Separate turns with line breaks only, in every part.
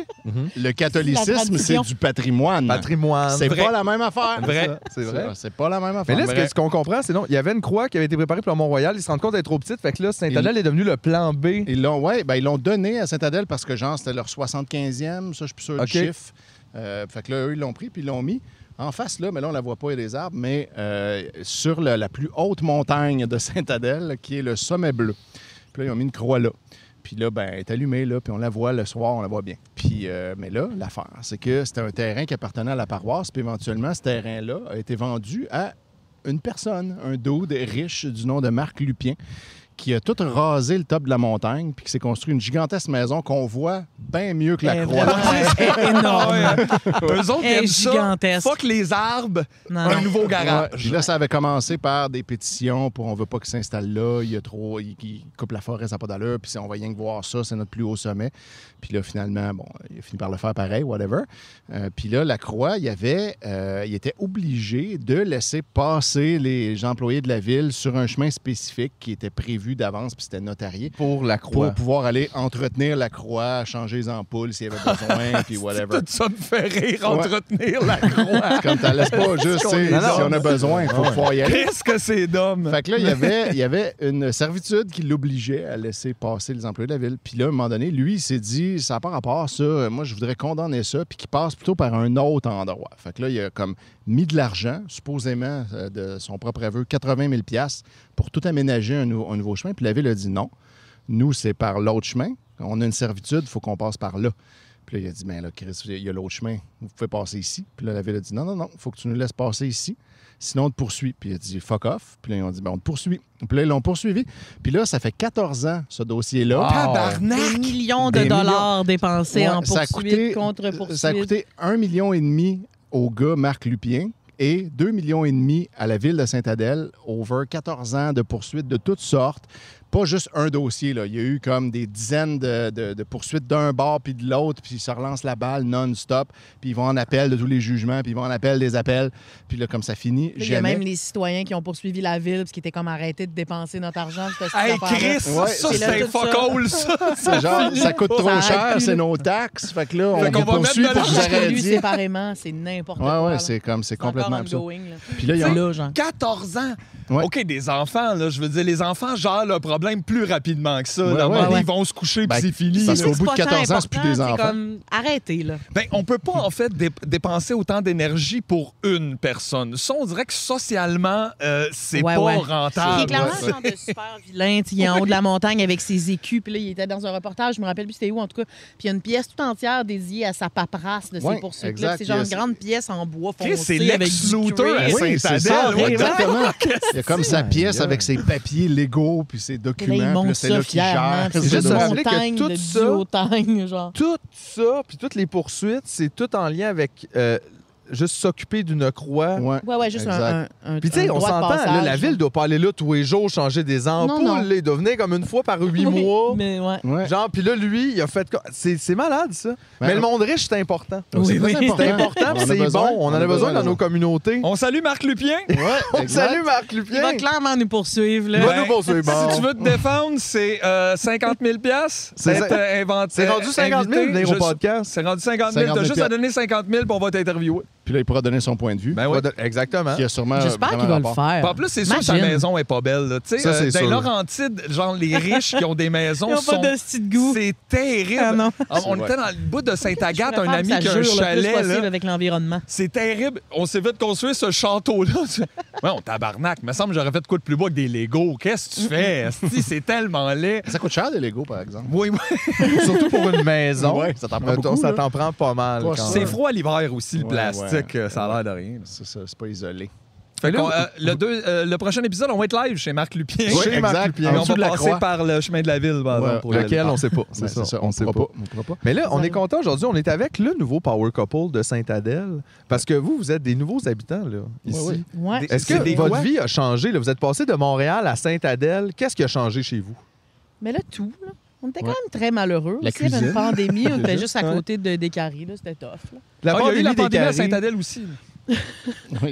Le catholicisme, c'est
tradition.
du patrimoine.
Patrimoine.
c'est
Vrai.
pas la même affaire.
Vrai.
C'est
C'est vrai.
vrai.
C'est pas la même affaire.
Ah, Mais là, ce que-
Vrai.
ce qu'on comprend, c'est non, il y avait une croix qui avait été préparée pour le Mont-Royal. Ils se rendent compte qu'elle est trop petite. Fait que là, Sainte-Adèle est devenu le plan B.
Ils l'ont, ouais, ben, ils l'ont donné à Saint-Adèle parce que, genre, c'était leur 75e, ça, je suis plus sûr
OK.
du chiffre. Euh, fait que là, eux, ils l'ont pris puis ils l'ont mis en face, là, mais là, on la voit pas, il y a des arbres, mais euh, sur le- la plus haute montagne de Saint-Adèle, qui est le sommet bleu. Puis là, ils ont mis une croix là. Puis là, ben, elle est allumée, là, puis on la voit le soir, on la voit bien. Puis, euh, mais là, l'affaire, c'est que c'était un terrain qui appartenait à la paroisse, puis éventuellement, ce terrain-là a été vendu à une personne, un dude riche du nom de Marc Lupien, qui a tout rasé le top de la montagne, puis qui s'est construit une gigantesque maison qu'on voit bien mieux que la
Eh,
croix.
vraiment, eh, énorme.
Ah ouais, hein. Eux autres, ils
Elle est
aiment ça.
gigantesque.
Fuck les arbres,
Non,
un
non.
nouveau
Ouais,
garage.
puis là, ça avait commencé par des pétitions pour on veut pas qu'ils s'installent là, il y a trop, ils, ils coupent la forêt, ça n'a pas d'allure, puis on va rien que voir ça, c'est notre plus haut sommet. Puis là, finalement, bon, il a fini par le faire pareil, whatever. Euh, puis là, la croix, il y avait, euh, il était obligé de laisser passer les employés de la ville sur un chemin spécifique qui était prévu d'avance, puis c'était notarié.
Pour la
Pour
croix.
pouvoir aller entretenir la croix, changer les ampoules s'il y avait besoin, puis whatever.
Tout ça me fait rire,
Ouais.
entretenir la croix.
C'est Comme t'en laisses pas juste, tu sais,
Non, non.
si on a besoin, il faut pouvoir y aller.
Qu'est-ce que c'est d'homme?
Fait que là, il y avait, il y avait une servitude qui l'obligeait à laisser passer les employés de la ville. Puis là, à un moment donné, lui, il s'est dit, ça n'a pas rapport, ça, euh, moi, je voudrais condamner ça, puis qu'il passe plutôt par un autre endroit. Fait que là, il a comme mis de l'argent, supposément euh, de son propre aveu, 80 000 pour tout aménager un, nou- un nouveau chemin. Puis la ville a dit non. Nous, c'est par l'autre chemin. On a une servitude, il faut qu'on passe par là. Puis là, il a dit, ben là, Chris, il y a l'autre chemin, vous pouvez passer ici. Puis là, la ville a dit, non, non, non, il faut que tu nous laisses passer ici, sinon on te poursuit. Puis il a dit, fuck off. Puis là, ils ont dit, ben on te poursuit. Puis là, ils l'ont poursuivi. Puis là, ça fait 14 ans, ce dossier-là.
Des millions de
Des
dollars dépensés
Ouais,
en
ça a
poursuite
coûté-
contre poursuite.
Ça a coûté un million et demi au gars Marc Lupien et 2,5 millions et demi à la ville de Sainte-Adèle, over 14 ans de poursuites de toutes sortes. Pas juste un dossier, là. il y a eu comme des dizaines de, de- de poursuites d'un bord puis de l'autre, puis ils se relancent la balle non-stop, puis ils vont en appel de tous les jugements, puis ils vont en appel des appels, puis là, comme ça finit,
Il y a
jamais.
même les citoyens qui ont poursuivi la ville parce qu'ils étaient comme arrêtés de dépenser notre argent. pour cette
Hey,
affaire-là.
Chris,
Ouais,
ça,
c'est
c'est
là
un
tout
fuck
ça.
all, ça.
C'est genre, ça coûte
Ça
trop
arrête
cher,
plus,
c'est
là.
nos taxes. Fait que là, on,
Fait qu'on
vous
va mettre
poursuit
de
pour
l'argent.
vous
L'argent élu
arrêter.
séparément, c'est n'importe quoi.
Ouais, ouais,
là.
c'est comme, c'est
encore
complètement absurde.
ongoing, là.
Puis là, ils ont-
là, genre.
14 ans.
Ouais.
OK, des enfants, là, je veux dire, les enfants gèrent le problème plus rapidement que ça. là,
Ouais, ouais.
À un moment donné,
Ouais.
Ils vont se coucher,
Ben,
puis c'est fini.
parce
C'est
qu'au
que
bout de
c'est pas
14 ans, c'est plus
important,
des enfants.
Comme... Arrêtez, là.
Ben, on peut pas, en fait, dé- dépenser autant d'énergie pour une personne. Ça, on dirait que socialement, euh, c'est
Ouais,
pas
ouais.
rentable.
Il est clairement
Ah, ouais.
un genre de super vilain. tu sais, Il est en haut de la montagne avec ses écus. Puis là, il était dans un reportage, je me rappelle plus c'était où en tout cas. Puis il y a une pièce tout entière dédiée à sa paperasse de
Ouais,
ses poursuites-là.
exact.
Puis C'est
Il y
genre
a
une
ça.
grande pièce en bois
Chris,
foncé
c'est
avec
Lex
du
Luthor à
cuir.
Oui, c'est ça,
Saint-Adèle. ouais.
exactement. Il y a comme sa pièce avec ses papiers légaux puis ses
Puis là, il
documents. puis là,
monte
C'est
ça
là qu'il
fièrement.
gère.
puis
C'est
C'est
juste
une
de
ça.
rappeler que
montagne
tout
de
ça-
duotagne, genre.
Tout ça, puis toutes les poursuites, c'est tout en lien avec euh, juste s'occuper d'une croix.
Ouais.
Ouais, ouais, juste un,
Exact.
un, un
Puis tu sais,
un
on
droit de
s'entend, là, la
passage.
ville doit pas aller là tous les jours changer des ampoules,
non.
là, il doit venir comme une fois par huit
Oui,
mois.
Mais ouais.
Ouais.
Genre, puis là, lui, il a fait... co- C'est c'est malade, ça.
Ben,
mais le monde riche, c'est important.
donc,
Oui,
très
oui.
C'est important,
On
puis
en a
c'est
besoin.
bon. On en a besoin dans
raison.
nos communautés.
On salue Marc Lupien.
Ouais,
On
exact.
salue Marc
Il va
Lupien.
clairement nous poursuivre, là.
Il va nous poursuivre, bon.
Euh, Si tu veux te défendre, c'est euh, 50 000
C'est
d'être, euh, invent-
C'est
euh,
rendu 50 000
invité.
venir au
Je-
podcast.
C'est rendu 50 000.
50
T'as
000
juste à donner 50 000 puis on va t'interviewer.
Puis là, il pourra donner son point de vue.
Ben oui.
Exactement.
qui a sûrement
J'espère
vraiment
qu'il va le
rapport.
faire.
En plus, c'est sûr que sa
Imagine.
maison est pas belle. là. Tu sais,
Ça, c'est
euh, dans les
sûr.
Laurentides, genre les riches qui ont des maisons
Ils ont
sont
pas de style de goût.
C'est terrible.
Ah non.
Ah, on
C'est vrai.
était dans le bout de Sainte-Agathe,
Je
un
préfère
ami
que ça
qui a un
jure le plus
chalet.
possible
Là.
avec l'environnement.
C'est terrible. On s'est fait construire ce château-là. ouais, on tabarnak. Me semble que j'aurais fait de quoi de plus beau que des Legos. Qu'est-ce que tu fais? esti? c'est tellement laid.
Ça coûte cher, des Legos, par exemple.
Oui, oui.
Ah. Surtout pour une maison.
Ouais, ça t'en prend
Mettons,
beaucoup,
ça
là.
t'en prend pas mal.
Pas
quand
ça.
même.
C'est froid l'hiver aussi, le
Ouais,
plastique.
ouais.
Ça a l'air de rien.
C'est ça, c'est pas isolé.
Fait qu'on, euh, le, deux- euh, le prochain épisode, on va être live chez Marc Lupien.
Oui,
Chez Marc
exact.
Lupien.
En
Mais on
dessous de la
va passer
croix.
par le chemin de la ville, par
Ouais,
exemple, pour y aller.
Lequel, on sait pas.
Ben,
C'est ça, on sait
pourra
pas.
pas. On pourra pas.
Mais là, on
Désolé.
est content aujourd'hui. On est avec le nouveau Power Couple de Sainte-Adèle. Parce que vous, vous êtes des nouveaux habitants, là, ici.
ouais.
Ouais.
Des-
Est-ce
C'est
que
des
votre
quoi?
vie a changé? là? Vous êtes passé de Montréal à Sainte-Adèle. Qu'est-ce qui a changé chez vous?
Mais là, tout. là. On était quand
Ouais.
même très malheureux.
La
aussi. Il y avait
cuisine.
une pandémie, on était
Déjà.
juste à côté de, des caries. là. C'était tough. là.
La
Ah, il y a eu la
des
pandémie à
caries.
Sainte-Adèle aussi.
Oui,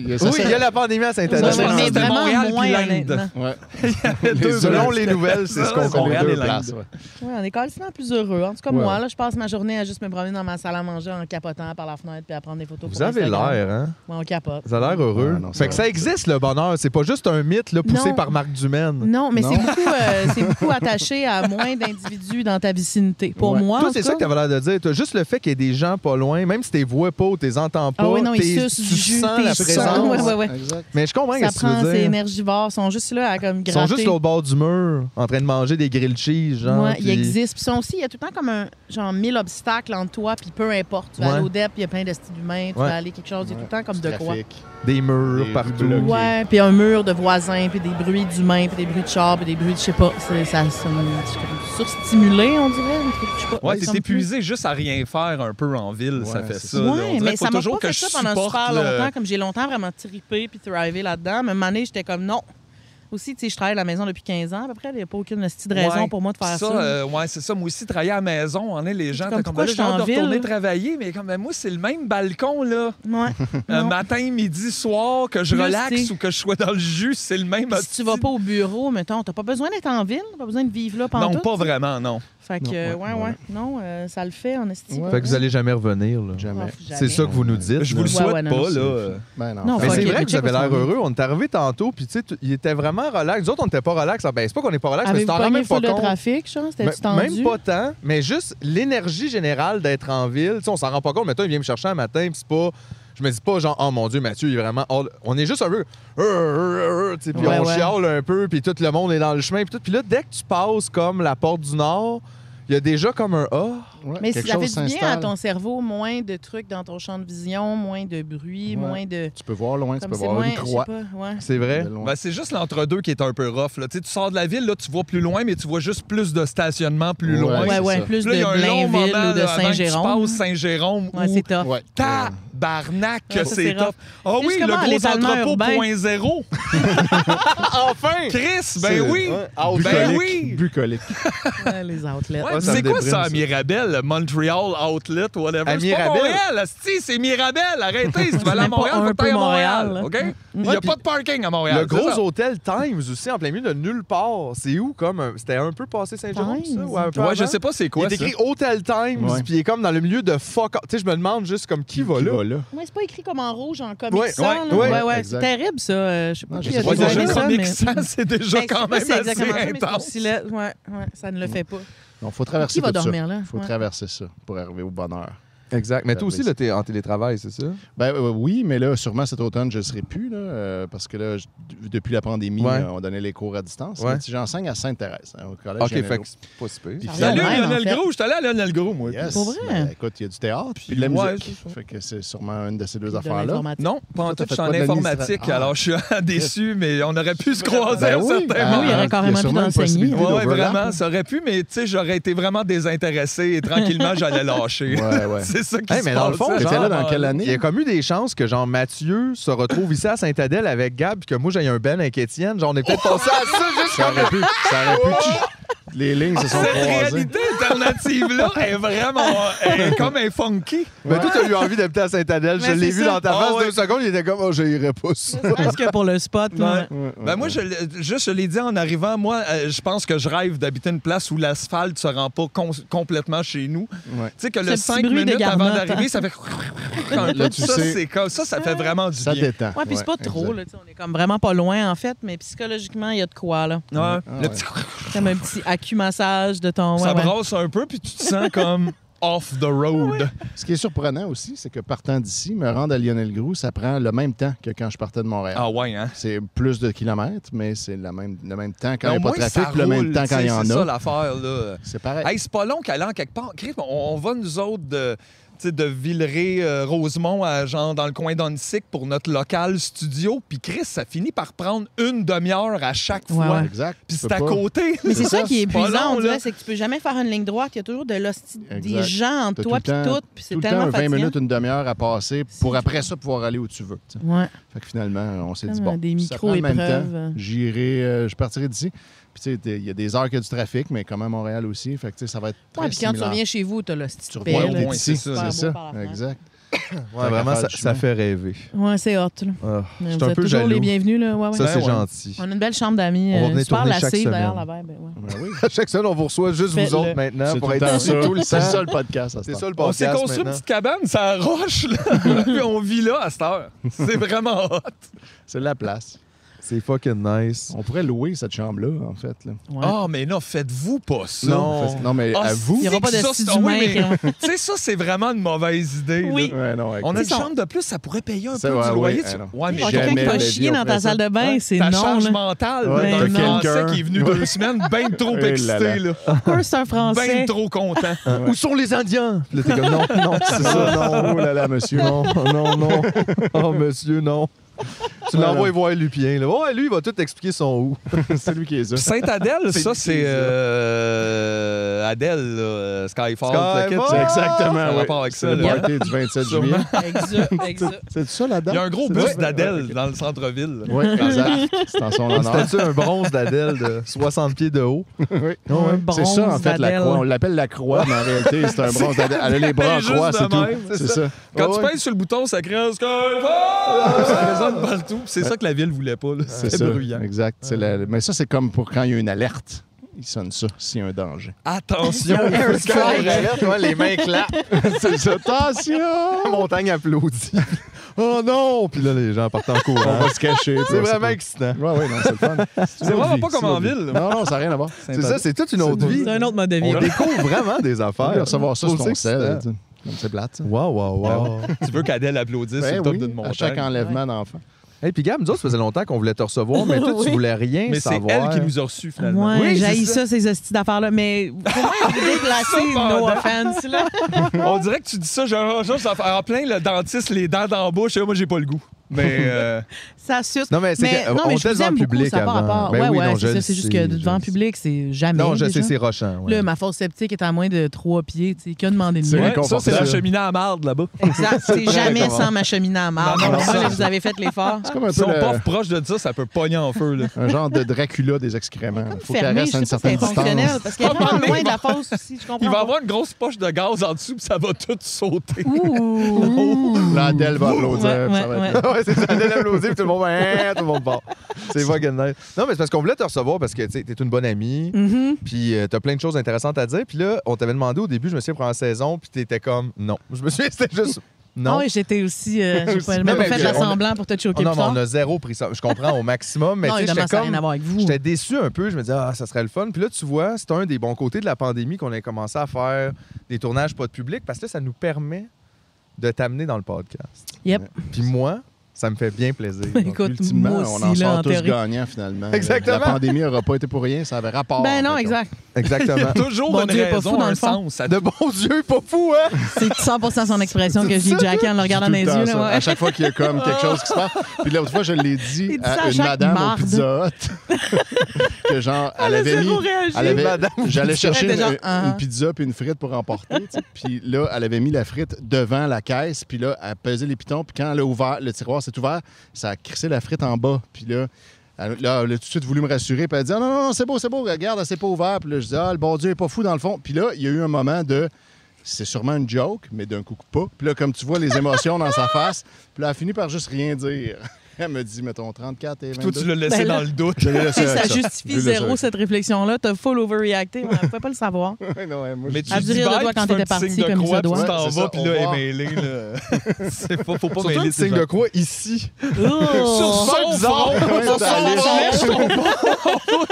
il y a ça,
Oui,
ça-
il y a la pandémie à
Ouais,
Sainte-Adèle.
ouais,
Selon-
mais c'était Montréal puis l'Inde.
honnêtement.
Ouais.
deux
Selon les nouvelles, c'est ce qu'on
Ouais,
comprend.
Montréal et l'Inde.
ouais.
Ouais, on est quasiment plus heureux. En tout cas,
Ouais.
moi, là, je passe ma journée à juste me promener dans ma salle à manger en capotant par la fenêtre puis à prendre des photos.
Vous
pour
avez
Instagram.
l'air, hein?
Ouais, on capote.
Vous avez l'air heureux.
Ouais, non,
fait que ça existe, le bonheur. C'est pas juste un mythe là, poussé
Non.
par Marc Dumaine.
Non, mais
Non.
c'est beaucoup, euh, c'est beaucoup attaché à moins d'individus dans ta vicinité. Pour
Ouais.
moi,
Toi,
en
c'est
tout
ça
cas,
que t'avais l'air de dire. T'as juste le fait qu'il y ait des gens pas loin, même si t'es vois pas ou t'es entends pas,
Ah oui, non, ils
t'es-
sucent
tu
du jus,
sens
puis
la
ils sucent.
présence.
Ouais, ouais, ouais.
Exact.
Mais je comprends
ça
ce que
prend,
tu veux
ces
dire.
énergivivores. Ils sont juste là à comme
Ils sont
gratter.
juste au bord du mur, en train de manger des grilled cheese, genre.
Ouais,
puis-
il existe. Puis ils sont aussi, il y a tout le temps comme un genre mille obstacles entre toi, puis peu importe. Tu vas
Ouais.
aller au DEP, il y a plein de styles humains, tu
Ouais.
vas aller quelque chose, il y a tout le temps comme
Du
de quoi.
trafic.
Des murs
Des
partout.
blocs.
Ouais, puis un mur de voisins, puis des bruits d'humains, puis des bruits de chars, puis des bruits de, je sais pas, c'est- ça, ça me- je suis comme surstimulé, on dirait. un truc, je sais pas.
Ouais,
Il
t'es
semble
épuisé juste à rien faire un peu en ville, ça
Ouais,
fait
c'est
ça.
plus.
là. On
Ouais,
dirait
mais
qu'il
ça
faut
m'a
toujours que
pas fait
je
ça pendant
supporte
super
le-
longtemps, comme j'ai longtemps vraiment trippé puis thrivé là-dedans. Mais à un moment donné, j'étais comme non. Aussi, tu sais, je travaille à la maison depuis 15 ans. Après, il n'y a pas aucune hostie de raison
Ouais.
pour moi de faire ça.
euh, ouais, c'est ça. Moi aussi, travailler à la maison, on est les gens.
comme,
t'as comme
pourquoi
ben là,
je
j'ai
suis
hâte
en
de retourner
ville?
travailler, mais comme ben, moi, c'est le même balcon, là.
Ouais.
Euh,
Non.
matin, midi, soir, que je
Plus,
relaxe
t'sais.
ou que je sois dans le jus, c'est le même.
Puis si tu
hostie-
vas pas au bureau, mettons, t'as pas besoin d'être en ville, pas besoin de vivre là pendant
Non, pas vraiment, non.
Fait que,
Non,
euh,
ouais,
ouais, ouais,
ouais.
Non, euh, ça le fait en Ah, estime.
Ouais.
Fait que vous allez jamais revenir, là.
Jamais.
C'est ça que vous nous dites.
Je vous le
là.
Ouais,
souhaite
ouais, non,
pas,
non,
là.
c'est-
Euh,
Ben non.
Non,
Mais
Fuck
c'est
it,
vrai
mais
que vous
check
avez
parce
l'air
qu'on est-
heureux. On est arrivé tantôt, puis tu sais, tu- il était vraiment relax. Nous autres, on n'était pas relax. Ben, c'est pas qu'on n'est pas relax,
Ah,
mais
Avez-vous
c'est en
pogné
même pas
full de
compte.
trafic, genre? C'était
Mais-
tendu?
Même pas tant, mais juste l'énergie générale d'être en ville. Tu sais, on s'en rend pas compte. Mettons, il vient me chercher un matin, puis c'est pas. Je me dis pas, genre, oh mon Dieu, Mathieu, il est vraiment. all- On est juste un peu. euh, euh, euh, tu sais, Puis
Ouais,
on
ouais.
chiale un peu, puis tout le monde est dans le chemin, puis tout. Puis là, dès que tu passes comme la porte du Nord, il y a déjà comme un ah.
Ouais,
Mais
quelque
ça fait
chose
du bien à
s'installe.
ton cerveau, moins de trucs dans ton champ de vision, moins de bruit,
Ouais.
moins de.
Tu peux voir loin, tu
Comme
peux
c'est
voir
moins.
une
je sais
croix.
pas, ouais.
C'est vrai?
de loin.
Ben, c'est juste l'entre-deux qui est un peu rough. Là. Tu sais, tu sors de la ville, là, tu vois plus loin, mais tu vois juste plus de stationnement plus
Ouais,
loin.
Ouais,
c'est
ouais,
ça.
plus
Puis là, il y
de
a un long moment
Blainville ou
là,
de
avant que Tu
Saint-Jérôme.
passes Saint-Jérôme
Ouais,
ou
c'est tough.
Ouais.
tabarnak que
Ouais,
c'est
c'est
top.
rough.
Ah oui,
Justement,
le gros
l'étalement
entrepôt
urbain.
point zéro.
Ah, enfin!
Chris,
C'est-
ben oui.
Ouais. Ah,
Ben
bucolique.
oui.
Bucolique.
Ouais, hein, les outlets.
Ouais,
Ouais, ça
c'est
me
quoi
déprime,
ça, à
ça.
Mirabel? le Montreal Outlet, whatever.
À
c'est pas
Mirabel?
Montréal, asti, c'est Mirabel. Arrêtez, si tu vas aller à
même pas
Montréal,
un
faut que
peu
t'ailles à Montréal.
Montréal,
OK? Il n'y a pas de parking à Montréal.
Le
c'est
gros
ça.
hôtel Times aussi, en plein milieu de nulle part. C'est où, comme? un- C'était un peu passé Saint-Jérôme, ça?
Times.
Ou un peu
Ouais, je
avant?
sais pas c'est quoi
hein? il est
ça.
écrit Hôtel Times,
Ouais.
puis il est comme dans le milieu de fuck. Tu sais, je me demande juste comme qui, va là.
Ouais, c'est pas écrit comme en rouge, en comique
Ouais,
sans,
ouais,
là.
ouais.
ouais, ouais,
Exact.
C'est terrible, ça. euh, Je sais pas
Non,
qui
je
a
sais pas,
décidé
déjà
Ouais,
ça,
comique
mais-
sans, c'est déjà
Ben,
quand
c'est-
même
c'est exactement ça, mais
assez
c'est aussi
intense.
là- ouais, ouais, ça ne le fait pas.
Il faut Mm. traverser
Qui va
tout ça.
dormir là?
faut
Ouais.
traverser ça pour arriver au bonheur.
Exact. Mais toi aussi,
Service.
là, t'es en télétravail, c'est ça?
Ben euh, oui, mais là, sûrement cet automne, je ne serai plus, là, euh, parce que là, je- depuis la pandémie,
Ouais.
là, on donnait les cours à distance.
Ouais.
Mais tu- J'enseigne à Sainte-Thérèse, hein, au collège.
Ok,
Jeannelot.
fait que c'est pas si pire.
Puis
Ça
Salut,
finalement,
Ouais, en
Lionel
fait.
Gros. Je suis allé à Lionel Gros, moi.
yes,
Pour vrai?
ben, écoute, il y a du théâtre, puis, de la
ouais,
musique.
c'est ça.
Fait que c'est sûrement une de ces deux
De
affaires-là.
l'informatique.
Non, pas en tout.
Ça, t'as
Je
fait
suis en
quoi de Ah.
informatique,
l'administration?
alors je suis déçu, mais on aurait pu se croiser
Ben
à
oui,
certains
ah,
Oui, il y
moments.
aurait carrément
a
pu
sûrement une
d'enseigner.
possibilité
Ouais, ouais,
d'overlap,
vraiment, ça aurait pu, mais tu sais, j'aurais été vraiment désintéressé et tranquillement, j'allais lâcher.
Ouais, ouais.
C'est ça qui
Hey,
se
mais dans le
passe,
fond,
hein,
t'étais
genre,
là dans
euh,
quelle année?
Il y a comme eu des chances que genre Mathieu se retrouve ici à Saint-Adèle avec Gab puis que moi j'ai un Ben avec Étienne. Genre on est peut-être passé à ça juste
Ça
comme
aurait pu. Ça aurait pu. Les lignes se sont
Cette
croisées.
réalité alternative-là est vraiment est comme un funky.
Mais toi t'as eu envie d'habiter à Saint-Adèle. Je
Mais
l'ai
c'est
vu
ça.
dans ta
Ah
face
ouais.
deux secondes. Il était comme oh j'irai pas ça.
Parce que pour le spot, ouais.
Ouais, ouais,
Ben moi, je, l'ai- juste, je l'ai dit en arrivant, moi, euh, je pense que je rêve d'habiter une place où l'asphalte se rend pas con- complètement chez nous.
Ouais.
Tu sais, que
Ce
le
petit
5
bruit de
minutes avant
garnotte,
d'arriver,
hein.
ça fait...
Là, tu
ça,
sais.
c'est comme- ça, ça fait vraiment du
Ça
bien.
détend.
Ouais, puis c'est pas
Ouais,
trop,
exact.
là, tu sais, on est comme vraiment pas loin, en fait, mais psychologiquement, il y a de quoi, là.
Ouais. le
ouais.
petit...
Comme un petit accu-massage de ton...
Ça
ouais, ouais.
brasse un peu, puis tu te sens comme off the road.
Ce qui est surprenant aussi, c'est que partant d'ici, me rendre à Lionel Groux, ça prend le même temps que quand je partais de Montréal.
Ah ouais, hein?
C'est plus de kilomètres, mais c'est la même, le même temps quand
Mais
il
au
n'y a pas
moins,
de
ça
trafic, puis le même
roule,
temps
tu
quand
sais,
il y en
C'est ça
a.
l'affaire, là.
C'est pareil.
Hey, c'est pas long qu'elle en quelque part. Crif, on, on va, nous autres, de, tu sais, de Villeray-Rosemont à genre dans le coin d'Onsic pour notre local studio. Puis Chris, ça finit par prendre une demi-heure à chaque
Ouais,
fois.
ouais.
Exact.
Puis
tu peux
c'est à
pas.
côté.
Mais c'est ça, qui est
pas long,
épuisant, on
là.
dirait, c'est que tu peux jamais faire une ligne droite. Il y a toujours de l'hostie des
Exact.
gens entre
T'as
toi
tout
puis
le temps-
tout, puis c'est
Tout le
tellement
temps, 20
fatigant.
minutes, une demi-heure à passer pour
C'est-
après ça pouvoir aller où tu veux. tu sais.
Ouais.
Fait que finalement, on s'est dit,
Comme,
bon,
euh, des
ça prend le même
micro-épreuves.
temps. J'irai, euh, je partirai d'ici. Puis tu sais, t'es- il y a des heures qu'il y a du trafic, mais comme à Montréal aussi. Fait que tu sais, ça va être très
Ouais, puis quand tu
similaire.
reviens chez vous, t'as l'hostie
Tu
de
reviens
Ouais,
paix,
où
au
là.
t'es
moins,
ici.
c'est ça.
Super
C'est
beau
ça,
par la fenêtre.
exact.
Ouais, vraiment ça,
qu'à faire
ça
le chemin.
fait rêver.
Ouais, c'est hot, là.
Ah, je
Vous
suis
êtes
un peu
toujours
jaloux.
les bienvenus, là. Ben Ouais, ouais.
Ça c'est
Ouais, ouais.
gentil.
On a une belle chambre d'amis.
On va
euh,
venir
super
tourner chaque
lassée, d'ailleurs,
semaine.
là-bas. ben ouais.
Ben oui.
Chaque semaine on vous reçoit juste vous
Faites-le.
autres maintenant
C'est
pour
tout le
être
temps
assis
ça.
tout le temps.
C'est ça le podcast. à ce
C'est
temps.
ça le
On s'est
podcast
construit une
maintenant.
petite cabane, ça roche, là. puis on vit là à cette heure. C'est vraiment hot.
C'est la place.
C'est fucking nice.
On pourrait louer cette chambre-là, en fait. là.
Ouais. Oh,
Ah, mais non, faites-vous pas ça.
Non.
Non, mais
Ah,
à vous.
Il y aura
c'est
pas
que
de
ça,
style
c'est- ah oui,
humain,
mais-
hein.
Tu sais, ça, c'est vraiment une mauvaise idée.
Oui.
là.
Ouais, non, ouais,
On a une
Ils sont-
chambre de plus, ça pourrait payer un
Ça,
peu
ouais,
du
ouais,
loyer.
ouais,
tu-
non.
Ouais, mais
Genre
Jamais
quelqu'un qui va
de la vie,
chier
on
dans ta
ferait ça.
salle de bain, c'est
Ta
non.
charge
là.
mentale
Ouais,
d'un
ben non.
Français qui est venu
Ouais.
deux semaines bien trop
Eh là
excité,
là.
là.
Pourquoi c'est un
bien
Français?
trop content.
Hein, Où sont les Indiens? Là, t'es comme, non, non,
C'est ça, non. Oh là là, monsieur.
Non, non, non. Oh, monsieur, non. Tu
Voilà.
l'envoies voir Lupien. Là. Ouais, lui, il va tout t'expliquer son où.
C'est lui qui est ça.
Puis Sainte-Adèle, ça, c'est
ça.
euh, Adèle, là, euh, Skyfall.
Skyfall!
le kit,
C'est
ça.
exactement.
Ça a
ouais.
rapport avec ça,
C'est le
là.
party du 27
Sûrement.
juillet.
Exact, exact.
C'est ça là-dedans?
Il y a un gros
C'est
bus
ça?
d'Adèle dans le centre-ville.
Oui, exact. C'est en son honneur.
Ah, C'était-tu un bronze d'Adèle de 60 pieds de haut?
Oui.
Un
C'est ça, en
bronze
fait, la
d'Adèle.
croix. On l'appelle la croix, mais en réalité, c'est un bronze d'Adèle. Elle a les bras en
Juste
croix,
de
c'est tout.
même, c'est
C'est ça.
Quand
Ouais,
tu
ouais.
pèses sur le bouton, ça crée un Skyfall! ça résonne partout. Puis C'est ça que la ville voulait pas. là.
C'est
C'était
ça.
bruyant.
Exact. C'est la- Mais ça, c'est comme pour quand il y a une alerte. Il sonne ça s'il y a un danger.
Attention, il faut
Quand on
correct.
arrête, ouais, les mains claquent.
C'est ça. Attention!
La montagne applaudit. Oh non! Puis là, les gens partent en
On
courant.
va se cacher.
C'est vraiment excitant.
Oui, oui, non, c'est le fun. C'est
vraiment
une autre
pas
vie,
comme en
c'est une autre
ville,
vie. Non, non, ça n'a rien à voir.
C'est ça, c'est toute une autre vie.
C'est un autre mode de vie.
On
là.
découvre vraiment des
On
affaires.
va recevoir ça sur
Trop
ton
excitant.
sel. tu sais. Comme c'est plate. ça.
Wow, wow, wow.
Tu veux qu'Adèle applaudisse sur
Ben
le top
oui,
d'une
à chaque
montagne.
enlèvement d'enfant.
Hey, puis Gab, nous autres, ça faisait longtemps qu'on voulait te recevoir, mais toi, tu
Oui.
voulais rien
Mais c'est
savoir.
elle qui nous a reçus, finalement.
Ouais,
Oui, c'est
j'haïs
ça.
ça. ces hosties d'affaires-là. Mais comment ils vous déplacez, no offense, là?
On dirait que tu dis ça, genre, genre, ça fait- en plein, le dentiste, les dents dans la bouche, et moi, j'ai pas le goût. Mais euh,
Ça suce.
Non, mais c'est que- on
mais
te
je vous
laisse
aime
devant le
beaucoup,
public
ça part à
avant.
part.
Ben
ouais,
oui,
ouais,
non, je
c'est
le
ça. C'est juste
sais,
que
je
devant
le
le public, c'est jamais.
Non, je
déjà.
sais, c'est rochant. ouais.
Là, ma fosse sceptique est à moins de trois pieds. Tu sais, qui a demandé de
C'est
moi?
ouais, ça, c'est la
inconfortable.
cheminée à marde, là-bas.
Exact. C'est jamais
inconfortable.
sans ma cheminée en marbre.
Non, non,
Donc,
non.
là, vous avez fait l'effort.
C'est comme un
Si
peu
on
le-
pauvre proche de ça, ça peut pogner en feu, là.
un genre de Dracula des excréments.
Comme
Il faut qu'elle
fermé, je
reste à
sais
une
pas si c'est
certaine
fonctionnel.
distance.
Parce qu'elle est vraiment loin de la fosse aussi, je
Il
comprends.
va
pas.
avoir une grosse poche de gaz en dessous, puis ça va tout sauter.
Ouh.
Là, Adèle va applaudir.
Ouais,
puis ça va
ouais,
être-
ouais.
ouais, c'est ça, Adèle applaudit, puis tout le monde va, hein, tout le monde part. C'est fucking nice. Non, mais c'est parce qu'on voulait te recevoir parce que tu es une bonne amie,
Mhm.
puis euh, t'as plein de choses intéressantes à dire. Puis là, on t'avait demandé au début, je me suis pris en saison, puis t'étais comme non. Je me suis c'était juste non.
Ah oui, j'étais aussi. euh, j'ai pas
Non,
même
mais
fait
je-
la
on a-
semblant pour te
Oh
choquer
non,
plus
mais
tard.
on a zéro pris ça. Je comprends au maximum, mais
Non,
tu sais, j'étais
évidemment, ça n'a
comme.
rien à voir avec vous.
J'étais déçu un peu. Je me disais, ah, ça serait le fun. Puis là, tu vois, c'est un des bons côtés de la pandémie qu'on a commencé à faire des tournages pas de public parce que là, ça nous permet de t'amener dans le podcast.
Yep.
Puis moi, ça me fait bien plaisir. Donc,
Écoute,
Ultimement,
moi
on en
aussi, là,
sort
en
tous
théorie.
gagnants, finalement.
Exactement.
La pandémie n'aura pas été pour rien, ça avait rapport.
Ben non,
avec-
exact.
Il y
Exactement.
a toujours
Bon
une
Dieu, pas
raison,
fou, dans
un
le fond.
sens. Ça-
De bon Dieu, pas fou, hein?
C'est 100% son expression que je dis Jackie en le regardant
Tout
dans les
le temps
yeux.
ça.
là, ouais.
À chaque fois qu'il y a comme quelque chose qui se passe. Puis l'autre fois, je l'ai dit
Il dit ça à
à une
chaque
madame
marde. Ah,
au Pizza Hut que genre, elle
a
avait
zéro
mis...
réagi.
elle avait-
Madame au
J'allais chercher
Hut,
une, euh,
déjà,
une
hein.
pizza puis une frite pour emporter. tu sais. Puis là, elle avait mis la frite devant la caisse. Puis là, elle pesait les pitons. Puis quand elle a ouvert, le tiroir s'est ouvert, ça a crissé la frite en bas. Puis là... Elle, là, elle a tout de suite voulu me rassurer, puis elle a dit Ah, Non, non, non, c'est beau, c'est beau, regarde, elle s'est pas ouverte. Puis là, je dis Ah, le bon Dieu est pas fou dans le fond. Puis là, il y a eu un moment de c'est sûrement une joke, mais d'un coup pas. Puis là, comme tu vois les émotions dans sa face, puis là, elle finit par juste rien dire. Elle me dit, mettons, 34 et 22.
Toi, tu l'as laissé
Ben là-
dans le doute.
Je l'ai laissé
Et
avec ça.
ça
Je l'ai
justifie
laissé
zéro
avec ça.
cette réflexion-là. T'as full overreacté. On ne pouvait pas le savoir.
Ouais, non, ouais, moi,
Mais
je-
tu
Elle a dû
dis
rire de
bye,
toi
tu
quand
fais un
t'étais
petit
parti,
signe de
comme il
croix,
se doit.
puis Tu t'en
Ouais, c'est
vas,
ça,
puis
au
là,
revoir.
elle est mêlée. là. C'est pas- Faut pas
Surtout
mêler
le
ces
signe
gens.
de quoi ici?
Oh!
Sur son front!
Ouais,
Sur son
t'as allé-
front!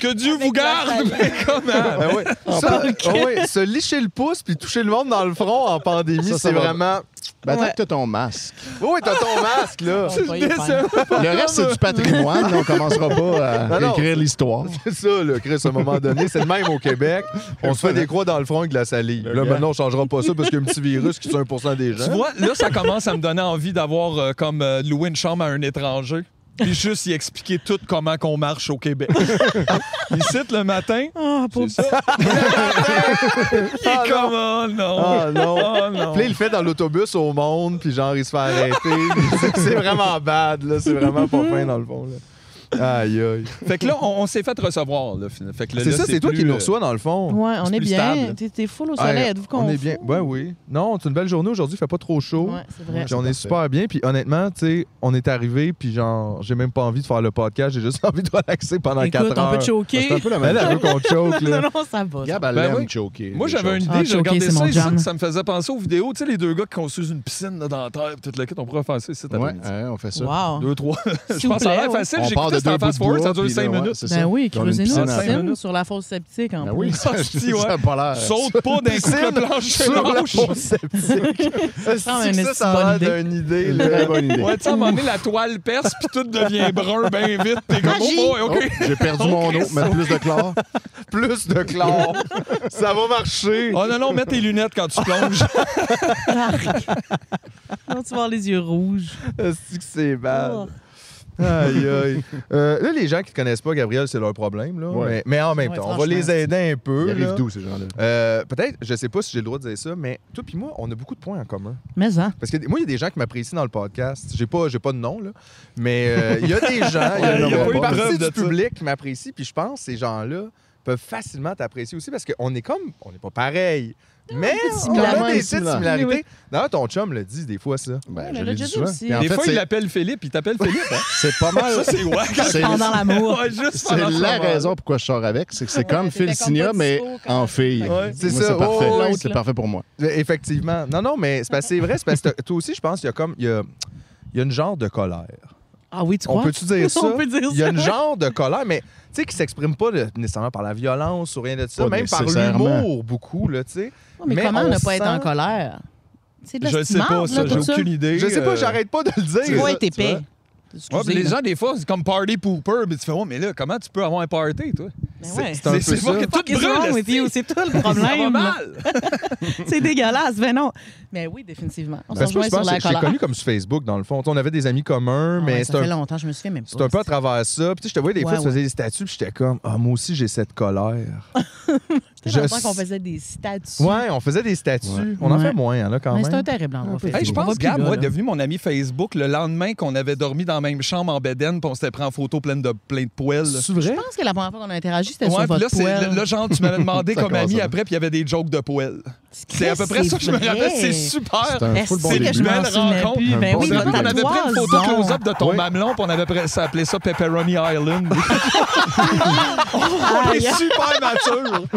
Que Dieu vous garde! Mais comment?
Ah ouais. Ça, ah ouais, se licher le pouce puis toucher le monde dans le front en pandémie,
Ça, ça
c'est
va.
vraiment.
Ben, tant
Ouais.
que t'as ton masque.
Oui, t'as ton masque, là.
On va y faire.
Le reste, c'est du patrimoine. on commencera pas
Non,
à
non.
écrire l'histoire.
C'est ça, le Chris, à un moment donné. C'est le même au Québec. On se fait des croix dans le front avec de la salive.
Le
Là,
gars.
maintenant, on changera pas ça parce qu'il y a un petit virus qui tue 1 des gens.
Tu vois, là, ça commence à me donner envie d'avoir euh, comme euh, louer une chambre à un étranger. Puis juste y expliquer tout comment qu'on marche au Québec. Il cite le matin.
Ah, pauvre
C'est ça. Il est
Ah,
comme, oh non.
Ah non!
Oh non.
Puis là, il le fait dans l'autobus au monde, puis genre, il se fait arrêter. C'est- c'est vraiment bad, là. C'est vraiment pas fin, dans le fond, là. Aïe, aïe.
Fait que là, on, on s'est fait recevoir. Là, fin- fait que là,
C'est
là,
ça, c'est toi
plus,
qui nous
euh,
reçois, dans le fond.
Ouais, on
C'est
est
plus
bien.
stable.
T'es- T'es full au soleil.
Hey,
Êtes-vous
on
confus?
est bien. Ouais, oui. Non, c'est une belle journée aujourd'hui, il fait pas trop chaud.
Ouais, c'est vrai.
Puis on est
parfait.
super bien. Puis honnêtement, tu sais, on est arrivé, puis genre, j'ai même pas envie de faire le podcast, j'ai juste envie de relaxer pendant
Écoute,
4
on
heures.
peut te
C'est un
choquer.
peu la même
Elle, elle veut
chose.
qu'on choke, là.
Non, non, ça va. ça
Gab, elle
Ben
aime
oui.
choquer.
Moi,
des
j'avais une
choses.
idée,
Ah,
j'ai regardé
choqué, c'est
ça
mon
ici,
jam.
que ça me faisait penser aux vidéos. Tu sais, les deux gars qui construisent une piscine là, dans la terre, puis toute la quête, on pourrait faire ça ici. cet
Ouais,
après-midi.
hein, on fait ça.
va. Wow.
Deux, trois. Je
S'il vous
pense que ça a l'air
plaît,
facile.
On
J'ai
part
écouté
de
cet
deux
en
bouts de
fast forward, ça
bois,
dure
puis là,
cinq
ouais,
minutes.
c'est ça.
Ben oui,
Dans une
creusez-nous
piscine
une
à
à-
cinq
piscine
minutes.
sur la fosse sceptique en
Ben
plus.
oui, ça
Hostie, ouais.
ça a pas l'air.
Saute pas d'un coup
Piscine
de plancher
sur la
blanche.
fosse septique.
semble
Est-ce que
une
Ça, ça a
bonne
l'air d'une idée,
Une
là.
très bonne idée.
Ouais, tu sais, à un moment donné, la toile perce, puis tout devient brun bien vite. T'es comme,
Magie.
oh, boy,
Oh,
OK.
J'ai perdu mon eau, mettre plus de chlore.
Plus de chlore. ça va marcher.
Oh non, non, mets tes lunettes quand tu plonges.
Non, tu vas avoir les yeux rouges.
Est-ce que c'est bad?
Oh.
Aïe, aïe. Euh, là, les gens qui ne connaissent pas Gabriel, c'est leur problème. Là.
Ouais.
Mais, mais en même
Ouais,
temps, on va
franchement.
les aider un peu.
Ils
là.
arrivent d'où, ces gens-là?
Euh, Peut-être, je sais pas si j'ai le droit de dire ça, mais toi puis moi, on a beaucoup de points en commun.
Mais hein? ça.
Parce que moi, il y a des gens qui m'apprécient dans le podcast. J'ai pas, j'ai pas de nom, là. Mais euh, il y a des gens, il y a
Ouais, il y a pas
une
eu de
partie
preuve de
du
ça.
public qui m'apprécie. Puis je pense que ces gens-là peuvent facilement t'apprécier aussi parce qu'on est comme, on n'est pas pareil. Mais on
similaires.
a des petites
Similaires.
similarités.
Oui, oui.
D'ailleurs, ton chum le dit des fois, ça.
Ben,
mais
je
là,
l'ai
j'ai
dit
dit
souvent.
aussi.
Puis en
Des
fait,
fois,
c'est-
il l'appelle Philippe, il t'appelle Philippe. hein?
c'est pas mal.
Ça, c'est wack.
C'est-
Pendant l'amour.
Ouais, juste
C'est
pendant ce
la
moment-là.
raison pourquoi je sors avec. C'est que c'est
Ouais,
comme Phil
t'étais comme
Signa,
pas
mais
dispo quand-
en fille.
Ouais.
Moi,
C'est
C'est
ça.
parfait.
Oh,
l'autre,
c'est
là.
parfait pour moi.
Mais Effectivement. Non, non, mais c'est parce que c'est vrai. C'est parce que t'as- toi aussi, je pense qu'il y a comme. Il y a, il y a une genre de colère.
Ah oui, tu crois?
On peut-tu dire ça?
On peut dire ça.
Il y a une genre de colère, mais tu sais, qui s'exprime pas de- nécessairement par la violence ou rien de ça,
Pas
même par
nécessairement.
l'humour beaucoup, là, tu sais.
Ouais, mais,
Mais
comment
on
ne pas être
sent-
en colère? Tu C'est de la
Je le sais pas,
marde,
ça,
là,
j'ai
tout ça.
aucune idée.
Je sais pas,
euh,
j'arrête pas de le
Tu
dire.
vois,
ça,
être
tu vois.
épais.
ouais, puis
Excusez,
les
là.
gens, des fois, c'est comme party pooper, mais tu fais, ouais, mais là, comment tu peux avoir un party, toi?
Ben ouais.
C'est un peu
c'est pas
ça.
que tout
Fuck is wrong
brûle,
with you?
esti.
C'est toi le
Ça va
problème. là.
mal.
C'est dégueulasse, mais non. Mais oui, définitivement.
Ben,
On se
Parce Ben, que moi,
rejoint
je
sur
pense
la
que je l'ai
colère.
connu comme sur Facebook, dans le fond. Tu sais, on avait des amis communs,
Ah
mais
ouais,
c'est
ça fait
un,
longtemps, je me souviens même pas.
c'est un peu à travers ça. Puis tu sais, je te voyais des fois,
Ouais,
tu faisais des statues, puis j'étais comme, ah, moi aussi, j'ai cette colère.
C'était
je-
longtemps qu'on faisait des statues.
Ouais, on faisait des statues. On en
Ouais.
fait moins, hein, là, quand
mais c'est un
même.
terrible endroit.
Hey, je
Facebook. On va
pense,
plus
Gab,
là,
moi, est
là.
devenu mon ami Facebook le lendemain qu'on avait dormi dans la même chambre en Bédène, puis on s'était pris en photo pleine de, plein de poils.
C'est vrai?
Je pense que la première fois qu'on a interagi, c'était
Ouais,
sur
puis
votre
là, c'est-
poêle.
là, genre, tu m'avais demandé
Ça
comme
commence
ami
bien.
après, puis il y avait des jokes de poêle. C'est à peu près ça que je me
vrai.
rappelle. C'est super.
C'est un
Est-ce
full bon
C'est
que
une
je
début.
m'en
belle
souvenais
rencontre.
plus? Ben
On
oui,
s'est-
votre
on avait pris une photo
toison.
close-up de ton
Oui.
mamelon, puis on avait appelé ça, appelé ça Pepperoni Island.
Ah,
on est
yeah.
super mature.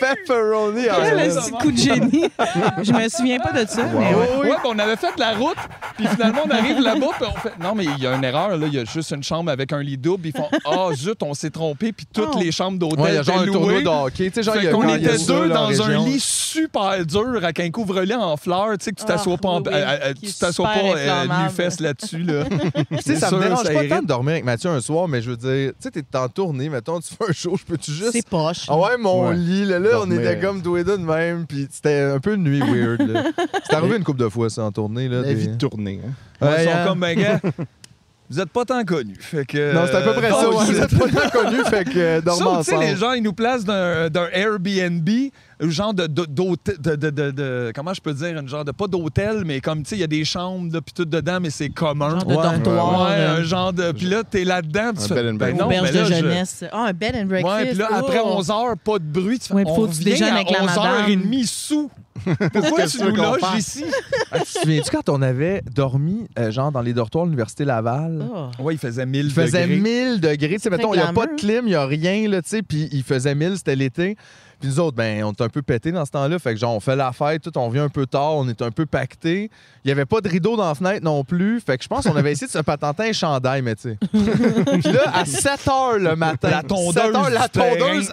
Pepperoni.
Quel
Island.
petit coup de génie. Ah, Je me souviens pas de ça,
Ah
mais
Ouais,
ouais.
ouais, puis on avait fait la route, puis finalement, on arrive là-bas, puis on fait Non, mais il y a une erreur, là, il y a juste une chambre avec un lit double, puis ils font Ah, zut, on s'est trompé, puis toutes
Oh.
les chambres
Ouais, il y
d'hôtel
a genre un
étaient
tournoi
louées.
de hockey. Tu sais, genre, il y
Fait
a
qu'on
quand il y a
était
ça,
deux
là, en
dans
région.
un lit super dur avec un couvre-lit en fleurs, tu sais que tu t'assois
Ah,
pas en-
oui, oui,
euh, euh,
qui est
tu t'assois
super
pas euh,
inflammable.
nu-fesse là-dessus là.
Tu sais, ça
C'est sûr,
me dérange
ça
pas
irrite.
tant de dormir avec Mathieu un soir, mais je veux dire, tu sais, t'es en tournée, mettons, tu fais un show, je peux-tu
C'est
juste.
poche.
Ah ouais, mon
Ouais.
lit, là, là on
Dormir.
était comme doués de même, puis c'était un peu une nuit weird, là. C'est arrivé une couple de fois, ça, en tournée, là.
La
des-
vie de tournée. hein.
Ouais,
Ils sont
hein.
comme ben gars, vous êtes pas tant connus. Fait que
Non, oh, c'est à peu près
euh,
ça,
donc,
ouais,
vous
vous
êtes-
êtes pas bien connus, fait que euh, dormez
Ça, tu sais,
ensemble.
les gens, ils nous placent d'un d'un Airbnb, un genre de, de- d'hôtel- de- de- de- de- Comment je peux dire? Une genre de. Pas d'hôtel, mais comme, tu sais, il y a des chambres, là, puis tout dedans, mais c'est commun.
Genre de
Ouais,
dortoir.
Ouais,
euh,
un genre de. Puis là, t'es là-dedans. puis
Un
tu fais,
bed and breakfast.
ben non,
Auberge
ben là, je-
de jeunesse. Ah, un bed and breakfast.
Ouais, puis là, après
Oh.
11 h pas de bruit. Tu fais,
Ouais, puis
on
faut que tu
revient
déjeunes
à
avec la
11 h
madame.
30 sous. Pourquoi tu
que tu veux
nous
qu'on
loges
fasse?
ici?
Ah, tu te souviens-tu quand on avait dormi, euh, genre, dans les dortoirs de l'Université Laval?
Oh.
Ouais, il faisait 1000
Il faisait
degrés.
1000 degrés. Tu sais, mettons, il n'y a
glamour.
pas de clim, il n'y a rien, là, tu sais, puis il faisait 1000, c'était l'été. Puis nous autres, ben, on était un peu pétés dans ce temps-là. Fait que, genre, on fait la fête, tout, on vient un peu tard, on est un peu pacté. Il n'y avait pas de rideau dans la fenêtre non plus. Fait que je pense qu'on avait essayé de se patenter un chandail, mais tu sais. puis là, à 7 h le matin,
La tondeuse
7 heures,
du
la
terrain.
tondeuse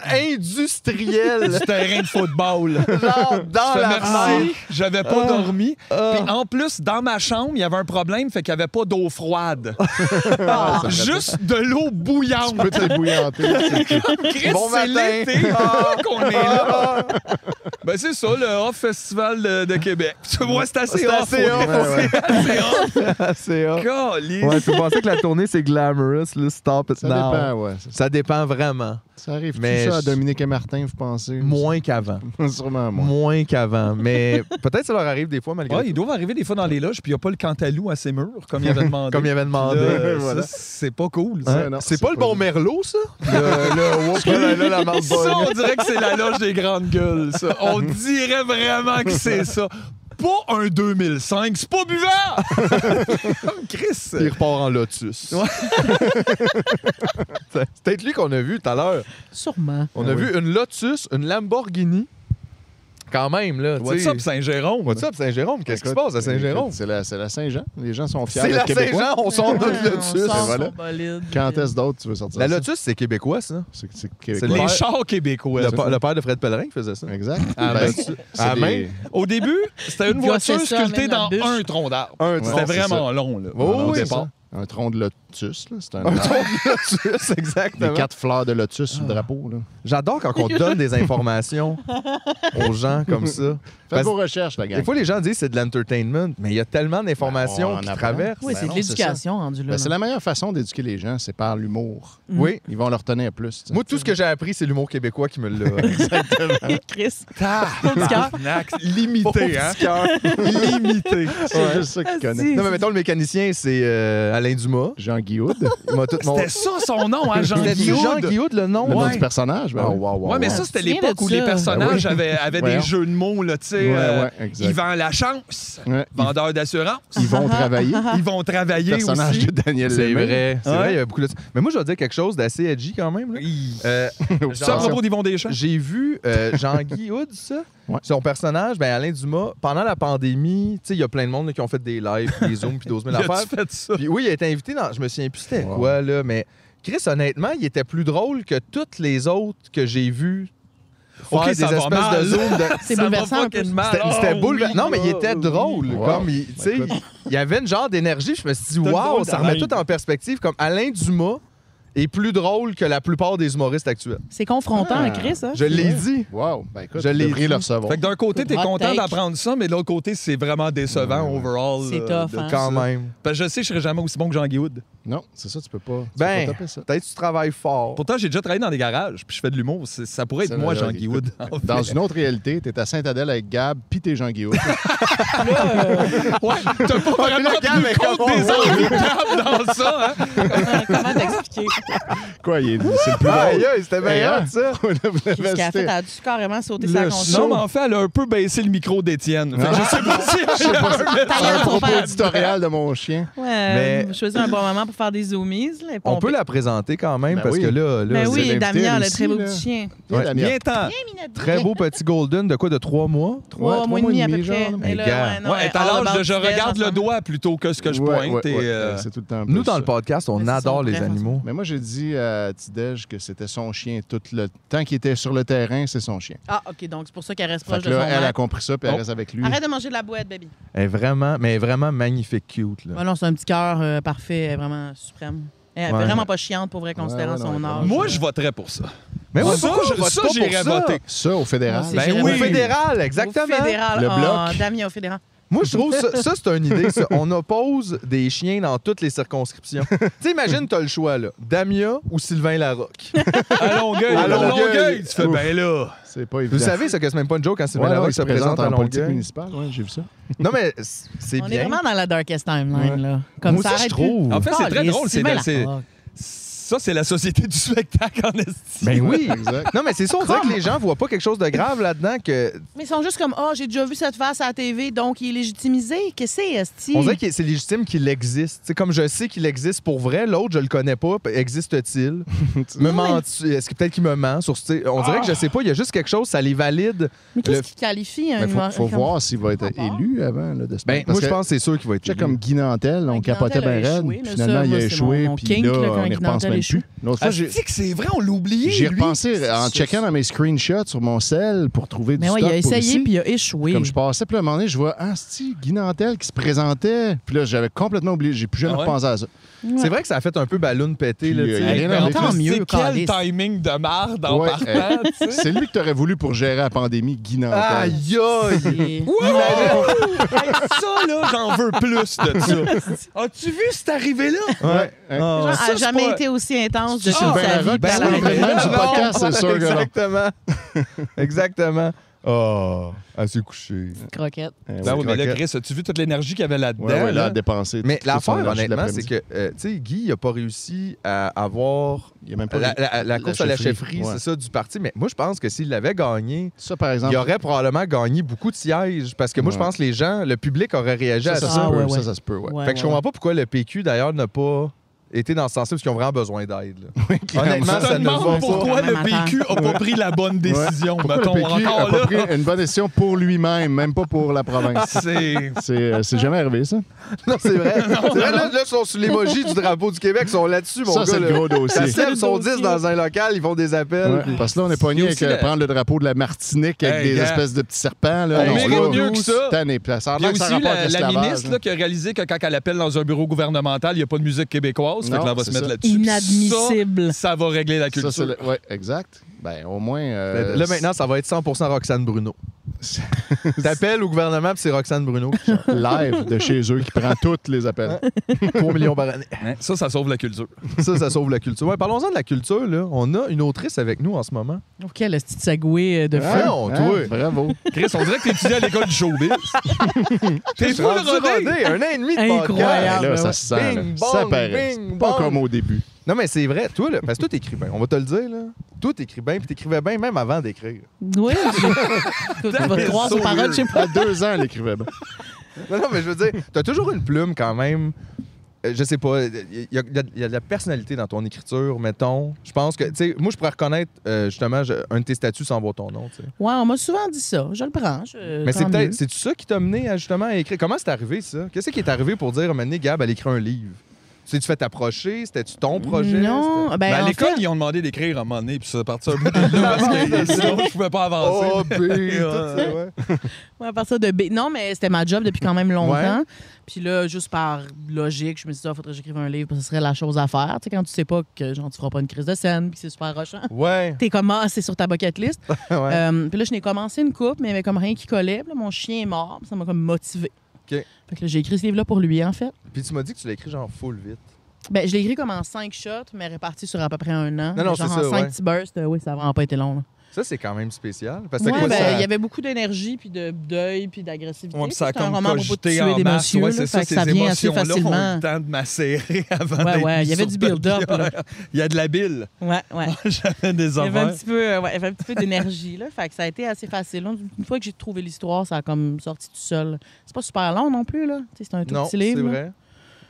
industrielle,
Du terrain de football.
genre,
Je
dans
fais,
Oh, la
merci,
fenêtre.
j'avais pas dormi.
Ah.
Puis en plus, dans ma chambre, il y avait un problème, fait qu'il n'y avait pas d'eau froide.
Ah,
Ah, Juste de l'eau bouillante.
Tu peux te bouillanter. c'est- c'est-
Chris,
Bon
c'est
matin. Ah.
l'été pourquoi qu'on est là. Ben c'est ça, le Off Festival de, de Québec. Tu vois, c'est assez
C'est
off.
assez
ouais.
off, ouais,
C'est assez off.
Ah, C'est hot.
Calice.
Ouais, faut penser que la tournée, c'est glamorous, là, stop it
Ça
now.
dépend, ouais. Ça,
Ça dépend vraiment.
ça arrive.
Mais
Tout ça à
je-
Dominique et Martin, vous pensez?
Moins qu'avant.
Sûrement moins.
Moins qu'avant. Mais peut-être ça leur arrive des fois malgré
Ouais,
tout.
ils doivent arriver des fois dans les loges, puis il n'y a pas le cantalou à ses murs, comme il avait demandé.
Comme il avait
Là,
demandé.
euh,
Voilà.
ça, c'est pas cool. ça.
Hein?
Ouais, non,
c'est
c'est
pas, le
pas
bon
lui.
merlot, ça? Le- le- oups, là, là, la marde
Ça,
bonne.
on dirait que c'est la loge des grandes gueules, ça. On dirait vraiment que c'est ça. Pas un 2005, c'est pas buvant! Comme Chris!
Il repart en Lotus.
Ouais.
c'est c'est peut-être lui qu'on a vu tout à l'heure.
Sûrement.
On
Ah
a
oui.
vu une Lotus, une Lamborghini. Quand même, là.
What's
t'sais.
up, Saint-Jérôme?
What's up, Saint-Jérôme? Qu'est-ce qui se
Écoute,
passe à Saint-Jérôme?
écoute, C'est la, c'est la Saint-Jean. Les gens sont fiers
C'est
d'être
la
québécois.
Saint-Jean, on sort notre
Ouais, on
Lotus.
sort son
voilà.
bolide.
Quand est-ce d'autre tu veux sortir
La
ça?
Lotus, c'est québécois, ça.
C'est c'est
Ben C'est
Les
Ouais.
québécois.
chars québécois.
Le, pa- le père de Fred Pellerin qui faisait ça.
Exact.
À
Ben,
main.
c'est-
À
c'est
main.
des-
Au début, c'était une
Il gossait
voiture
ça,
sculptée
même la
dans
bûche.
un tronc d'arbre.
Un,
C'était
Ouais, c'est
vraiment long, là,
Oh,
au
oui, Ah,
départ.
Un tronc de lotus, là. C'est un
Un tronc de Lotus, exactement.
des quatre fleurs de lotus
Ah.
sur le drapeau, là.
J'adore quand on donne des informations aux gens comme ça.
Faites
Parce-
vos recherches, la gang.
Des fois, les gens disent c'est de l'entertainment, mais il y a tellement
Ben, on
d'informations
en
qui
apprend.
traversent.
Oui,
Ben
c'est de
non,
l'éducation rendue là.
Ben, c'est la meilleure façon d'éduquer les gens, c'est par l'humour.
Oui.
Ils vont leur tenir plus. tu sais.
Mm. Moi, tout ce que j'ai appris, c'est l'humour québécois qui me l'a
Chris.
Tabarnak, limité, hein?
limité.
c'est juste ça
Ah,
qu'ils connaissent.
Non, mais mettons, le mécanicien, c'est euh, Alain Dumas.
Jean Guillaude,
Il m'a tout mon-
C'était ça son nom, hein, Jean
C'était Jean
Guillaume.
Guillaude, le nom.
le nom
Ouais.
du personnage. ben
Ah,
oui.
wow, wow,
Ouais, mais
wow.
ça, c'était
Tu te souviens
l'époque
de
où les
ça?
personnages avaient, avaient des
Voyons.
jeux de mots, là, tu sais.
Ouais,
euh,
ouais, exact.
Yvan La Chance,
Ouais, ils-
vendeur d'assurance.
Ils vont travailler.
Ah.
Ils vont travailler
personnage
aussi.
de Daniel
C'est
Lemay.
vrai. C'est
Ouais.
vrai, il y a beaucoup de... Mais moi, je vais dire quelque chose d'assez edgy quand même. là. Euh,
Ça, à
genre-
propos d'Yvon Deschamps.
J'ai vu euh, Jean-Guy Hood, ça.
Ouais.
Son personnage, ben Alain Dumas, pendant la pandémie, tu sais, il y a plein de monde là, qui ont fait des lives, puis des zooms, puis 12 000
Il a
affaires.
fait ça?
Puis oui, il a été invité dans. Je me souviens plus c'était
Wow.
quoi, là, mais Chris, honnêtement, il était plus drôle que toutes les autres que j'ai vues. faire
Ok,
des
ça va
espèces
mal.
de zooms. de-
C'est
Ça va
bouleversant,
fucking
en plus.
mal.
C'était c'était
Oh,
boulevers-
oui,
Non, mais il
oui,
était
oui.
drôle.
Wow.
Comme il, tu sais,
Écoute.
il y avait une genre d'énergie. puis Je me suis dit,
C'était une
waouh,
drôle
ça remet
de
tout en perspective. Comme Alain Dumas est plus drôle que la plupart des humoristes actuels.
C'est confrontant,
Ah.
hein, Chris. hein?
Je l'ai dit.
Wow. Ben écoute,
Je
je
l'ai
devrais
dit.
le recevoir.
Fait que d'un côté, t'es
Hot
content
take.
d'apprendre ça, mais de l'autre côté, c'est vraiment décevant overall.
C'est
euh,
tough,
de-
hein.
Quand même.
Parce que je sais, je serais jamais aussi bon que Jean Guihoud.
Non, c'est ça, tu peux pas. Tu
Ben,
peux pas taper ça.
Peut-être que tu travailles fort.
Pourtant, j'ai déjà travaillé dans des garages, puis je fais de l'humour. C'est- Ça pourrait être
Ça,
moi,
là,
Jean Guihoud. en fait.
Dans une autre réalité, t'es à Sainte-Adèle avec Gab, pis t'es Jean Guillaume.
Ouais, t'as pas vraiment
le gars, mais
tenu compte
comment
des
on-
enjeux de câble dans ça, hein?
Comment, comment t'expliquer?
Quoi, il est- c'est le
Ah,
plus
Aïe,
drôle.
aïe, c'était meilleur, ça.
On a- vous l'avez
Qu'est-ce qu'elle a
cité.
fait? Elle a dû carrément sauter
Le
sa
saut.
console.
Non, mais en fait, elle a un peu baissé le micro d'Étienne. Fait que Je sais pas si...
Je sais pas si-
Ta gueule,
un
ton
propos
père.
éditorial de mon chien.
Ouais, euh,
Mais-
vous choisissez un bon moment pour faire des zoomies. Là, et
On
pomper.
peut la présenter quand même
Ben
parce
oui.
que là, là,
Ben
c'est
oui,
l'invité,
Damien,
elle
le
aussi,
très beau
là.
petit chien.
Viens,
Ouais.
Damien.
Bien-temps.
très beau petit golden de quoi de trois mois.
Trois mois et demi à peu près.
Mais
Et là,
gars,
ouais, non,
Ouais,
elle
est à
parle
l'âge de
about
je
Fidel
regarde le
ensemble.
doigt plutôt que ce que je
Ouais,
pointe.
ouais,
et,
ouais,
euh,
C'est tout le temps.
Nous,
plus
dans
ça.
le podcast, Ben, on
Mais c'est
adore
son
les
vrai,
animaux.
Mais moi, j'ai dit à Tidej que c'était son chien tout le temps qu'il était sur le terrain, c'est son chien.
Ah, OK, donc c'est pour ça qu'elle reste
Fait
proche
que
de son
là, elle a
mec.
compris ça, puis elle
Oh.
reste avec lui.
Arrête de manger de la boîte, baby.
Elle est vraiment, mais elle est vraiment magnifique, cute. Là.
Bon, non, c'est un petit cœur euh, parfait, elle est vraiment suprême. Elle est
Ouais.
vraiment pas chiante pour vrai, considérant
Ouais, ouais,
son
non,
âge.
Moi, je voterais pour ça.
Mais ouais,
Ça,
pourquoi
je-
on vote
ça,
pas pour
j'irais voter.
Ça, au fédéral.
Moi, c'est-
Ben
J'irais
oui. Au
voter.
fédéral, exactement.
Au fédéral.
Le
Ah,
bloc.
Damien au fédéral.
Moi, je trouve ça, ça, c'est une idée. ça. On oppose des chiens dans toutes les circonscriptions. tu sais, imagine, t'as le choix, là. Damia ou Sylvain Larocque.
À Longueuil,
À
à
Longueuil.
Longueuil, tu fais
Ouf.
ben là.
C'est pas évident.
Vous savez, ça, que c'est même pas une joke quand
c'est
Sylvain Larocque se présente,
en
à
politique
Longueuil.
municipale. Oui, j'ai vu ça.
Non, mais c'est c'est
On est
bien.
vraiment dans la darkest timeline,
Ouais.
là. Comme
Moi
ça,
aussi, je
arrête
trouve.
plus.
En fait, c'est
Ah,
très
les
drôle, c'est-
Sylvain
c'est-
Larocque.
Ça, c'est la société du spectacle en estime.
Ben oui.
Exact.
Non, mais c'est ça, on dirait que les gens voient pas quelque chose de grave là-dedans que
Mais ils sont juste comme, ah, j'ai déjà vu cette face à la TV, donc il est légitimisé. Qu'est-ce que c'est, Esti?
On dirait que c'est légitime qu'il existe. C'est comme je sais qu'il existe pour vrai, l'autre, je le connais pas. p- Existe-t-il? me ment Est-ce que peut-être qu'il me ment? Sur, ce- on dirait que je sais pas, il y a juste quelque chose, ça les valide.
Mais qu'est-ce
le-
qui qualifie un
Mais Ben, faut,
humoriste
faut
comme-
voir s'il va être élu avant là, de se
Ben,
parce
moi, je
que,
pense que c'est sûr qu'il va être
tu sais,
élu.
comme Guy Nantel, on
Ouais, Guy
capotait bien
Nantel a
raide.
échoué,
puis
là,
Finalement,
ça,
il a
moi, c'est
échoué,
mon- mon
puis
kink,
là,
là, quand
on n'y
Guy
repense
Nantel
même
échoue.
plus. L'autre fois,
Ah,
j'ai-
c'est que c'est vrai, on l'oubliait.
j'y ai
lui.
repensé euh, en
C'est-
checkant dans mes screenshots sur mon cell pour trouver du
Mais ouais,
stock
il a
pour
essayé
ici.
puis il a échoué.
Comme je passais, puis là, à un moment donné, je vois, ah, c'est Guy Nantel qui se présentait. Puis là, j'avais complètement oublié. J'ai plus jamais
Ah ouais?
repensé à ça.
C'est vrai que ça a fait un peu ballon pété.
Puis,
Là, tu
euh,
sais.
il y a
Mais
rien dans
en
les
plus,
Tant mieux,
c'est quel
Calis.
timing de marde en
Ouais, euh,
partant, tu sais.
C'est lui que t'aurais voulu pour gérer la pandémie, Guy Nantel.
Aïe, aïe!
Et-
Hey, ça, là, j'en veux plus de ça. As-tu vu cette arrivée-là?
Ouais.
Ouais.
Ah,
Genre,
ouais.
ça,
elle Oh. a
c'est
jamais
pas-
été aussi intense de toute
Sylvain
sa vie.
ben
Larocque,
par
c'est
la
le
raison.
ben, même du podcast, c'est sûr que non.
Exactement. Exactement.
Ah,
Oh, elle s'est couchée.
Croquette.
Eh
Ben
oui.
oui, mais là,
croquette.
Chris, as-tu vu toute l'énergie qu'il y avait là-dedans?
Ouais, ouais, là,
là?
à dépenser.
Mais
toute son
l'affaire,
énergie de
honnêtement, c'est
l'après-midi.
que, euh, tu sais, Guy, il a pas réussi à avoir
Il y a même pas
la, la- la
la
course à la
chefferie,
chefferie,
ouais.
c'est ça, du parti. Mais moi, je pense que s'il l'avait gagné,
Ça, par exemple.
il aurait probablement gagné beaucoup de sièges. Parce que moi, je
Ouais.
pense que les gens, le public aurait réagi
Ça,
à ça.
ça,
Ah,
se peut,
ouais,
ça,
ouais.
ça se peut, ouais.
Ouais,
fait que je
ouais,
comprends pas pourquoi le PQ, d'ailleurs, n'a pas été dans ce sens-là, parce qu'ils ont vraiment besoin d'aide. là.
Je
Honnêtement,
te
ça ne
demande
va pas.
pourquoi
Quand même,
le PQ a pas pris la bonne décision, mettons,
Pourquoi le PQ a
encore
pas
là.
pris une bonne décision pour lui-même, même pas pour la province.
C'est...
C'est euh, c'est jamais arrivé, ça.
Non, c'est vrai. C'est vrai, là, là, ils sont sur l'émoji du drapeau du Québec, ils sont là-dessus, mon
Ça,
gars.
c'est le
là.
gros dossier.
Ils se lèvent, ils sont 10 dans un local, ils font des appels.
Ouais, parce que là, on est pogné
Il y a
avec
aussi
euh,
la-
prendre le drapeau de la Martinique avec
Hey,
des
gars.
espèces de petits serpents. Là,
On
Non,
mérite
là,
mieux que ça.
tanné. Puis Ça a
Il y a
l'air que ça a
aussi
rapport
la,
avec
la
l'esclavage,
ministre
là.
là, qui a réalisé que quand elle appelle dans un bureau gouvernemental, il n'y a pas de musique québécoise. fait
Non,
que là, on va se
c'est
mettre
ça.
là-dessus.
Inadmissible.
Ça, ça va régler la
Ça,
culture.
c'est le- ouais, exact. Ben, au moins. euh,
Euh, Là, maintenant, ça va être 100% Roxane Bruno. T'appelles au gouvernement, puis c'est Roxane Bruno qui chante.
live de chez eux qui prend tous les appels.
3 millions par année.
Hein? Ça, ça sauve la culture.
Ça, ça sauve la culture. Ouais, parlons-en de la culture, là. On a une autrice avec nous en ce moment.
Oh, quel esti de sagoué euh, de
Ah!
feu.
Voyons, toi.
Hein? bravo.
Chris, on dirait que t'étudies à l'école du showbiz. T'es fou
Rendu
le rodé. Ben,
rodé, un an et demi de
Incroyable.
podcast.
là, ça
ouais.
se sent. là.
Bing,
ça
bang,
paraît.
bing,
C'est pas
bang.
comme au début.
Non, mais c'est vrai, toi, là, parce que toi, t'écris bien. On va te le dire, là. Toi, t'écris bien, puis t'écrivais bien même avant d'écrire.
Oui. je- Tu vas te croire
So
sur parole,
weird.
je sais
À
pas.
deux ans, elle écrivait. bien.
Non, non, mais je veux dire, t'as toujours une plume quand même. Euh, Je sais pas, il y, a- y a- y a de la personnalité dans ton écriture, mettons. Je pense que, tu sais, moi, je pourrais reconnaître euh, justement je- un de tes statuts sans voir ton nom, tu sais.
Ouais, on m'a souvent dit ça. Je le prends. je-
Mais c'est
Euh, tant
peut-être,
mieux.
c'est ça qui t'a mené à justement à écrire. Comment c'est arrivé ça Qu'est-ce qui est arrivé pour dire, maintenant, Gab, elle écrit un livre t'es-tu fait approcher? C'était-tu ton projet?
Non,
C'était-
ben,
Ben, Ah, à
en
l'école,
fait-
ils ont demandé d'écrire à un moment donné, puis ça partir de là, parce que sinon, je pouvais pas avancer.
Oh, puis, tout
Euh,
Ouais.
ça, ouais.
Ouais, à partir de B. Non, mais c'était ma job depuis quand même longtemps.
Ouais.
Puis là, juste par logique, je me suis dit, il faudrait que j'écrive un livre, parce que ce serait la chose à faire. Tu sais, quand tu sais pas que genre, tu feras pas une crise de scène, puis que c'est super rochant.
Ouais.
T'es comme, ah, c'est sur ta bucket list. Euh, puis là, je n'ai commencé une coupe, mais il y avait comme rien qui collait. Puis là, mon chien est mort, puis ça m'a comme motivé.
OK.
Fait que là, j'ai écrit ce livre-là pour lui, en fait.
Puis tu m'as dit que tu l'as écrit genre full vite.
Ben, je l'ai écrit comme en cinq shots, mais réparti sur à peu près un an.
Non, non,
genre
c'est
en
ça,
cinq
ouais.
petits bursts, euh, oui, ça a vraiment pas été long. Là.
Ça, c'est quand même spécial. Parce que
Ouais,
quoi,
ben,
ça-
il y avait beaucoup d'énergie, puis de deuil, puis d'agressivité.
Ouais, puis ça a
C'est un
comme
roman à propos de
cogité
tuer
en
des
masse.
messieurs,
Ouais,
là,
c'est
fait
ça,
que
ces
ça vient assez
émotions-là ont eu
facilement.
le temps de macérer avant
Ouais,
d'être
ouais, il y
mis
avait
sur
du build-up,
papier.
là.
Il y a de la bile.
Ouais, ouais.
J'avais des
Il y avait un
affaires.
petit peu, euh, ouais, il y avait un petit peu d'énergie, là. Fait que ça a été assez facile. Là, Une fois que j'ai trouvé l'histoire, ça a comme sorti tout seul. C'est pas super long non plus, là. Tu sais, C'est un tout
Non,
petit
c'est
livre. là.
vrai.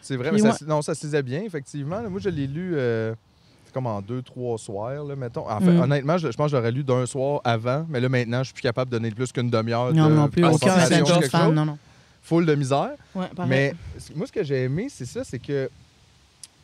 C'est vrai, mais
Puis
ça,
ouais.
se- non, ça se lisait bien, effectivement. là. Moi, je l'ai lu euh, comme en deux, trois soirs, là, mettons. En fait,
Mm.
honnêtement, je, je pense que j'aurais lu d'un soir avant, mais là, maintenant, je suis plus capable de donner plus qu'une demi-heure.
Non,
de
non plus.
Ah,
Aucun
c'est
concentration,
Avengers
attention
quelque
fan,
chose.
non, non.
Full de misère.
Ouais, pareil.
Mais c- moi, ce que j'ai aimé, c'est ça, c'est que.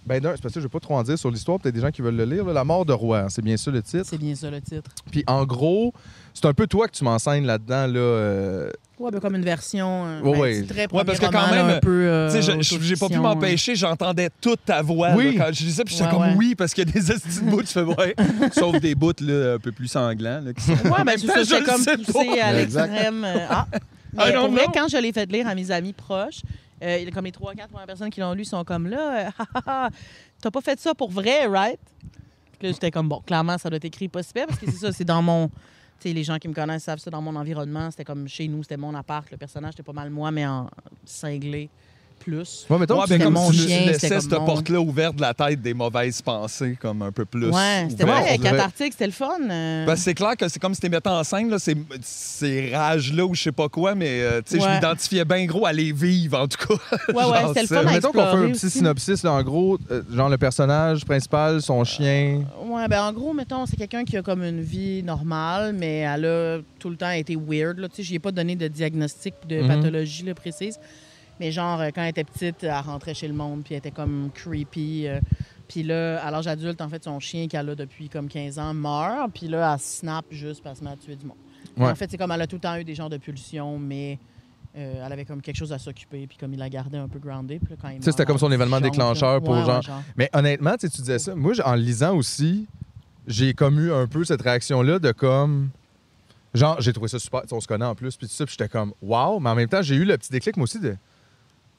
Ben, d'un, c'est parce que je ne vais pas trop en dire sur l'histoire, peut-être des gens qui veulent le lire. là, La mort de Roi, hein, c'est bien ça le titre.
C'est bien ça, le titre.
Puis en gros, c'est un peu toi que tu m'enseignes là-dedans. Là, euh,
Ouais, ben, comme une version. euh,
Ouais,
ben,
ouais.
c'est très
Ouais, parce
premier
que quand
roman, là,
même,
un peu, euh,
Tu sais, je- je- j'ai pas pu
autofiction,
m'empêcher, j'entendais toute ta voix
Oui.
là, quand je disais, puis j'étais
Ouais,
comme
ouais.
oui, parce qu'il y a des estis de bouts, je fais ouais, sauf des bouts là, un peu plus sanglants. Là, qui sont...
Ouais,
En
ben,
même
c'est
temps,
ça,
je
j'étais
le
comme
sais
poussée à
Exact.
l'extrême. euh, ah!
I
Mais
don't
pour vrai,
know.
quand je l'ai fait lire à mes amis proches, euh, il- comme les trois, quatre premières personnes qui l'ont lu sont comme là, euh, Ah, ah, ah, t'as pas fait ça pour vrai, right? Puis là, j'étais comme, bon, clairement, ça doit être écrit pas super parce que c'est ça, c'est dans mon. Tu sais, les gens qui me connaissent savent ça dans mon environnement. C'était comme chez nous, c'était mon appart. Le personnage, c'était pas mal moi, mais en cinglé plus.
Ouais, mettons,
Ouais, ben,
que tu-
c'était
comme
mon
tu
chien,
laissais
c'était
cette
comme mon-
porte-là ouverte de la tête des mauvaises pensées, comme un peu plus.
Ouais, c'était
Comment
ouverte,
vrai,
Ben, on dirait-
cathartique, c'était le fun. euh.
Ben, c'est clair que c'est comme si tu mettais en scène là, ces, ces rages-là ou je sais pas quoi, mais euh, tu sais, je
Ouais.
m'identifiais bien gros à les vivre, en tout cas.
Ouais, ouais,
Genre,
c'était le
c'est-
fun à
Mettons qu'on fait un
explorer
petit
aussi.
synopsis, là, en gros, euh, genre le personnage principal, son chien.
Ouais, ben en gros, mettons, c'est quelqu'un qui a comme une vie normale, mais elle a tout le temps été weird. Là. Tu sais, j'y ai pas donné de diagnostic de
Mhm.
pathologie là, précise. Mais genre, euh, quand elle était petite, elle rentrait chez le monde, puis elle était comme creepy. euh, puis là, à l'âge adulte, en fait, son chien qu'elle a depuis comme 15 ans meurt, puis là, elle snap juste parce qu'elle a tué du monde.
Ouais.
En fait, c'est comme elle a tout le temps eu des genres de pulsions, mais euh, elle avait comme quelque chose à s'occuper, puis comme il la gardait un peu grounded. Puis là, quand il
Tu sais, c'était
meurt,
comme son
elle
événement
chante, là.
déclencheur pour
Ouais, ouais,
genre- Mais honnêtement, tu sais, tu disais ça. Moi, j'- en lisant aussi, j'ai comme eu un peu cette réaction-là de comme. Genre, j'ai trouvé ça super. tu sais, On se connaît en plus, puis tout ça, puis j'étais comme, waouh. Mais en même temps, j'ai eu le petit déclic, moi aussi, de.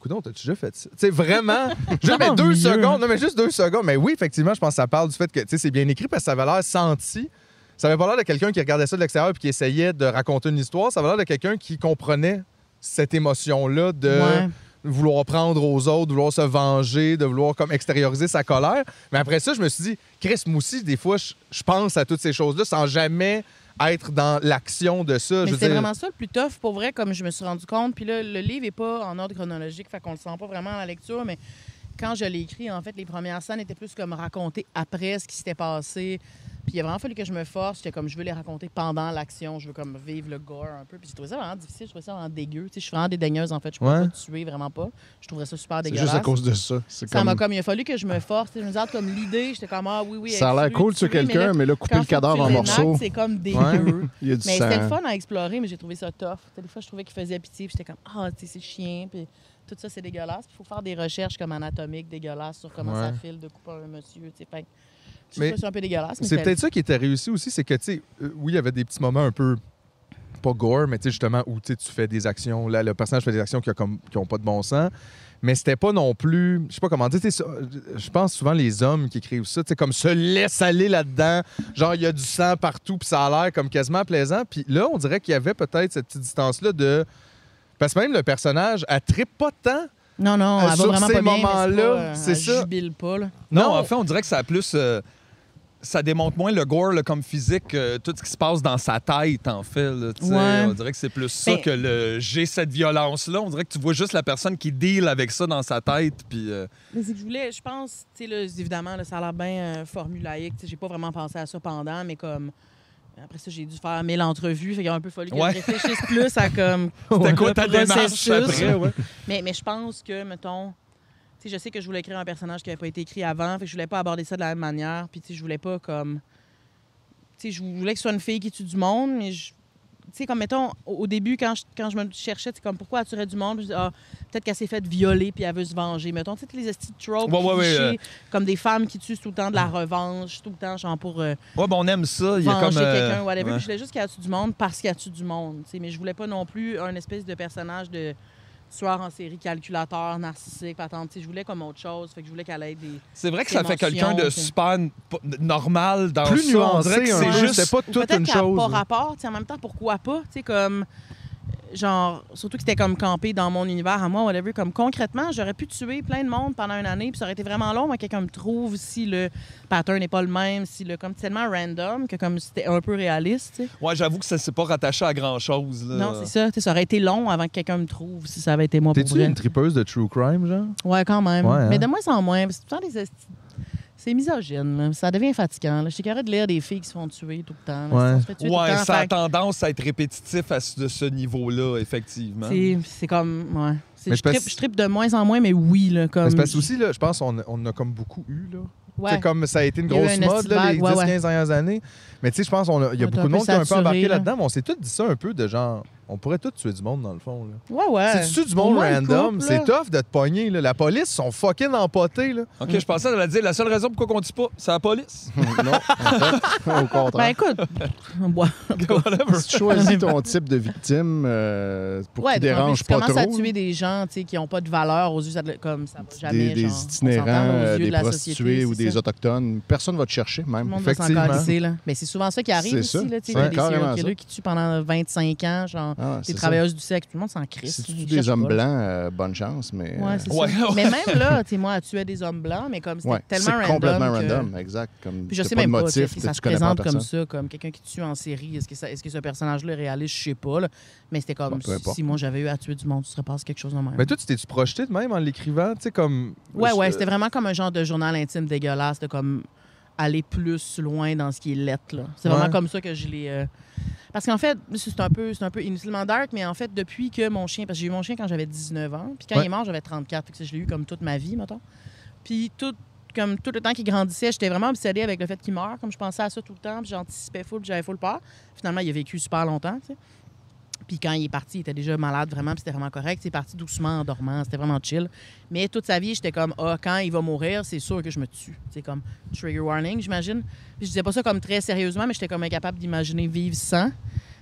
Coudon, t'as-tu déjà fait ça? Tu sais, vraiment. juste, mais
Tant
deux
mieux.
secondes. Non, mais juste deux secondes. Mais oui, effectivement, je pense que ça parle du fait que, tu sais, c'est bien écrit parce que ça avait l'air senti. Ça avait pas l'air de quelqu'un qui regardait ça de l'extérieur puis qui essayait de raconter une histoire. Ça avait l'air de quelqu'un qui comprenait cette émotion-là de
Ouais.
vouloir prendre aux autres, de vouloir se venger, de vouloir comme extérioriser sa colère. Mais après ça, je me suis dit, Chris, moi aussi, des fois, je, je pense à toutes ces choses-là sans jamais être dans l'action de ça.
Mais
je veux
c'est
dire-
vraiment ça le plus tough, pour vrai, comme je me suis rendu compte. Puis là, le livre n'est pas en ordre chronologique, fait qu'on le sent pas vraiment à la lecture, mais quand je l'ai écrit, en fait, les premières scènes étaient plus comme raconter après ce qui s'était passé. Puis il a vraiment fallu que je me force. J'étais comme, je veux les raconter pendant l'action. Je veux comme vivre le gore un peu. Puis j'ai trouvé ça vraiment difficile. Je trouvais ça vraiment dégueu. Tu sais, je suis vraiment dédaigneuse, en fait. Je peux
Ouais.
pas tuer, vraiment pas. Je trouverais ça super
C'est
dégueulasse.
juste à cause de ça. C'est
Ça
comme-
m'a comme, il a fallu que je me force. Tu sais, Je me disais, comme l'idée, j'étais comme, ah oui, oui.
ça a l'air
tuer,
cool sur
tuer, mais là,
quelqu'un, mais là, couper
quand
le
faut que tu
cadavre en
l'énactes,
morceaux,
C'est comme dégueu.
il y a du
Mais c'était le
sang.
fun à explorer, mais j'ai trouvé ça tough. Tu sais, Des fois, je trouvais qu'il faisait pitié, puis j'étais comme, ah, tu sais, c'est chien, puis tout ça, c'est dégueulasse. Il faut faire des recherches comme anatomiques dégueulasses sur comment
Ouais.
ça file de couper un monsieur, tu sais. Fait que je
Mais
trouve ça un peu dégueulasse, mais
C'est
c'était-
peut-être ça qui était réussi aussi, c'est que, tu sais, euh, oui, il y avait des petits moments un peu pas gore, mais tu sais, justement, où tu sais, tu fais des actions, là, le personnage fait des actions qui n'ont pas de bon sens. Mais c'était pas non plus, je sais pas comment dire, tu sais, ça, euh, je pense souvent les hommes qui écrivent ça, tu sais, comme se laisse aller là-dedans, genre il y a du sang partout, puis ça a l'air comme quasiment plaisant. Puis là, on dirait qu'il y avait peut-être cette petite distance-là de. Parce que même le personnage, elle trippe pas tant.
Non, non, elle
Euh,
va
sur
vraiment
ces
pas bien, mais
moments-là,
pas, euh,
c'est
elle
ça.
jubile pas, là.
Non, en fait, on dirait que ça a plus. euh, ça démontre moins le gore là, comme physique, euh, tout ce qui se passe dans sa tête, en fait. là, tu sais.
Ouais.
On dirait que c'est plus ça
Ben-
que le j'ai cette violence-là. On dirait que tu vois juste la personne qui deal avec ça dans sa tête. Puis, euh,
Mais c'est que je voulais, je pense, tu sais, là, évidemment, là, ça a l'air bien euh, formulaïque. tu sais, J'ai pas vraiment pensé à ça pendant, mais comme. Après ça, j'ai dû faire mille entrevues. Fait qu'il a un peu fallu que
Ouais.
je réfléchisse plus à comme.
C'était quoi
le
ta démarche
processus.
après? ouais?
Mais, mais je pense que, mettons, Tu sais, je sais que je voulais écrire un personnage qui n'avait pas été écrit avant, fait que je voulais pas aborder ça de la même manière. Puis, tu sais, je voulais pas comme. Tu sais, je voulais que ce soit une fille qui tue du monde, mais je. Tu sais, comme mettons, au au début, quand je, quand je me cherchais, c'est comme pourquoi elle tuerait du monde? Puis je dis, ah, peut-être qu'elle s'est faite violer puis elle veut se venger. Mettons, tu sais, tous les estis de tropes,
Ouais, ouais, ouais,
clichés,
euh.
comme des femmes qui tuent tout le temps de la revanche, tout le temps, genre pour. euh,
Ouais, ben on aime ça. Il y a
venger
comme. euh,
quelqu'un, whatever.
ouais.
Puis je voulais juste qu'il y ait du monde parce qu'il y a du monde. tu sais. Mais je voulais pas non plus un espèce de personnage de tueur en série, calculateur, narcissique, patente. Tu sais, Je voulais comme autre chose. Fait que je voulais qu'elle ait des...
C'est vrai que ça fait
Émotion,
quelqu'un de
c'est-
super n- p- normal dans
Plus
ça. On
nuancé,
dirait que
un
c'est
peu,
juste.
c'était pas
Ou
toute
peut-être
une
qu'elle a
chose.
pas rapport. tu sais, En même temps, pourquoi pas? Tu sais, comme... euh, Genre, surtout que c'était comme campé dans mon univers à moi, whatever. Comme concrètement, j'aurais pu tuer plein de monde pendant une année, puis ça aurait été vraiment long à quelqu'un me trouve si le pattern n'est pas le même, si le. Comme c'est tellement random que comme c'était un peu réaliste, tu sais.
Ouais, j'avoue que ça s'est pas rattaché à grand chose.
Non, c'est ça. Tu sais, Ça aurait été long avant que quelqu'un me trouve si ça avait été moi pour
Euh. T'es-tu
vrai.
une tripeuse de true crime, genre?
Ouais, quand même.
Ouais, hein?
Mais de moins en moins. parce que tout le temps, les esti- C'est misogyne. là. Ça devient fatigant. là. J'étais carré de lire des filles qui se font tuer tout le temps. là.
Ouais.
On se fait tuer tout le
Ouais,
temps,
ça a
fait que
tendance à être répétitif à ce, de ce niveau-là, effectivement.
c'est- C'est comme. Ouais. C'est-
Mais
Je
c'est
trippe
parce-
je trippe de moins en moins, mais oui. Là, comme...
Mais C'est parce que aussi, là, je pense qu'on on en a comme beaucoup eu, là.
Ouais.
C'est comme ça a été une
Il y a eu
grosse
un
mode là, les
esti de vague, ouais,
10-15
ouais.
dernières années. Mais tu sais, je pense qu'il y a
On est
beaucoup
un
de monde
peu
qui a un peu
saturé,
embarqué
là.
là-dedans, mais on s'est tous dit ça un peu de genre, on pourrait tous tuer du monde dans le fond. Là.
Ouais, ouais.
Si tu tues du
Pour
monde
moi, le
random,
couple,
c'est
là,
tough de te pogner. Là. La police sont fucking empotées. Là.
OK, je pensais qu'elle allait dire la seule raison pourquoi on ne dit pas, c'est la police.
non, en fait, au contraire.
Ben écoute. Ouais.
Whatever.
si tu choisis ton type de victime euh, pour
Ben, Ouais,
qu'il
de-
dérange
si tu
pas
commences
trop,
à tuer des gens tu sais, qui n'ont pas de valeur aux yeux, ça, de- comme ça va jamais.
des, des
genre, on
itinérants,
s'entend, aux
euh,
yeux
des
de la
prostituées
société,
ou
c'est
des
ça.
autochtones, personne va te chercher
Tout le
même.
monde va s'en
Effectivement.
calisser, là. Mais c'est souvent ça qui arrive
C'est
aussi.
ça.
Là, tu sais,
Ouais,
il y a des
carrément
serial killers qui tuent pendant 25 ans, genre
Ah,
des
c'est ça.
travailleuses du sexe. Tout le monde s'en crisse.
Si tu
Ils
tues
cherchent
des hommes
pas.
blancs, euh, bonne chance, mais
Ouais,
euh,
c'est
Ouais,
ça.
ouais.
Mais même là, tu sais, moi, elle tuait des hommes blancs, mais comme c'était
ouais, c'est
tellement random.
complètement
que-
random, exact. Comme
Puis je
t'as
sais
pas
même
de
pas,
motif,
tu sais,
t'as-
ça
tu
se
connais pas la
présente comme
personne.
ça, comme quelqu'un qui tue en série. Est-ce que, ça- est-ce que ce personnage-là est réaliste? Je sais pas. là. Mais c'était
Bon,
comme
peu importe.
si moi j'avais eu à tuer du monde, tu serais passé quelque chose de même.
Mais toi, tu t'es-tu projeté de même en l'écrivant? Tu sais, comme.
Ouais,
je- euh,
ouais, c'était vraiment comme un genre de journal intime dégueulasse, de comme aller plus loin dans ce qui est lettre. là. C'est
Ouais.
vraiment comme ça que je l'ai. euh, Parce qu'en fait, c'est un peu, c'est un peu inutilement dark, mais en fait, depuis que mon chien, parce que j'ai eu mon chien quand j'avais 19 ans, puis quand
Ouais.
il est mort, j'avais 34, fait que ça, je l'ai eu comme toute ma vie, mettons. Puis tout, comme tout le temps qu'il grandissait, j'étais vraiment obsédée avec le fait qu'il meurt, comme je pensais à ça tout le temps, puis j'anticipais full, puis j'avais full peur. Finalement, il a vécu super longtemps, tu sais. Puis quand il est parti, il était déjà malade vraiment, puis c'était vraiment correct. Il est parti doucement en dormant, c'était vraiment chill. Mais toute sa vie, j'étais comme, ah, quand il va mourir, c'est sûr que je me tue. C'est comme trigger warning, j'imagine. Puis je disais pas ça comme très sérieusement, mais j'étais comme incapable d'imaginer vivre sans.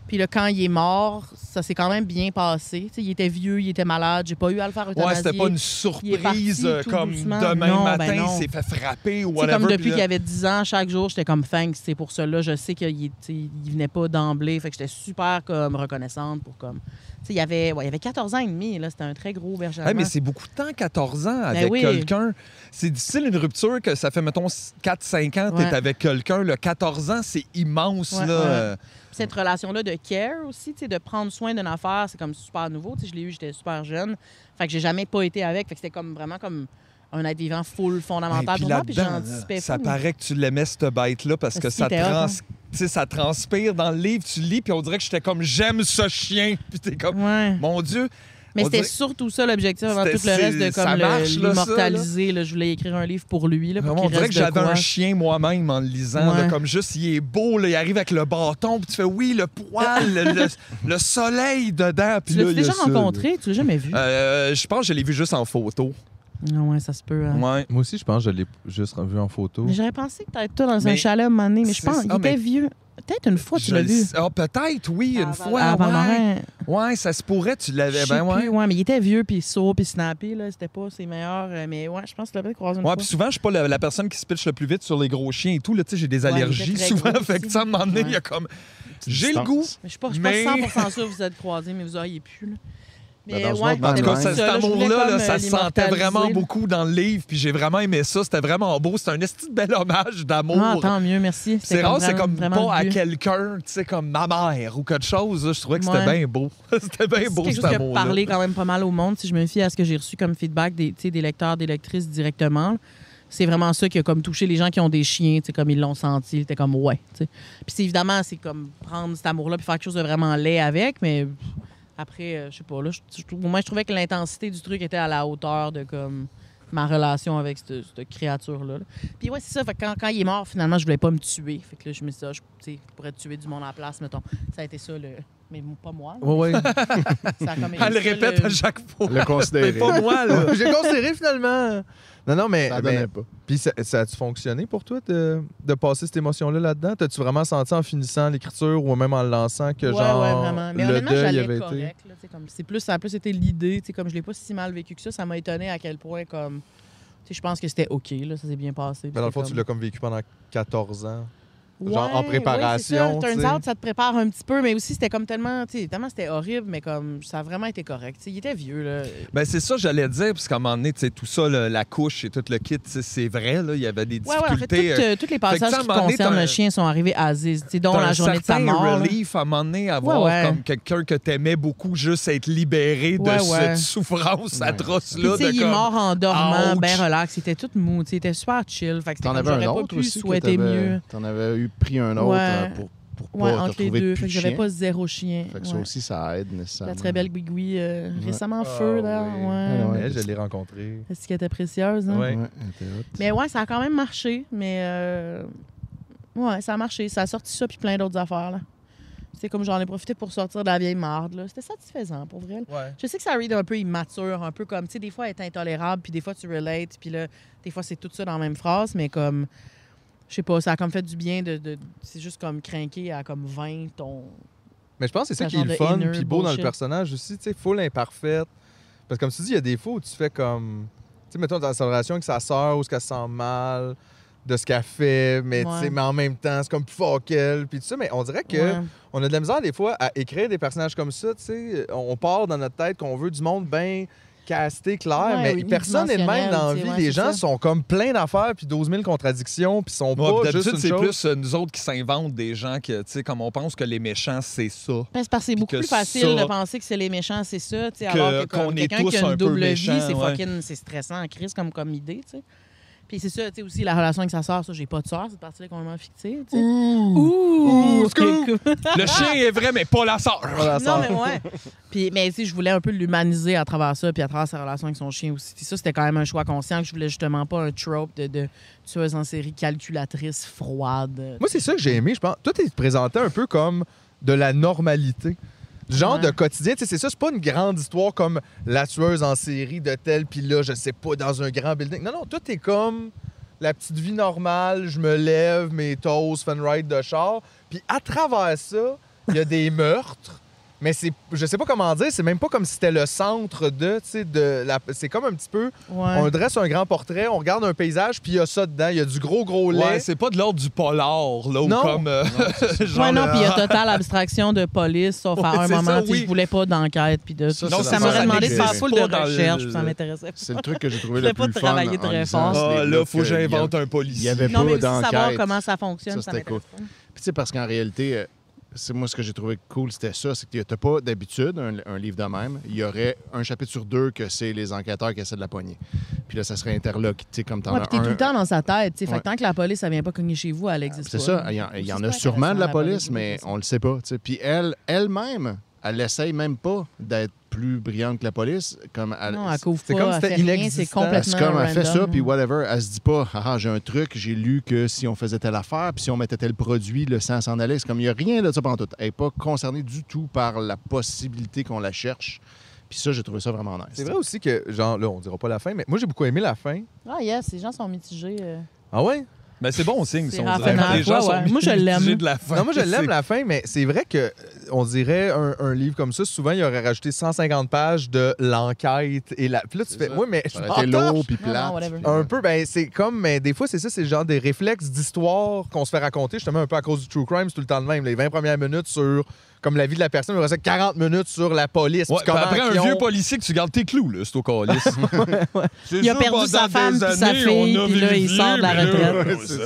Puis là, quand il est mort, ça s'est quand même bien passé. Tu sais, il était vieux, il était malade, j'ai pas eu à le faire
Ouais,
euthanasier.
c'était pas une
Il est parti
surprise
tout
euh, comme
doucement.
demain
Non, ben
matin,
non.
il s'est fait frapper ou
C'est
whatever.
comme
puis
depuis
là-
qu'il avait 10 ans, chaque jour, j'étais comme thanks, c'est pour cela. Je sais qu'il est- tu sais, il venait pas d'emblée, fait que j'étais super comme reconnaissante pour comme tu sais, il avait ouais, il avait 14 ans et demi là, c'était un très gros berger.
Hey, mais c'est beaucoup de temps, 14 ans, avec
Ben oui.
quelqu'un. C'est difficile une rupture que ça fait, mettons, 4-5 ans, t'es
Ouais.
avec quelqu'un. Le 14 ans, c'est immense,
Ouais,
là.
ouais.
Euh,
cette relation-là de care aussi, tu sais, de prendre soin d'une affaire, c'est comme super nouveau. Tu sais, Je l'ai eu, j'étais super jeune. Fait que j'ai jamais pas été avec. Fait que c'était comme vraiment comme un être vivant full
hey,
fondamental
puis
pour moi. Puis
là-dedans,
j'anticipais
là, ça
fou.
paraît que tu l'aimais, cette bête-là, parce que
Parce
ça,
qu'il était hot,
trans-
hein.
tu sais, ça transpire dans le livre. Tu lis, puis on dirait que j'étais comme « J'aime ce chien! » Puis t'es comme
Ouais.
« Mon Dieu! »
Mais
On
c'était
dirait-
surtout ça l'objectif avant tout
C'était-
le reste
c'est-
de
ça
comme
marche,
le-
là, ça,
l'immortaliser. là. Je voulais écrire un livre pour lui. Là, pour
Vraiment, on
qu'il
dirait
reste
que
de
j'avais
quoi.
un chien moi-même en le lisant, là,
Ouais.
comme juste il est beau, là, il arrive avec le bâton, puis tu fais oui, le poil, le, le- le soleil dedans. Puis
Tu
là,
l'as
il y a
déjà
ça,
rencontré? Tu l'as jamais vu?
là. Euh, je pense que je l'ai vu juste en photo.
Non, ouais, ça se peut. hein.
Ouais.
Moi aussi, je pense que je l'ai juste vu en photo.
Mais j'aurais pensé que peut-être toi dans
Mais-
un chalet un moment donné, mais je
C'est
pense
ça, Ah,
qu'il
mais-
était vieux. Peut-être une fois tu
Je
l'as
le
vu.
sais- Ah, peut-être, oui, une fois.
À
ouais.
Valorant.
Ouais, ça se pourrait, tu l'avais.
Je sais
Ben ouais.
plus, ouais, mais il était vieux, puis sourd, puis snappé, là. C'était pas ses meilleurs. euh, mais ouais, je pense que tu l'avais croisé une
Ouais,
fois.
puis souvent, je suis pas la, la personne qui se pitche le plus vite sur les gros chiens et tout. Là, tu sais, j'ai des
Ouais, il était
allergies
très
souvent.
gros
Fait que,
aussi.
ça, à un moment donné, il y a
Ouais.
comme. J'ai le
Distance.
goût.
Mais je suis pas, je suis
Mais-
pas 100 sûre que vous êtes croisés, mais vous auriez pu, là. Mais
Ben, dans ce
ouais,
monde, en
En
c'était
tout cas,
pour
ça,
Ouais.
cet
là, je voulais
amour-là, là,
comme,
ça
euh,
se sentait vraiment
l'immortaliser, là.
beaucoup dans le livre, puis j'ai vraiment aimé ça. C'était vraiment beau. C'était un esti de bel hommage d'amour.
Ah, tant mieux, merci. C'était
c'est rare, c'est
vraiment-
comme
vraiment
pas à
le but.
quelqu'un, tu sais, comme ma mère ou quelque chose. là. Je trouvais que c'était
Ouais.
bien beau. c'était bien
C'est
beau
quelque
cet
chose qui a
amour-là.
parlé quand même pas mal au monde. Si je me fie à ce que j'ai reçu comme feedback des, tu sais, des lecteurs, des lectrices directement, c'est vraiment ça qui a comme touché les gens qui ont des chiens, tu sais, comme ils l'ont senti, c'était comme ouais. tu sais. Puis c'est évidemment, c'est comme prendre cet amour-là puis faire quelque chose de vraiment laid avec, mais pff, après, euh, je sais pas, là, je- je- au moins je trouvais que l'intensité du truc était à la hauteur de comme ma relation avec cette, cette créature-là. là. Puis ouais, c'est ça. Fait que quand, quand il est mort, finalement, je voulais pas me tuer. Fait que là, je me suis dit, ah, je, tu sais, je pourrais tuer du monde en place, mettons. Ça a été ça, le... mais pas moi. là.
Ouais, ouais.
Ça a comme été
Elle le
ça,
répète
le-
à chaque fois.
Le
C'est
considérer.
pas moi, là.
J'ai considéré finalement. Non, non, mais.
Ça
mais-
donnait pas.
Puis ça, ça a-tu fonctionné pour toi de, de passer cette émotion-là là-dedans? T'as-tu vraiment senti en finissant l'écriture ou même en le lançant que
Ouais,
genre.
ouais, vraiment. Mais
le
honnêtement,
deuil
j'allais
avait été.
correct. là, tu sais, comme- c'est plus, ça a plus été l'idée. tu sais, Comme je l'ai pas si mal vécu que ça, ça m'a étonné à quel point, comme. tu sais, Je pense que c'était OK, là, ça s'est bien passé.
Mais Ben, dans le fond,
Puis
tu l'as comme vécu pendant 14 ans.
comme-
genre en
Ouais, ouais,
préparation,
c'est ça.
tu sais.
Turns out, ça te prépare un petit peu, mais aussi, c'était comme tellement. tu sais, Tellement, c'était horrible, mais comme ça a vraiment été correct. Tu sais, il était vieux, là.
Ben, c'est ça, j'allais dire, parce qu'à un moment donné, tu sais, tout ça, le- la couche et tout le kit, tu sais, c'est vrai, là, il y avait des
Ouais, ouais, en fait,
difficultés.
toutes, euh, tous les passages
à un
qui
moment donné,
concernent
t'as un-
le chien sont arrivés à Aziz, tu sais, dont
T'as
euh, la
un
journée de sa
certain
mort. là.
relief à un moment donné, avoir
Ouais, ouais.
comme quelqu'un que t'aimais beaucoup, juste être libéré de
Ouais, ouais.
cette souffrance
Puis,
atroce-là.
tu sais,
de
il est
comme-
mort en dormant,
ouch.
ben relax. Il était tout mou, tu sais, il était super chill. Fait que c'était
T'en
comme,
avais un
j'aurais pas
autre
pu
aussi. que
souhaiter
t'avais-
mieux.
T'en avais eu pris un autre
Ouais.
hein, pour, pour
Ouais,
pas
entre
te
les
retrouver
deux.
plus
Fait que
de
j'avais
chien.
pas zéro chien.
Fait que ça
Ouais.
aussi, ça aide nécessairement.
La très belle Guigui, euh,
Ouais.
récemment
Ah
en feu, d'ailleurs.
oui.
Ouais.
Ouais,
Mais je l'ai rencontré.
Est-ce qu'elle était précieuse? Hein?
Ouais.
Ouais, elle était hot.
Mais ouais, ça a quand même marché. Mais euh, ouais, ça a marché. Ça a sorti ça puis plein d'autres affaires. là. C'est comme j'en ai profité pour sortir de la vieille marde. là. C'était satisfaisant pour vrai. là.
Ouais.
Je sais que ça read un peu immature, un peu comme, tu sais, des fois elle est intolérable, puis des fois tu relates, puis là, des fois c'est tout ça dans la même phrase, mais comme, je sais pas, ça a comme fait du bien de. de- c'est juste comme craquer à comme 20 ton.
Mais je pense que c'est ça
Un
qui est
genre
le
de
fun
inner
puis beau dans le
bullshit.
personnage aussi, tu sais, full imparfaite. Parce que comme tu dis, il y a des fois où tu fais comme... Tu sais, mettons, dans sa relation avec sa sœur, où ce qu'elle se sent mal de ce qu'elle fait, mais, tu sais,
Ouais.
mais en même temps, c'est comme plus fort qu'elle, puis tout ça. Mais on dirait que
Ouais.
on a de la misère des fois à écrire des personnages comme ça, tu sais. On part dans notre tête qu'on veut du monde bien casté, clair,
Ouais,
mais
oui,
personne n'est de même dans la vie.
tu sais, ouais,
les
c'est
gens
ça.
sont comme plein d'affaires, puis 12 000 contradictions, puis sont
Ouais, puis
pas juste
D'habitude,
une
c'est
chose.
plus euh, nous autres qui s'inventent des gens que, tu sais, comme on pense que les méchants, c'est ça.
Ben, c'est parce que c'est
Puis
beaucoup
que
plus facile
ça-
de penser que c'est les méchants, c'est ça, tu sais,
Que-
alors que
qu'on
comme
est
quelqu'un
tous
qui a
un
une
peu
double vie,
méchants,
c'est
ouais.
fucking, c'est stressant en crise comme, comme idée, tu sais. Puis c'est ça, tu sais, aussi la relation avec sa sœur, ça, j'ai pas de sœur, cette partie-là est complètement fictive, tu sais. Ouh!
Ouh, scoop!
Écoute.
Le chien est vrai, mais pas la sœur.
Pas la
Non,
sœur.
mais ouais. Puis, mais tu sais, je voulais un peu l'humaniser à travers ça, puis à travers sa relation avec son chien aussi. Puis ça, c'était quand même un choix conscient que je voulais justement pas un trope de, de tueuse en série calculatrice froide.
Moi, c'est ça que j'ai aimé, je pense. Toi, t'es présenté un peu comme de la normalité. Du genre
Ouais.
de quotidien, tu sais, c'est ça, c'est pas une grande histoire comme la tueuse en série de telle, puis là, je sais pas, dans un grand building. Non, non, toi, t'es comme la petite vie normale, je me lève, mes toasts, fun ride de char. Puis à travers ça, il y a des meurtres, mais c'est, je sais pas comment dire, c'est même pas comme si c'était le centre de, tu sais, de la. C'est comme un petit peu,
Ouais.
on dresse un grand portrait, on regarde un paysage, puis il y a ça dedans, il y a du gros, gros lait.
Ouais, c'est pas de l'ordre du polar, là, ou
Non.
comme. euh, genre
ouais, non,
le-
puis il y a totale abstraction de police, sauf
Ouais,
à un
c'est
moment,
ça,
tu sais,
oui.
je voulais pas d'enquête, puis de.
Ça,
Ça,
c'est
ça
la
m'aurait
part
demandé de
qui
faire
existe
full de
pas dans le-
recherche, puis ça m'intéressait pas.
C'est le truc que j'ai trouvé
Je
le
l'ai pas
plus fun.
travaillé
en
très
lisant
fort.
ces
Ah, là,
blocs,
faut que
euh, il y a-
j'invente un
Il n'y
policier.
avait
Non, mais
pas
aussi savoir
d'enquête.
comment ça fonctionne,
Ça,
ça,
c'était
m'intéresse pas.
Puis tu sais, parce qu'en réalité, euh, c'est moi ce que j'ai trouvé cool, c'était ça, c'est que t'as pas d'habitude un, un livre de même. Il y aurait un chapitre sur deux que c'est les enquêteurs qui essaient de la poignée. Puis là, ça serait interloqué, tu sais, comme t'en
Ouais,
as
puis t'es tout
un-
le temps dans sa tête, tu sais. Fait
Ouais.
que tant que la police, elle vient pas cogner chez vous, elle existe
C'est
pas.
ça, il y, en- il y
C'est
en
super
a sûrement de la
intéressant,
police, mais
c'est ça.
on le sait pas. tu sais. Puis elle, elle-même, elle essaye même pas d'être plus brillante que la police. Comme elle,
Non, elle couvre
C'est
pas,
comme si
elle
c'était
fait rien, c'est
inexistant.
C'est
complètement
comme, elle fait ça,
random.
puis whatever. Elle se dit pas, ah, j'ai un truc, j'ai lu que si on faisait telle affaire, puis si on mettait tel produit, le sang s'en allait. C'est comme, il n'y a rien de ça pendant tout. Elle n'est pas concernée du tout par la possibilité qu'on la cherche. Puis ça, j'ai trouvé ça vraiment nice.
C'est vrai aussi que, genre, là, on dira pas la fin, mais moi, j'ai beaucoup aimé la fin.
Ah, yes, les gens sont mitigés. euh.
Ah ouais?
Mais c'est bon signe,
C'est
si on
half
dirait.
and half,
Les gens
ouais,
sont
ouais. Moi, je
mitigés
l'aime.
de la fin.
Non, moi, je l'aime,
C'est-
la fin, mais c'est vrai que, euh, on dirait, un, un livre comme ça, souvent, il aurait rajouté 150 pages de l'enquête et la. Puis là, tu
C'est
fais,
ça.
oui, mais je
Ça aurait été
m'entends.
lourd, puis
Non, non,
plate.
whatever.
puis- euh.
Un peu, ben c'est comme, mais des fois, c'est ça, c'est le genre des réflexes d'histoire qu'on se fait raconter, justement, un peu à cause du true crime, c'est tout le temps le même. Les 20 premières minutes sur, comme la vie de la personne, il reste 40 minutes sur la police.
Ouais,
puis
puis
comment
après,
qu'ils
un
ont-
vieux policier que tu gardes tes clous, là, c'est au calice. C'est
Il a
sûr,
perdu
pendant
sa femme
des
puis sa
années, on
fille,
a
puis là, il
vérifié,
sort de la
mais là,
retraite.
ouais, ça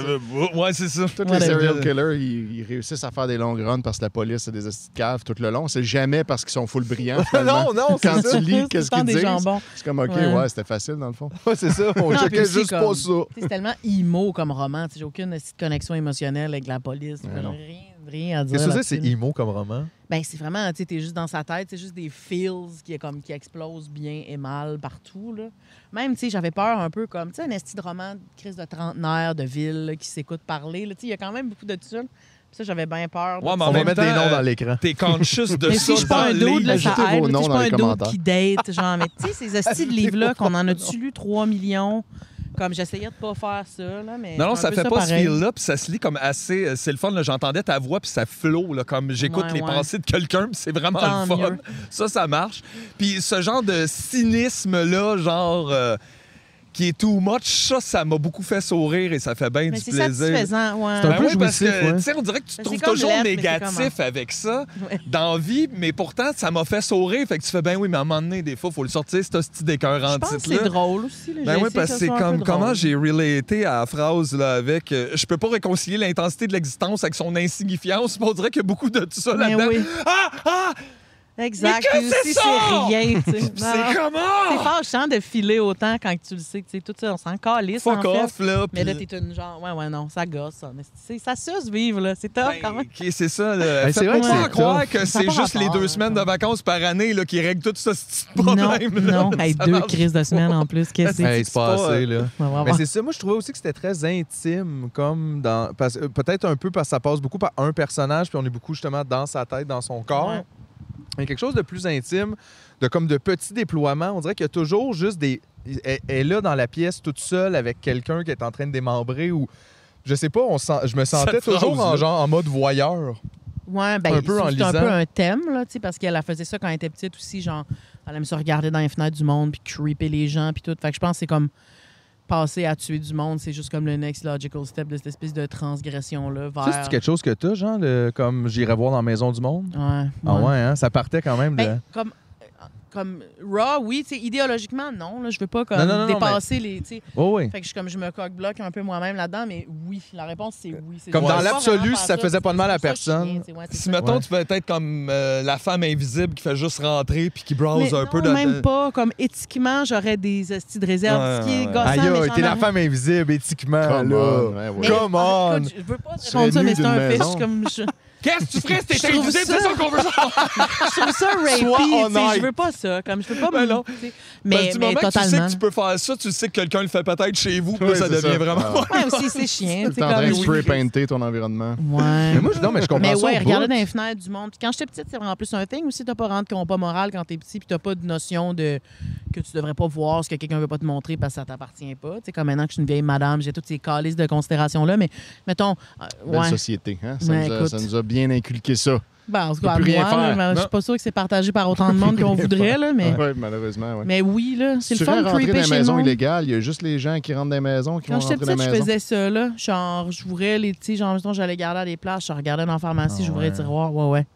va- Ouais, c'est ça.
Tous les serial killers, ils, ils réussissent à faire des longues runs parce que la police, c'est des hosties de cave tout le long. C'est jamais parce qu'ils sont full brillants. finalement.
non, non, c'est
Quand
ça.
tu lis,
C'est
qu'est-ce
tout le
qu'ils
temps des
disent?
jambons.
C'est comme, OK, ouais,
Ouais.
c'était facile, dans le fond.
Ouais, c'est ça, on
Non, puis
checkait
aussi,
juste
comme-
pas ça.
Tu sais, C'est tellement emo comme roman. tu sais, J'ai aucune petite connexion émotionnelle avec la police. J'ai
non.
Rien, rien à dire.
Qu'est-ce que c'est,
là-dessus.
c'est Imo comme roman?
Ben, c'est vraiment, tu sais, t'es juste dans sa tête, c'est juste des feels qui, est comme, qui explosent bien et mal partout, là. Même, tu sais, j'avais peur un peu comme, tu sais, un esti de roman de crise de trentenaire, de ville, là, qui s'écoute parler, là, tu sais, il y a quand même beaucoup de tout ça. Puis ça, j'avais bien peur.
Ouais, mais en
On va
même
mettre des
temps,
noms
euh,
dans l'écran.
T'es conscious de
mais
ça.
si je suis pas un
dans
dos de
les-
la ça
Ajoutez
aide,
vos
là, tu sais,
noms
je suis
dans
pas un
les
dos
commentaires.
qui date, genre, mais tu sais, ces hosties de livres-là qu'on en a-tu lu 3 millions? Comme, j'essayais de pas faire ça, là, mais...
Non, non,
c'est
ça
un peu
fait pas
pareil.
ce feel-là, puis ça se lit comme assez. euh, C'est le fun, là, j'entendais ta voix, puis ça flow, là, comme j'écoute
Ouais,
les
ouais.
pensées de quelqu'un, puis c'est vraiment
Tant
le fun.
mieux.
Ça, ça marche. Puis ce genre de cynisme-là, genre. euh, qui est too much, ça, ça m'a beaucoup fait sourire et ça fait bien du
Mais c'est
plaisir.
satisfaisant, ouais.
C'est un
Ben
peu
oui, parce
jouissif,
que,
ouais.
tu sais, on dirait que tu te
Ben,
trouves
c'est comme
toujours
lettre, mais c'est
négatif avec ça
Ouais.
dans la vie, mais pourtant, ça m'a fait sourire. Fait que tu fais, ben oui, mais à un moment donné, des fois, faut le sortir, c'est hostie d'écœurant
Je pense que
titre-là.
c'est drôle aussi. Là. J'ai
Ben oui,
essayé
parce que
ça
c'est
soit un peu
comme
drôle.
comment j'ai relaté à la phrase là, avec euh, je peux pas réconcilier l'intensité de l'existence avec son insignifiance. On dirait qu'il y a beaucoup de tout ça
Ben
là-dedans.
oui.
Ah! Ah!
Exact.
Mais que
Puis
c'est
aussi,
ça?
c'est rien. tu sais. Non,
C'est
non. Bah, C'est
comment?
fâchant de filer autant quand tu le sais que tu sais, tout ça, on s'en calisse. en
Fuck
fait.
off, là.
Mais là,
puis-
t'es une genre, ouais, ouais, non, ça gosse, ça. Mais c'est- Ça suce vivre, là. C'est top
Ben,
quand même.
ok, c'est ça. là.
Ben, c'est vrai que
Faites-moi
c'est
croire
tough.
que
Ça a
c'est
pas
juste les
rapport,
deux
là,
semaines de
ça.
vacances par année là, qui règlent tout ce petit
Non,
problème. Ben, là.
non.
Ça
Hey, deux
marche
crises de semaine en plus. Qu'est-ce que c'est?
Hey, c'est pas
pas,
assez, là.
On va
Mais
voir.
Ben, c'est ça, moi je trouvais aussi que c'était très intime, comme dans. parce- euh, Peut-être un peu parce que ça passe beaucoup par un personnage, puis on est beaucoup justement dans sa tête, dans son corps.
Ouais.
Mais quelque chose de plus intime, de comme de petits déploiements. On dirait qu'il y a toujours juste des. Elle elle est là dans la pièce toute seule avec quelqu'un qui est en train de démembrer ou. Je sais pas, on sent- je me sentais
Cette
toujours en,
phrase-là.
genre, en mode voyeur.
Ouais, ben,
Un peu
c'est-
en
c'est un
lisant.
peu un thème, là, tu sais, parce qu'elle elle faisait ça quand elle était petite aussi, genre, elle aime se regarder dans les fenêtres du monde, puis creeper les gens, puis tout. Fait que je pense que c'est comme passer à tuer du monde, c'est juste comme le next logical step de cette espèce de transgression-là vers.
Ça, c'est quelque chose que t'as, genre, le- comme j'irais voir dans la maison du monde?
Ouais,
Ah
ouais.
ouais, hein? Ça partait quand même de.
Ben, comme, comme raw, oui, tu sais, idéologiquement, non, là, je veux pas comme
Non, non, non, non,
dépasser les. tu sais.
Oh oui.
Fait que je, suis comme, je me coque-bloque un peu moi-même là-dedans, mais oui, la réponse, c'est oui. C'est
Comme
juste
dans
pas
l'absolu,
vraiment
si
faire
ça faisait pas de mal à
C'est pour ça que je suis
personne.
bien, tu sais, ouais, c'est
Si,
ça.
mettons,
Ouais.
tu peux être comme euh, la femme invisible qui fait juste rentrer puis qui browse
Mais
un
non,
peu de.
même pas. Comme éthiquement, j'aurais des hosties de réserve.
Ouais,
ce qui est
ouais, ouais.
gossant,
Ah, Aïe,
mais
aïe,
j'en
t'es la
aurais-
femme invisible, éthiquement,
Come
là.
on, ouais,
Mais-
ouais.
Come
Ah,
on!
écoute, Je veux pas
Serais
répondre ça,
nu
mais c'est
d'une
un fiche
maison.
comme je,
Qu'est-ce que tu ferais si
Je
t'étais
trouve
invisible?
ça-
C'est ça qu'on veut savoir.
je trouve ça rapey.
Sois
tu sais,
honnête. Ben,
Je veux pas ça. Comme je veux pas
Ben
me.
non.
tu sais.
Parce
Mais,
que du
mais
moment que tu sais
totalement.
que tu peux faire ça, tu sais que quelqu'un le fait peut-être chez vous, puis là,
Oui,
ça
c'est
devient
ça.
vraiment.
Ah.
Ouais, aussi, c'est chiant.
T'es en train de
oui.
spray painter ton environnement.
Ouais.
Mais moi, je, non, mais je comprends
Mais
ça.
ouais,
au
regarder
bout.
dans les fenêtres du monde. Puis quand j'étais petite, c'est vraiment plus un thing aussi. T'as pas rentre compas moral quand t'es petit, puis t'as pas de notion de que tu devrais pas voir ce que quelqu'un veut pas te montrer parce que ça t'appartient pas. Tu sais, comme maintenant que je suis une vieille madame, j'ai toutes ces calices de considération-là. Mais mettons, euh,
Belle
ouais.
société. hein? Ça,
Ouais,
nous a,
écoute.
ça nous a bien inculqué ça.
Ben, en tout
peut
cas, à
plus rien
moi, là,
faire.
je
Non.
suis pas sûr que c'est partagé par autant de monde qu'on voudrait, là, mais,
Oui, malheureusement. Ouais.
mais oui, là.
Si
C'est le
tu
fun
veux
de
rentrer dans
creeper
les
chez le
maisons
monde.
illégales, il y a juste les gens qui rentrent dans les maisons qui
Quand
vont
j'étais
rentrer dans
petite,
les
je
maisons.
faisais ça, là. Genre, j'ouvrais les, tu sais, genre, mettons, j'allais garder à des places, je regardais dans la pharmacie,
Ah
j'ouvrais
ouais.
les tiroirs, ouais, ouais.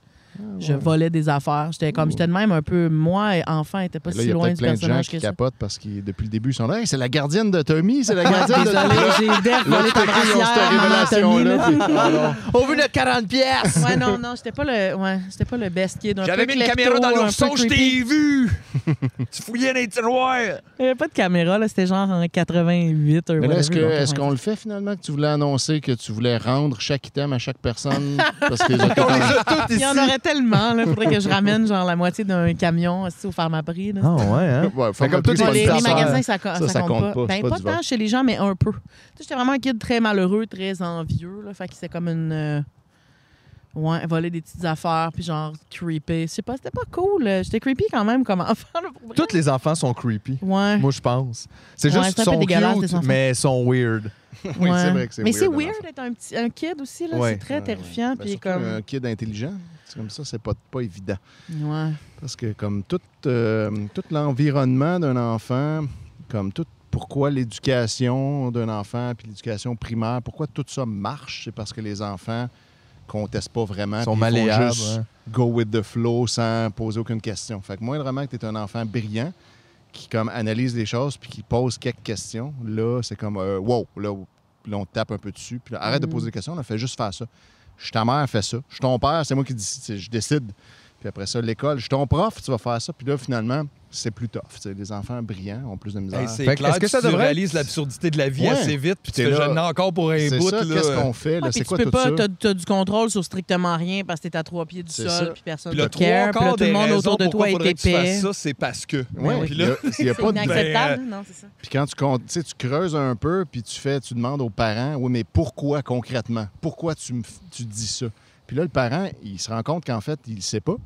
Je
Ah ouais.
volais des affaires. J'étais comme, j'étais de même un peu, moi, enfant, j'étais pas
Mais Là, il
si
y a
loin
peut-être
du
plein de gens
personnage
qui
que ça.
capotent parce que depuis le début, ils sont là. Hey, c'est la gardienne de Tommy, c'est la gardienne de
Désolé,
Tommy.
j'ai def volé ta brassière, maman Tommy, là.
là.
On veut notre 40 pièces!
Ouais, non, non, j'étais pas le, ouais, j'étais pas le best kid. un
J'avais
peu
mis une caméra
klepto,
dans
un peu
l'ourson, je
creepy.
t'ai vu! tu fouillais les tiroirs!
Il y avait pas de caméra, là. C'était genre en 88.
Mais là, est-ce que- est-ce qu'on le fait finalement que tu voulais annoncer que tu voulais rendre chaque item à chaque personne parce que les autres
On les
étaient
a toutes
Il
ici!
y en aurait tellement, là. Faudrait que je ramène, genre, la moitié d'un camion aussi au pharmaprix, là.
Ah ouais, hein?
en- Ouais, faut
Mais comme
que
toutes
tu
Bon,
les
les,
affaires.
fasses
les
ça.
magasins, ça, co-
Ça,
ça
ça
compte,
compte pas,
pas.
c'est
Ben,
pas
pas
du
tant
vol.
chez les gens, mais un peu. Tu sais, j'étais vraiment un kid très malheureux, très envieux. Là, fait que c'est comme une. euh, Ouais, voler des petites affaires, puis genre creepy. Je sais pas, c'était pas cool. là. J'étais creepy quand même comme enfant. Là, pour vrai.
Tous les enfants sont creepy.
Ouais.
Moi, je pense. C'est
Mm. Ouais,
juste
c'est un
qu'ils
peu
sont
dégueulasse, des
cute,
enfants.
mais ils sont weird.
Oui,
ouais.
c'est vrai que c'est
Mais c'est
weird, un
weird d'être un, petit, un kid aussi, là.
Ouais.
C'est très
Ouais,
terrifiant,
ouais. Ben,
puis
surtout
comme.
un kid intelligent. C'est comme ça, c'est pas, pas évident.
Ouais.
Parce que comme tout, euh, tout l'environnement d'un enfant, comme tout pourquoi l'éducation d'un enfant, puis l'éducation primaire, pourquoi tout ça marche, c'est parce que les enfants contestent pas vraiment.
Ils sont
puis
malléables.
font juste
hein.
go with the flow sans poser aucune question. Fait que moindrement que tu es un enfant brillant qui comme analyse les choses puis qui pose quelques questions, là, c'est comme euh, wow, là, là, on te tape un peu dessus. Puis là, arrête
Mm.
de poser des questions, on fait juste faire ça. Je suis ta mère, fais ça. Je suis ton père, c'est moi qui décide. Je décide. Puis après ça, l'école, je suis ton prof, tu vas faire ça. Puis là, finalement, c'est plus tough. tu sais. les enfants brillants ont plus de misère.
Hey, c'est
Fait que
clair
est-ce que
que
ça
tu
devrait-
réalises l'absurdité de la vie
Ouais.
assez vite, puis tu
T'es
fais
là-
j'en ai encore pour un
c'est
bout.
ça,
là.
qu'est-ce qu'on fait? là?
Ouais,
c'est
puis
quoi
tu
tout
peux pas,
ça?
t'as, t'as du contrôle sur strictement rien parce que t'es à trois pieds du
C'est ça.
sol, puis personne
Puis
ne
le
te
trois
care, puis là,
quarts
tout
des
le monde
raisons
autour de toi
pourquoi
est
faudrait que tu fasses
épais.
ça, c'est parce que.
Ouais,
oui.
puis là, il y a
C'est
pas de-
inacceptable, non, c'est ça.
Puis quand tu, comptes- tu sais, tu creuses un peu, puis tu fais, tu demandes aux parents, oui, mais pourquoi concrètement? Pourquoi tu, me f- tu dis ça? Puis là, le parent, il se rend compte qu'en fait, il ne sait pas.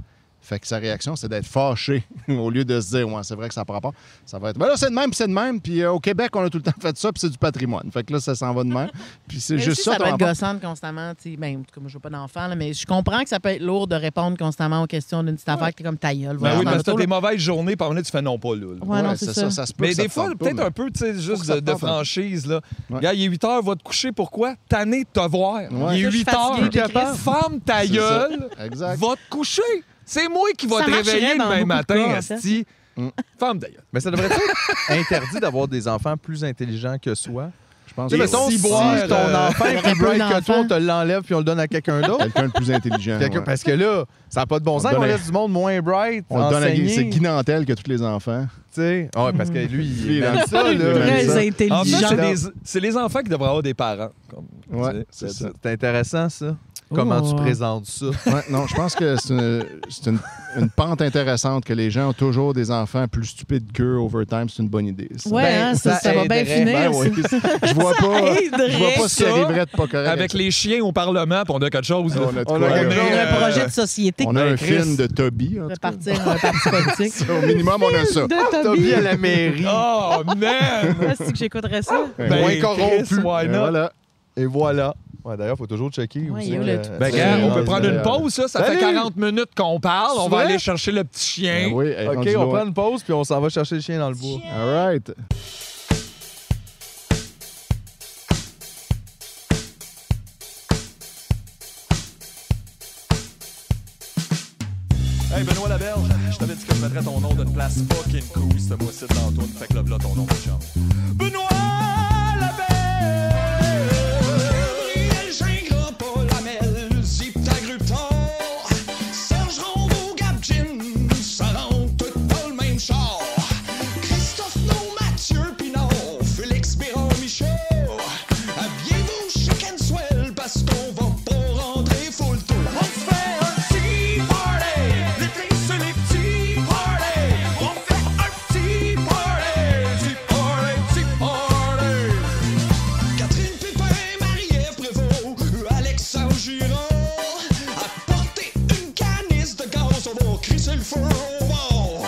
Fait que sa réaction, c'est d'être fâché au lieu de se dire, ouais, c'est vrai que ça ne prend pas. Ça va être, ben là, c'est de même, puis c'est de même. Puis euh, au Québec, on a tout le temps fait ça, puis c'est du patrimoine. Fait que là, ça s'en va de même. Puis c'est
Mais
juste
aussi,
ça,
ça
ton
va être
rapport.
gossante constamment. tu sais. Ben, en tout cas, moi, je veux pas d'enfant, là, mais je comprends que ça peut être lourd de répondre constamment aux questions d'une petite affaire qui est comme ta gueule.
Ben
voilà,
oui,
dans
parce que t'as
l'auto,
des mauvaises journées, par là, tu fais non pas, là. là.
Ouais, non, c'est ça.
se peut
Mais
que ça
des
te
fois,
tente pas,
peut-être
mais-
un peu, tu sais,
que
juste
ça
de,
te
de
tente un peu.
franchise, là.
Ouais.
Regarde, il est 8 heures, va te coucher. Pourquoi? Tanné de te voir.
Ouais.
Il
Je
est
suis
8 heures.
fatiguée de Christ.
Ferme ta
C'est ça.
gueule.
Exact.
Va te coucher. C'est moi qui va
Ça
te
marcherait
réveiller
dans
demain
beaucoup de
matin,
cas, en fait.
Asti.
Mm.
Ferme ta gueule.
Mais ça devrait être interdit d'avoir des enfants plus intelligents que soi.
Je pense
Tu sais,
que
mettons,
si
si,
boire,
ton
euh,
enfant est
très
plus
peu
bright que toi,
d'enfants.
on te l'enlève puis on le donne à quelqu'un d'autre.
quelqu'un de plus intelligent.
Quelqu'un-
ouais.
Parce que là, ça n'a pas de bon
On
sens.
donne
On
un-
laisse du monde moins bright.
On le donne à Guy,
enseigné,
c'est
tu
Guy Nantel que tous les enfants.
sais. Ah ouais, parce que lui,
Lui,
il
il
aime
aime
ça.
ça, lui, il aime
là.
ça.
Très
En fait,
intelligent.
c'est les- c'est les, enfants qui devraient avoir des parents. comme-
Ouais,
C'est
c'est
ça.
ça.
C'est intéressant, ça. Comment tu
Oh.
présentes ça?
Ouais, non, je pense que c'est une, c'est une- une pente intéressante que les gens ont toujours des enfants plus stupides qu'eux over time. C'est une bonne idée. ça.
Ouais,
Ben,
hein, ça,
ça
ça va bien
aiderait,
finir.
ben
ça.
oui.
Je vois pas, je vois pas ce qui
Ça,
arriverait de pas correct.
Avec
avec
les chiens au Parlement, puis on a quelque chose.
ça.
là.
on a, de
on
quoi,
a
là.
quelque
On a
Euh,
un projet de société
On a un
Ben, Chris.
film de Toby. en
qui
tout
peut
cas.
partir un parti politique.
Au minimum, on a ça.
Toby
De Toby.
à la mairie.
Oh, man!
Ah, C'est que j'écouterais ça.
Ben,
Moins corrompu.
Chris, why
Et
not?
voilà.
Et voilà. Ouais, D'ailleurs, il faut toujours checker.
Ouais,
aussi,
il est où, le
euh,
tout-
Ben,
c'est-
gars, on
euh,
peut prendre une
euh,
pause, ça. Ça fait
salut.
40 minutes qu'on parle. On va
C'est
aller
vrai?
chercher le petit chien.
Ben oui, hey,
OK,
rendu
on
loin.
prend une pause puis on s'en va chercher le chien dans le bois.
All right.
Hey, Benoît Laberge, je t'avais dit que je mettrais ton nom d'une place fucking cool ce mois-ci d'Antoine. Fait que là, voilà ton nom, mon chum. Benoît Laberge!
Catherine Pépin, Marie-Ève Prévost, Alexandre Giron. Apportez une canisse de gaz, on va crisser le feu au bord.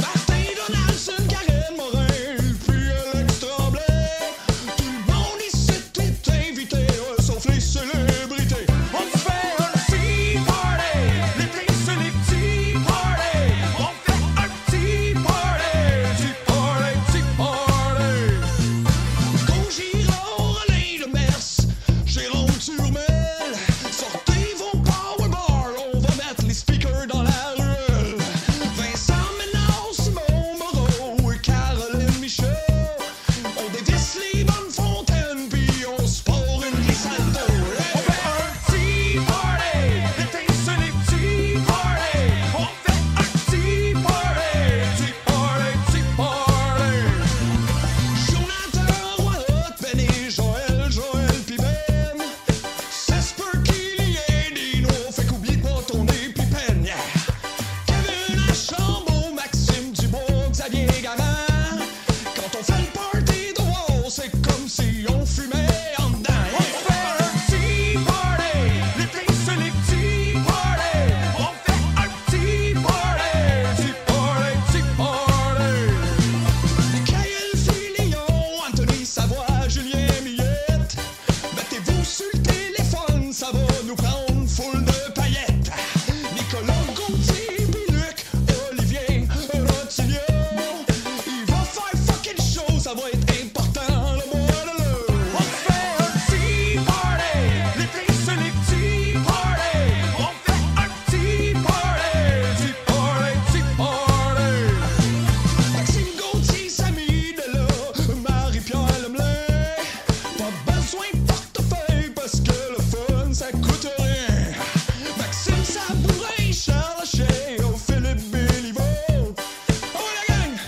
Martin Donaldson, Karen Morin, puis Alex Tremblay. Tout le monde ici est invité, euh, sauf les célébrités. On fait un petit party, les filles, c'est les petits party. On fait un petit party, petit party, petit party. Gaugiron, Alain Lemers, Jérôme Turmel. Sortez vos power bars, on va mettre les speakers dans la ruelle. Vincent Ménard, Simon Moreau et Caroline Michaud. On dévisse les bonnes fontaines, puis on se pour une glissade On fait un petit party, l'été c'est les petits party. On fait un petit party, petit party, petit party. Jonathan Roilotte, Benny, Joël, Joël, pis Ben. Ça se peut qu'il y ait des noms, fait qu'oublie pas ton épipène. Kevin Archambault, Maxime Dubois, Xavier Garin. Quand on fait le party de wow, c'est comme si on fumait en dedans. On fait un petit party, les filles, c'est les petits party. On fait un petit party, petit party, petit party. Kael Filion, Anthony Savoie, Julien Millette. Mettez-vous sur le téléphone, ça va nous prendre foule de paillettes. Nicolas Gauthier, puis Luc, Olivier, Rotillon. Il va faire fucking show, ça va être important le mois de l'eau. On fait un petit party, les filles, c'est les petits party. On fait un petit party, petit party, petit party. Maxime Gauthier, Samy Della, Marie-Pierre Lemelin. Pas besoin de portefeuille parce que le fun, ça coûte rien. Maxime Sabourin, Charles Haché, oh, Philippe Béliveau. Oh la gang,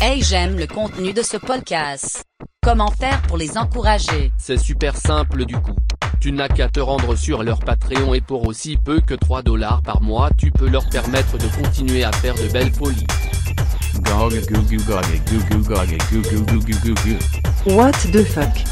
Hey, j'aime le contenu de ce podcast. Comment faire pour les encourager
C'est super simple du coup. Tu n'as qu'à te rendre sur leur Patreon et pour aussi peu que 3 dollars par mois, tu peux leur permettre de continuer à faire de belles folies.
What the fuck?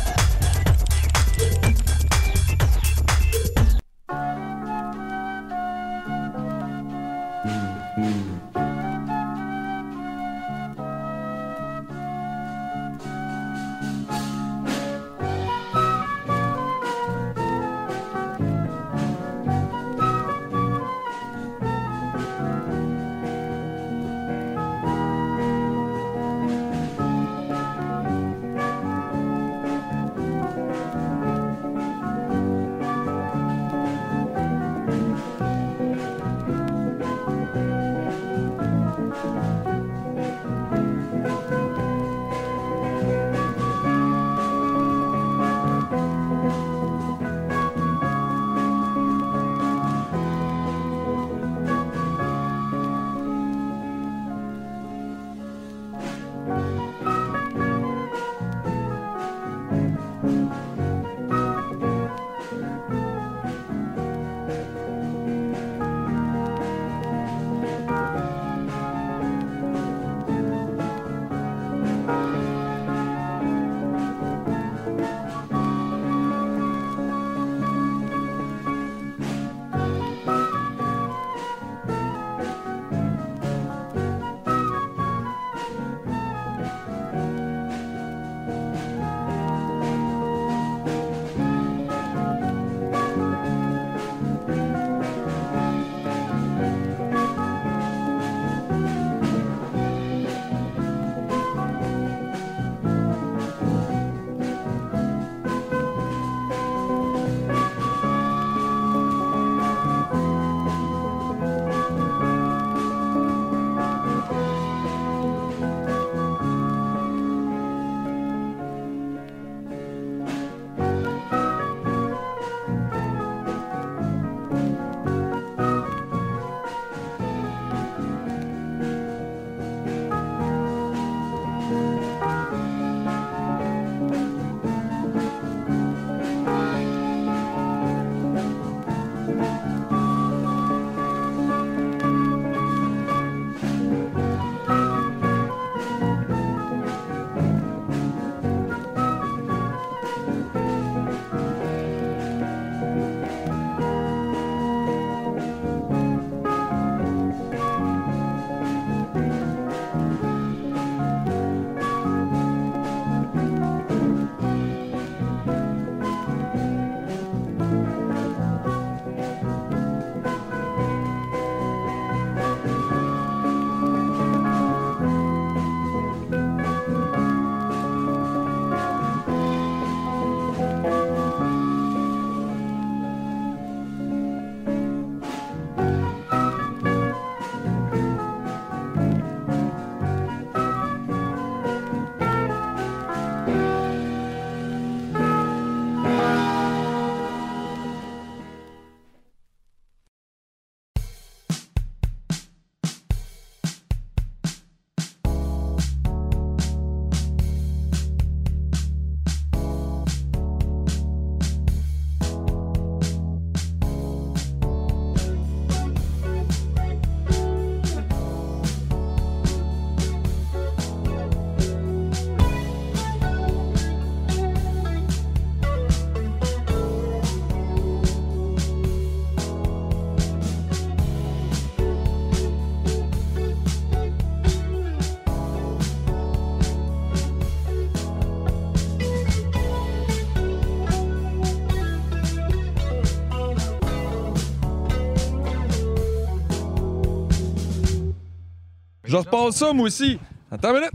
Je repasse ça, moi aussi. Attends une minute.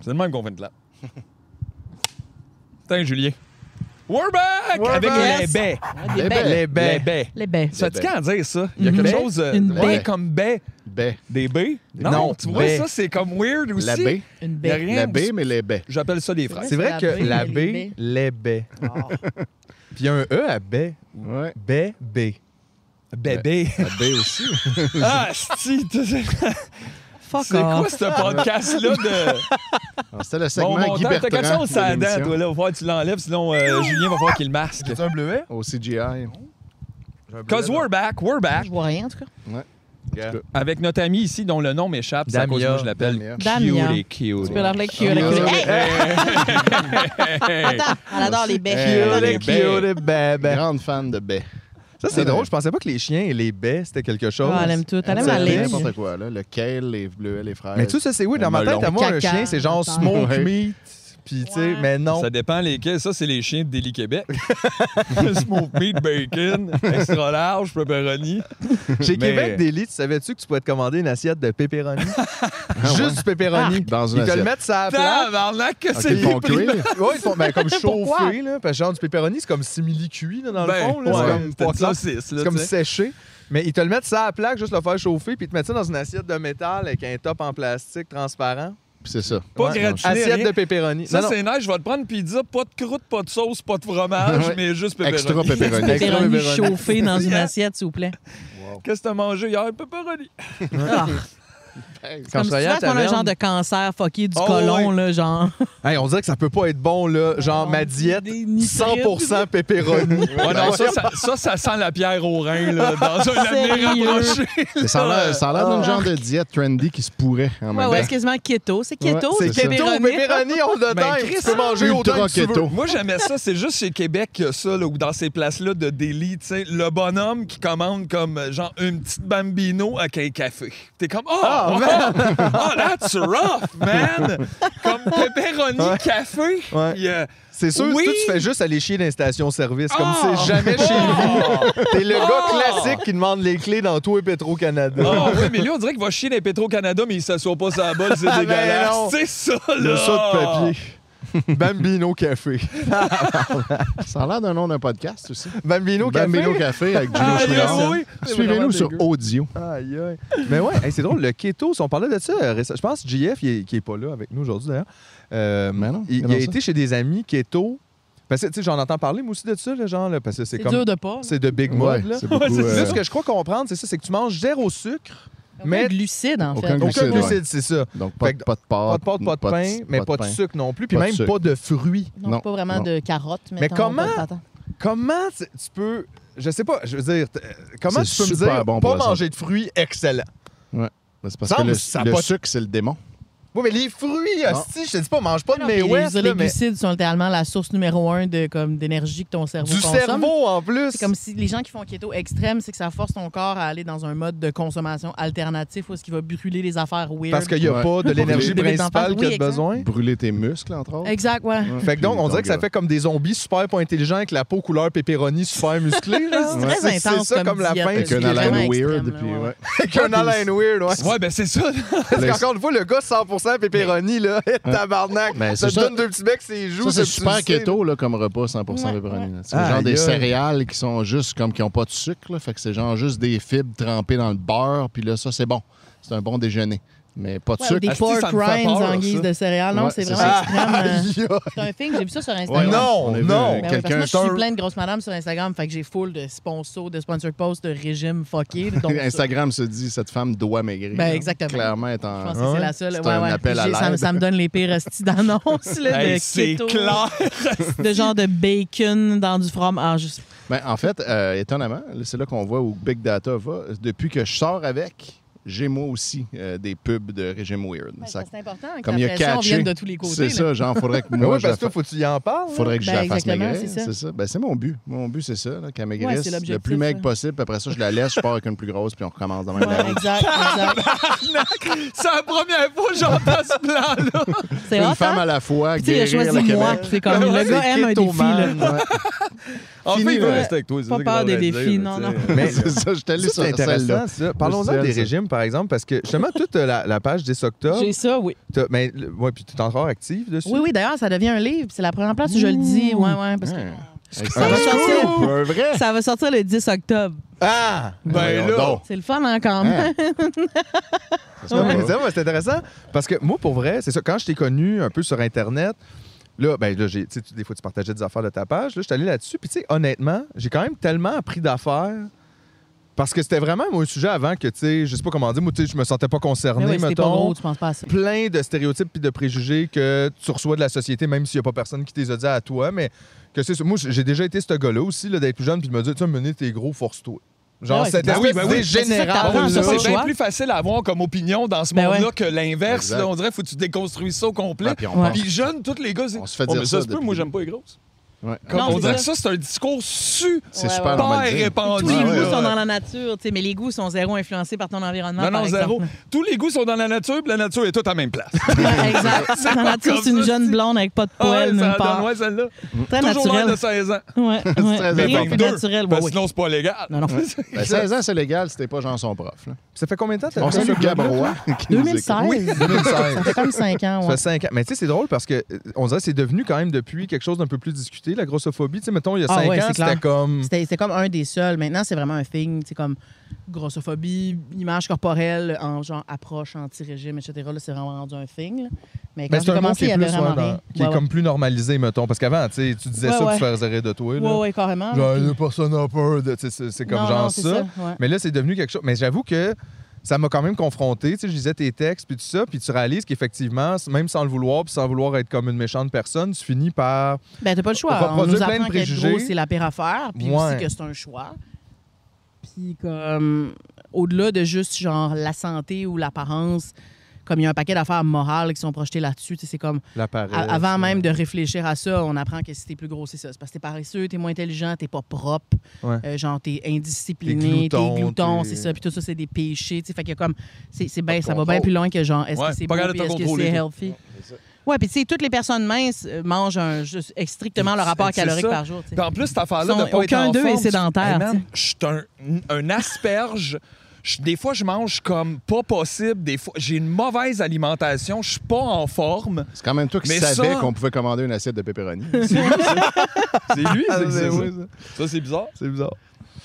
C'est le même qu'on fait de là. Putain, Julien. We're back!
We're
Avec
back!
les baies.
Les baies.
Les
Les
baies.
baies.
Ah, Les baies.
Ça te
baies.
quand dire ça? Il y a quelque
Baie?
chose. euh,
Une
ouais,
baie.
comme baie.
Baies.
Des baies? Non,
Non,
tu vois,
baie.
ça, c'est comme weird aussi.
Ben, La baie.
Une
Y a
baie.
rien
La
où-
baie, mais les baies.
J'appelle ça des phrases.
C'est vrai
la
que
baie, Ah.
la
les
baie,
baies.
les baies. Puis il y a un E à baie.
Ouais.
Baie, baie.
Bébé.
La baie aussi.
Ah, sti! tu sais.
Fuck
C'est quoi
off.
ce podcast-là de.
Alors, C'était le
Bon,
segment Guy
montant, t'as
Bertrand.
quelque chose à
de
dent,
l'émission.
toi, là. Faut voir que tu l'enlèves, sinon euh, Julien va voir qu'il le masque.
C'est un hein? bleuet?
Au CGI.
J'ai un bleuet,
Cause
là.
we're back, we're back.
Ah, Je vois rien, en tout cas.
E,
Avec notre ami ici, dont le nom m'échappe, c'est à cause
Damia.
que moi, je l'appelle
Damia.
Damien.
Cutie Cutie.
Tu peux l'appeler Q.
Ah,
Hey,
oui.
Attends, elle adore les bêches.
Hey.
Elle adore les
Cute, cute,
Eh ben.
bébé.
Grande fan de baie.
Ah, Ça, c'est drôle. Je pensais pas que les chiens et les baies, c'était quelque chose.
Ah, elle aime tout. Elle aime
Ça
la
fait
lait.
N'importe quoi, là. Le kale, les bleuets, les fraises.
Mais tout ça, c'est oui. Dans
Le
ma tête,
melon.
à moi, un
Caca.
chien, c'est genre smoke
Ouais.
meat. Puis, tu sais,
Ouais.
mais non.
Ça dépend lesquels. Ça, c'est les chiens de Daily Québec. Smoke meat, bacon, extra large, pepperoni.
Chez
Mais-
Québec Daily, tu savais-tu que tu pouvais te commander une assiette de pepperoni?
Ah,
Juste du pepperoni.
Dans une
Ils te le
assiette.
mettent sur la plate.
Tabarnak, que
Ok,
c'est
ils font
épais.
cuire.
Ouais, ils font ben, comme
Pourquoi?
chauffé, là. Parce que genre, du pepperoni, c'est comme simili-cuit, là, dans le
Ben,
fond. là. C'est
ouais,
comme
c'était
pas
une
clair.
saucisse, là,
C'est comme
tu sais.
séché. Mais ils te le mettent ça à la plaque, juste le faire chauffer, puis ils te mettent ça dans une assiette de métal avec un top en plastique transparent.
Puis c'est ça.
Pas
Ouais.
gratiné,
Assiette
rien.
de pepperoni.
Ça,
Non, non.
c'est nice. Je vais te prendre pizza, pas de croûte, pas de sauce, pas de fromage,
Ouais.
mais juste pepperoni.
Extra pepperoni.
Extra
Pepperoni
pepperoni.
chauffé dans une
Yeah.
assiette, s'il vous plaît.
Qu'est-ce que t'as mangé hier? Pepperoni.
Ah,
Quand
comme
je
si tu
travaillais à
vois qu'on a un
taverne, Oh
genre de cancer fucké du
Oh,
colon,
ouais.
là, genre.
hey, on dirait que ça peut pas être bon, là. Genre,
Ben Non,
ma diète,
des nitrites.
100% pepperoni.
Ouais, non, ça, ça, ça, ça sent la pierre au rein, là, dans un avenir
Sérieux?
approché.
Mais Ça a l'air- ça a l'air
Ah.
d'un genre de diète trendy qui se pourrait en
Ouais,
même
ouais,
temps.
c'est quasiment keto. C'est keto,
Ouais,
C'est
c'est
ça.
keto,
pepperoni.
pepperoni, on le
Ben,
dingue.
Chris,
Tu peux manger autant
Ultra
que tu veux.
keto.
Moi, j'aimais ça. C'est juste chez Québec qu'il y a ça, là, ou dans ces places-là de délit. tu sais, Le bonhomme qui commande comme, euh, genre, une petite bambino avec un café. T'es comme, oh,
Ah,
oh, oh, that's rough, man! Comme pepperoni, café.
Ouais.
puis, euh,
C'est sûr,
Oui.
toi, tu fais juste aller chier dans les stations-service, comme
Ah!
c'est jamais chez
Oh!
vous. T'es le
Oh!
gars classique qui demande les clés dans tout et Petro-Canada.
Ah oui, mais lui, on dirait qu'il va chier dans les Petro-Canada, mais il s'assoit pas sur la balle, c'est
Ah, ben non.
dégueulasse. C'est ça, là!
Le saut de papier. Bambino Café.
Ça a l'air d'un nom d'un podcast aussi.
Bambino Café.
Bambino Café avec Gino
Ah,
Chouinard.
oui, oui.
Suivez-nous sur Audio.
Aïe, aïe. Mais ouais, hey, c'est drôle, le keto, si on parlait de ça, euh, récem- je pense que JF, il est- qui est pas là avec nous aujourd'hui d'ailleurs, euh,
Mais non,
il,
mais non,
il a
ça.
été chez des amis keto. Parce que, tu sais, j'en entends parler, moi aussi, de ça, là, genre, là, parce que c'est
C'est
comme.
dur de pas.
C'est de big mode,
Ouais,
là.
c'est beaucoup,
Ouais, c'est
euh,
Là, ce que je crois comprendre, c'est ça, c'est que tu manges zéro sucre,
Mais
mais-
glucide, en fait.
Aucun
aucun
Glucides,
glucide, c'est ça.
Donc, pas,
Fait
de-
que-
pas de
Pas
pâte.
de pâte, pas de pain, mais pas de
pain.
sucre non plus, puis
Pas de
même
sucre.
pas de fruits.
Non,
Non,
pas vraiment
non.
de carottes.
Mais
mettons,
comment-
pas de patates.
Comment tu tu peux. Je sais pas, je veux dire, t- euh, comment tu
C'est
peux me
super
dire
bon pour
pas
la santé.
manger de fruits, excellent?
Mais C'est parce
Semble
que
que ça a
le, le
pas de-
sucre, c'est le démon.
Oui, mais les fruits,
Non.
hostie, je te dis pas, mange pas de
Non, puis
mes
les-
West,
les,
là, mais
glucides sont littéralement la source numéro un de, comme, d'énergie que ton cerveau
du
consomme.
cerveau en plus.
C'est comme si les gens qui font keto extrême, c'est que ça force ton corps à aller dans un mode de consommation alternatif où est-ce qu'il va brûler les affaires weird.
Parce qu'il n'y a
Ouais.
pas de l'énergie
Pour les bébés
principale
d'enfants,
qu'il y a
oui,
de besoin.
Brûler tes muscles, entre autres.
Exact, ouais.
Ouais,
Fait que donc,
puis
on dirait que ça
euh,
fait comme des zombies super pas intelligents avec la peau couleur pépéroni super musclée. genre.
C'est très
C'est-
intense
C'est ça
comme
comme la
diète.
fin.
Avec
du
un
C'est
Québec.
vraiment
haleine weird.
extrême, là,
puis,
ouais.
ouais.
Avec un haleine weird, ouais.
Ouais, ben c'est ça. là.
Parce qu'encore une fois, le gars 100% pépéroni, là, tabarnak.
Ben,
ça
c'est
te
ça.
donne deux petits becs, c'est joues.
Ça, c'est
ça, tu le
super
sais, là.
keto là, comme repas 100
Ouais,
pepperoni. là. C'est
ouais.
genre
Aïe, aïe.
des céréales qui sont juste comme qui n'ont pas de sucre. là. Fait que c'est genre juste des fibres trempées dans le beurre. Puis là, ça, c'est bon. C'est un bon déjeuner. Mais pas de
Ouais, ou
sucre.
des
Asti, ça me
pork
fait
rinds
peur,
en
ça.
guise de céréales. Non,
Ouais,
c'est
c'est
vraiment
ça. Ah,
extrême. euh,
Aïe, aïe.
C'est un thing, j'ai vu ça sur
Ouais,
Instagram.
Non,
on a
non.
vu, euh,
Ben oui, parce que
Quelqu'un.
moi, je suis plein de grosses madames sur Instagram, fait que j'ai full de sponsors, de sponsored posts, de régimes fuckés. Donc, ça,
Instagram se dit cette femme doit maigrir.
Ben, exactement.
Clairement, elle est en.
je pense que
Ah ouais?
c'est la seule.
C'est
ouais,
un
ouais.
appel à
J'ai- ça, me-
l'aide.
ça me donne les pires hosties d'annonces, là,
Hey,
de
c'est
keto,
clair.
de genre de bacon dans du fromage. Ah,
Ben, en fait, euh, étonnamment, là, c'est là qu'on voit où Big Data va. Depuis que je sors avec, j'ai moi aussi euh, des pubs de régime weird. Ça-
Ben, c'est important que
comme il y a
la pression
catché.
vienne de tous les côtés.
c'est
là.
ça, genre, faudrait que
Mais
moi,
Ben oui,
je
parce
la
que toi,
fasse.
faut que tu y en parles. là.
faudrait que je
Ben,
la fasse
exactement,
maigrir.
c'est ça.
C'est ça. Ben, c'est mon but. Mon but, c'est ça, là, qu'elle
Ouais,
maigrisse
c'est
le
l'objectif,
plus maigre
ça.
possible. puis Après ça, je la laisse, je pars avec une plus grosse, puis on recommence dans même la
Ouais,
route.
exact, exact.
C'est la première fois que j'entends ce plan-là.
C'est hot,
Une femme
hein?
à la fois,
Puis Tu sais, il a
guérir le
choisi
Québec.
moi, puis c'est comme le
Ouais,
gars
c'est
aime un défi, là.
kétomane.
Ouais.
Enfin,
Fini,
il veut
ouais.
rester avec toi. c'est
Pas
ça
peur
qu'il
des
devrait dire,
défis, non,
tu sais.
non.
Mais-
c'est ça, je t'ai lu
Ça,
sur
C'est
celle-là.
intéressant, ça. Parlons-en
Celle-là,
des
ça.
régimes, par exemple, parce que justement, toute euh, la, la page 10 octobre,
J'ai ça, oui.
t'as- mais, le- ouais, puis tu es encore active dessus.
Oui, oui, d'ailleurs, ça devient un livre. C'est la première place où je le dis.
Mmh.
Ouais, ouais, parce que
Ouais.
Ah,
Ça
cool!
va sortir.
Un vrai.
ça va sortir le 10 octobre.
Ah!
Ben
Voyons
là,
donc.
C'est le fun, hein, quand même.
Ah,
Ça se
Ah
Ouais,
peut
mais
pas.
ça, moi, c'est intéressant parce que moi, pour vrai, c'est ça, quand je t'ai connu un peu sur Internet, là, ben, là, j'ai, tu sais, tu- des fois, tu partageais des affaires de ta page. Là, je suis allé là-dessus. Puis, tu sais, honnêtement, j'ai quand même tellement appris d'affaires Parce que c'était vraiment moi, un sujet avant que, tu sais, je sais pas comment dire, moi, tu sais, je me sentais pas concerné,
Mais oui, c'était pas
mettons.
gros, tu penses pas à ça.
plein de stéréotypes puis de préjugés que tu reçois de la société, même s'il n'y a pas personne qui te les a dit à toi. Mais que c'est ça. Moi, j'ai déjà été ce gars-là aussi, là, d'être plus jeune, puis de me dire, tu sais, mené, t'es gros, force-toi. Genre,
Ah ouais,
c'était
ben oui,
oui,
ben oui. C'est ça que
général.
t'apprends,
là.
Ça, c'est
choix.
bien plus facile à avoir comme opinion dans ce
Ben
monde-là
ouais.
que l'inverse.
Exact.
là. On dirait faut que tu déconstruis ça au complet.
Ah,
Ben,
puis on
Ouais.
pense-
Puis jeune, tous les gars, c'est-
On se fait
Oh,
dire
mais
ça
ça. se peut,
depuis-
moi, j'aime pas les grosses.
Ouais.
Comme,
Non,
on
c'est
dirait
ça.
que ça, c'est un discours super
C'est
Ouais,
super
ouais.
normal de dire.
répandu.
Tous les
ouais,
goûts
ouais.
sont dans la nature, tu sais, mais les goûts sont zéro influencés par ton environnement.
Non,
par
non, zéro.
exemple.
Tous les goûts sont dans la nature, puis la nature est toute à même place.
exact.
C'est
Ta
pas
nature,
comme
c'est une
ça,
jeune
c'est-
blonde avec pas de
Ah ouais,
poils nulle
ça
part.
donne, ouais, celle-là.
Très
Toujours l'air de
naturel.
16 ans.
Ouais, ouais.
très
Rien que
important.
naturel. ouais,
Ben,
ouais.
Sinon, c'est pas légal.
Non, non.
Ben, 16 ans, c'est légal, c'était pas genre son prof. là.
Ça fait combien de temps que t'as
On
fait ça?
salue Gab Roy. qui nous écoute.
2016.
Oui, 2016.
Ça fait comme 5 ans.
Ça
ouais.
fait cinq ans. Mais tu sais, c'est drôle parce que euh, on dirait que c'est devenu quand même depuis quelque chose d'un peu plus discuté, la grossophobie. Tu sais, mettons, il y a
Ah
cinq
ouais,
ans,
c'est
c'était
clair.
comme.
C'était c'était comme un des seuls. Maintenant, c'est vraiment un thing, tu sais, comme grossophobie, image corporelle, en genre approche anti-régime, etc. Là, c'est vraiment rendu un thing. là. Mais quand
Mais Ben, c'est
j'ai
un mot qui
commencé, il y
est,
avait
plus, ouais,
vraiment
dans-
rien.
qui est
Ouais,
comme plus normalisé, mettons. Parce qu'avant, tu sais, tu disais
Ouais,
ça, pour
ouais.
tu faisais rire de toi.
ouais.
là.
Ouais, ouais, carrément.
Genre,
Puis-
là, personne n'a peur de. tu sais, C'est c'est comme
Non,
genre
non, c'est
ça.
ouais.
Mais là, c'est devenu quelque chose. Mais j'avoue que ça m'a quand même confronté. Tu sais, je lisais tes textes, puis tout ça, puis tu réalises qu'effectivement, même sans le vouloir, puis sans vouloir être comme une méchante personne, tu finis par.
Ben, t'as pas le
On va
choix. On,
produire plein
nous
de
apprend qu'être
préjugés.
gros, c'est la pire affaire, puis
Ouais.
aussi que c'est un choix. Puis comme, au-delà de juste, genre, la santé ou l'apparence, comme il y a un paquet d'affaires morales qui sont projetées là-dessus, tu sais, c'est comme,
La
a- avant même de réfléchir à ça, on apprend que si t'es plus gros, c'est ça. C'est parce que t'es paresseux, t'es moins intelligent, t'es pas propre,
Ouais.
Euh, genre, t'es
T'es
indiscipliné, t'es
glouton,
glouton,
t'es-
c'est ça. Puis tout ça, c'est des péchés, tu sais. Fait qu'il y a comme, c'est c'est ben,
de
ça va
contrôle.
bien plus loin que genre, est-ce
Ouais,
que c'est
pas
beau,
capable de
puis
te
est-ce que
contrôler,
c'est
toi.
healthy? Ouais, puis tu sais, toutes les personnes minces euh, mangent un- juste strictement leur rapport
C'est
calorique
ça.
par jour. tu sais.
Puis en plus, cette affaire-là
Sont-
de pas
aucun
être en
d'eux est
forme, tu-
sédentaire,
Hey, man,
tu sais.
Je suis un, un asperge. Je- des fois, je mange comme pas possible. Des fois, j'ai une mauvaise alimentation. Je suis pas en forme.
C'est quand même toi qui
Mais
savais
ça-
qu'on pouvait commander une assiette de pepperoni.
C'est lui,
Ah,
c'est
ben
c'est
oui,
ça. Ça, c'est bizarre.
C'est bizarre.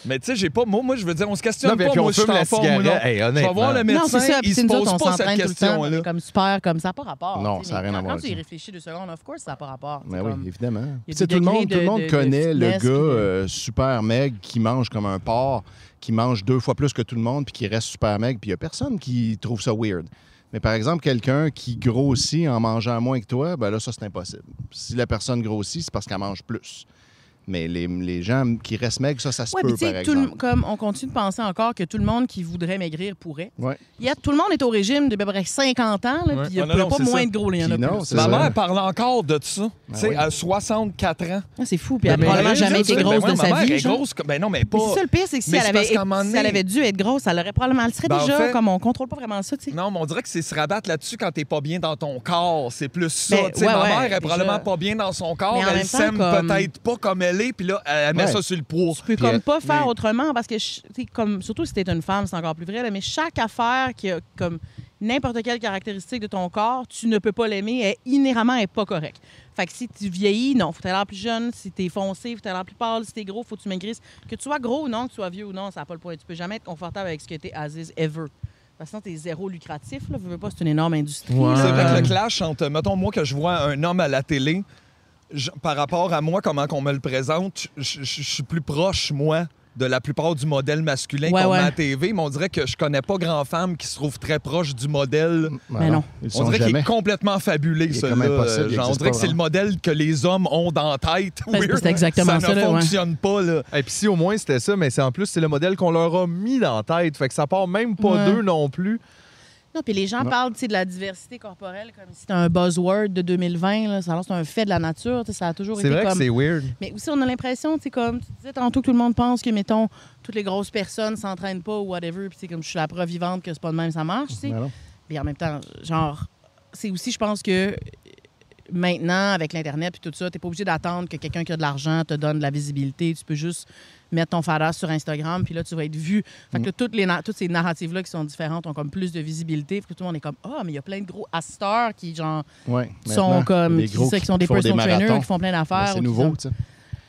Mais tu sais, j'ai pas. Moi, moi, je veux dire, on se questionne
Non, mais
pas.
puis on
Moi, je suis
fume la
en forme. ou non.
cigarette. Hey,
Je vais voir le
honnêtement.
non,
médecin.
c'est ça. Puis
Il se
c'est nous autres,
pose
on
pas cette
s'entraîne tout le temps. On
question-là.
est comme super, comme ça n'a pas rapport.
Non,
tu sais,
ça n'a
mais
rien à
quand-
voir
Quand tu
avec
y
ça.
réfléchis deux secondes, of course, ça n'a pas rapport. c'est
Ben
comme-
oui, évidemment.
il y a
Tu sais,
des
tout le
degrés
monde, tout le
de-
monde
de- de
connaît le gars
fitness, puis de-
euh, super maigre qui mange comme un porc, qui mange deux fois plus que tout le monde, puis qui reste super maigre, puis il n'y a personne qui trouve ça weird. Mais par exemple, quelqu'un qui grossit en mangeant moins que toi, ben là, ça, c'est impossible. Si la personne grossit, c'est parce qu'elle mange plus. Mais les, les gens qui restent maigres, ça, ça se
Ouais,
peut,
puis tu
par
sais, tout le-
exemple.
comme on continue de penser encore que tout le monde qui voudrait maigrir pourrait.
Ouais.
Il y a, tout le monde est au régime de à peu près 50 ans, là,
Ouais.
puis il n'y
Ah,
a
non, non,
pas
c'est
moins
ça.
de gros, là, il y en a
Puis non,
plus.
c'est
Ma
ça.
mère parle encore de ça. tu sais,
oui.
à 64 ans.
Ah, C'est fou, puis elle
Ben Mais
n'a probablement
elle,
jamais
je
été
veux dire,
grosse
ben
de
ouais, ma
sa
mère
vie.
est
genre.
grosse comme- Ben non, mais pas.
Mais c'est ça le pire, c'est que si,
Mais
elle
c'est
avait,
parce qu'à un moment
si
donné-
elle avait dû être grosse, elle aurait probablement. Elle serait
Ben, en
déjà
fait-
comme on contrôle pas vraiment ça, tu sais.
Non, mais on dirait que c'est se rabattre là-dessus quand t'es pas bien dans ton corps. C'est plus ça.
Ben,
Tu sais,
ouais,
ma
ouais,
mère est
déjà.
probablement pas bien dans son corps.
Mais en
Elle
même temps,
s'aime
comme-
peut-être pas comme elle est, puis là, elle met
Ouais.
ça sur le poids.
Tu peux
Puis, euh,
comme pas faire autrement parce que, je- tu sais, comme, surtout si t'es une femme, c'est encore plus vrai, là, mais chaque affaire qui a comme n'importe quelle caractéristique de ton corps, tu ne peux pas l'aimer, est inhéremment est pas correcte. Fait que si tu vieillis, non, faut que t'aies l'air plus jeune, si t'es foncé, faut que t'aies l'air plus pâle, si t'es gros, faut que tu maigrisses. Que tu sois gros ou non, que tu sois vieux ou non, ça n'a pas le point. Tu peux jamais être confortable avec ce que t'es Aziz ever. Parce que sinon, t'es zéro lucratif, là, veux, veux pas, c'est une énorme industrie.
Ouais.
là,
C'est vrai
comme-
que le clash entre, mettons, moi, que je vois un homme à la télé, je- par rapport à moi, comment qu'on me le présente, je je- je suis plus proche, moi, de la plupart du modèle masculin
Ouais,
qu'on
ouais.
met à TV, mais on dirait que je connais pas grand-femme qui se trouve très proche du modèle.
Ben
Mais non.
Ils le
on
sont
dirait qu'il
jamais.
est complètement fabulé,
est
celui-là.
comme impossible,
Euh,
il
genre, on
existe
dirait
pas
que c'est le
vraiment.
modèle que les hommes ont dans la tête.
Ben, c'est-
Weird.
c'est exactement ça,
ne
là, ouais.
fonctionne pas, là.
Et puis si au moins c'était ça, mais c'est en plus c'est le modèle qu'on leur a mis dans la tête. Fait que ça part même pas
Ouais.
d'eux non plus.
Non, puis les gens
Non.
parlent tu sais, de la diversité corporelle comme si c'était un buzzword de 2020. Là. Ça, alors, c'est un fait de la nature. tu sais, Ça a toujours
C'est
été
vrai que
comme.
c'est weird.
Mais aussi, on a l'impression, tu sais, comme tu disais tantôt, que tout le monde pense que, mettons, toutes les grosses personnes s'entraînent pas ou whatever. Puis, tu sais, comme je suis la preuve vivante que c'est pas de même, ça marche. tu sais.
Ben non.
Mais en même temps, genre, c'est aussi, je pense que euh, maintenant, avec l'Internet puis tout ça, t'es pas obligé d'attendre que quelqu'un qui a de l'argent te donne de la visibilité. Tu peux juste mettre ton fadasse sur Instagram, puis là, tu vas être vu. Fait
Mm.
que là, toutes, les na- toutes ces narratives-là qui sont différentes ont comme plus de visibilité. Fait que tout le monde est comme, ah, mais il y a plein de gros astars qui, genre,
Ouais, maintenant,
sont comme,
des
qui,
gros
ça, qui sont des
font
personal trainers,
marathons.
qui font plein d'affaires.
Ben,
ou
C'est
qui
nouveau,
sont-
tu sais.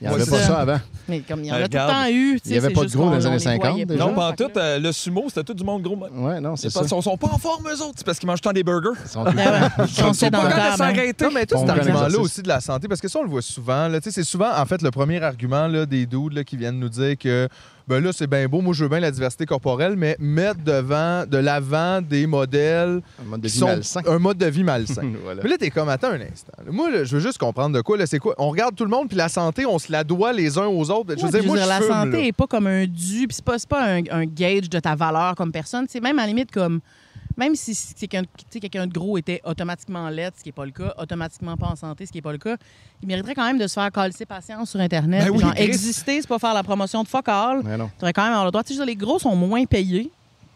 Il n'y
Ouais,
avait
c'est
pas
ça.
ça avant.
Mais comme il y en
Ben,
a tout le
regarde.
temps eu.
Il y avait pas de gros dans les années 50, déjà.
Non, pas en tout. euh, le sumo, c'était tout du monde gros. man.
Ouais, non, c'est
Ils
ça.
sont, sont pas en forme, eux autres, c'est parce qu'ils mangent tant des burgers.
Ils sont tout le temps-
On sait
Ils sont
dans
pas
le
capables de
temps, hein.
s'arrêter.
Non, mais tout
On
cet
connaît
argument-là
ça,
aussi de la santé, parce que ça, on le voit souvent. là. Tu sais, C'est souvent, en fait, le premier argument là, des dudes là, qui viennent nous dire que ben là, c'est bien beau, moi, je veux bien la diversité corporelle, mais mettre devant, de l'avant des modèles
Un mode de
qui
vie
sont-
malsain.
Un mode de vie malsain.
Voilà.
Mais là, t'es comme, attends un instant. là. Moi, là, je veux juste comprendre de quoi. là, C'est quoi? On regarde tout le monde, puis la santé, on se la doit les uns aux autres. je veux
Ouais,
dire,
puis
moi, je
la
fume,
santé
là.
n'est pas comme un dû, puis c'est pas, c'est pas un, un gauge de ta valeur comme personne. C'est même à la limite comme. Même si c'est quelqu'un tu sais, quelqu'un de gros était automatiquement laid, ce qui n'est pas le cas, automatiquement pas en santé, ce qui n'est pas le cas, il mériterait quand même de se faire coller patience sur Internet.
Ben
Puis
oui,
genre,
Chris.
exister, c'est pas faire la promotion de fuck all.
Mais non.
Tu devrais quand même avoir le droit. Tu sais, je veux dire, les gros sont moins payés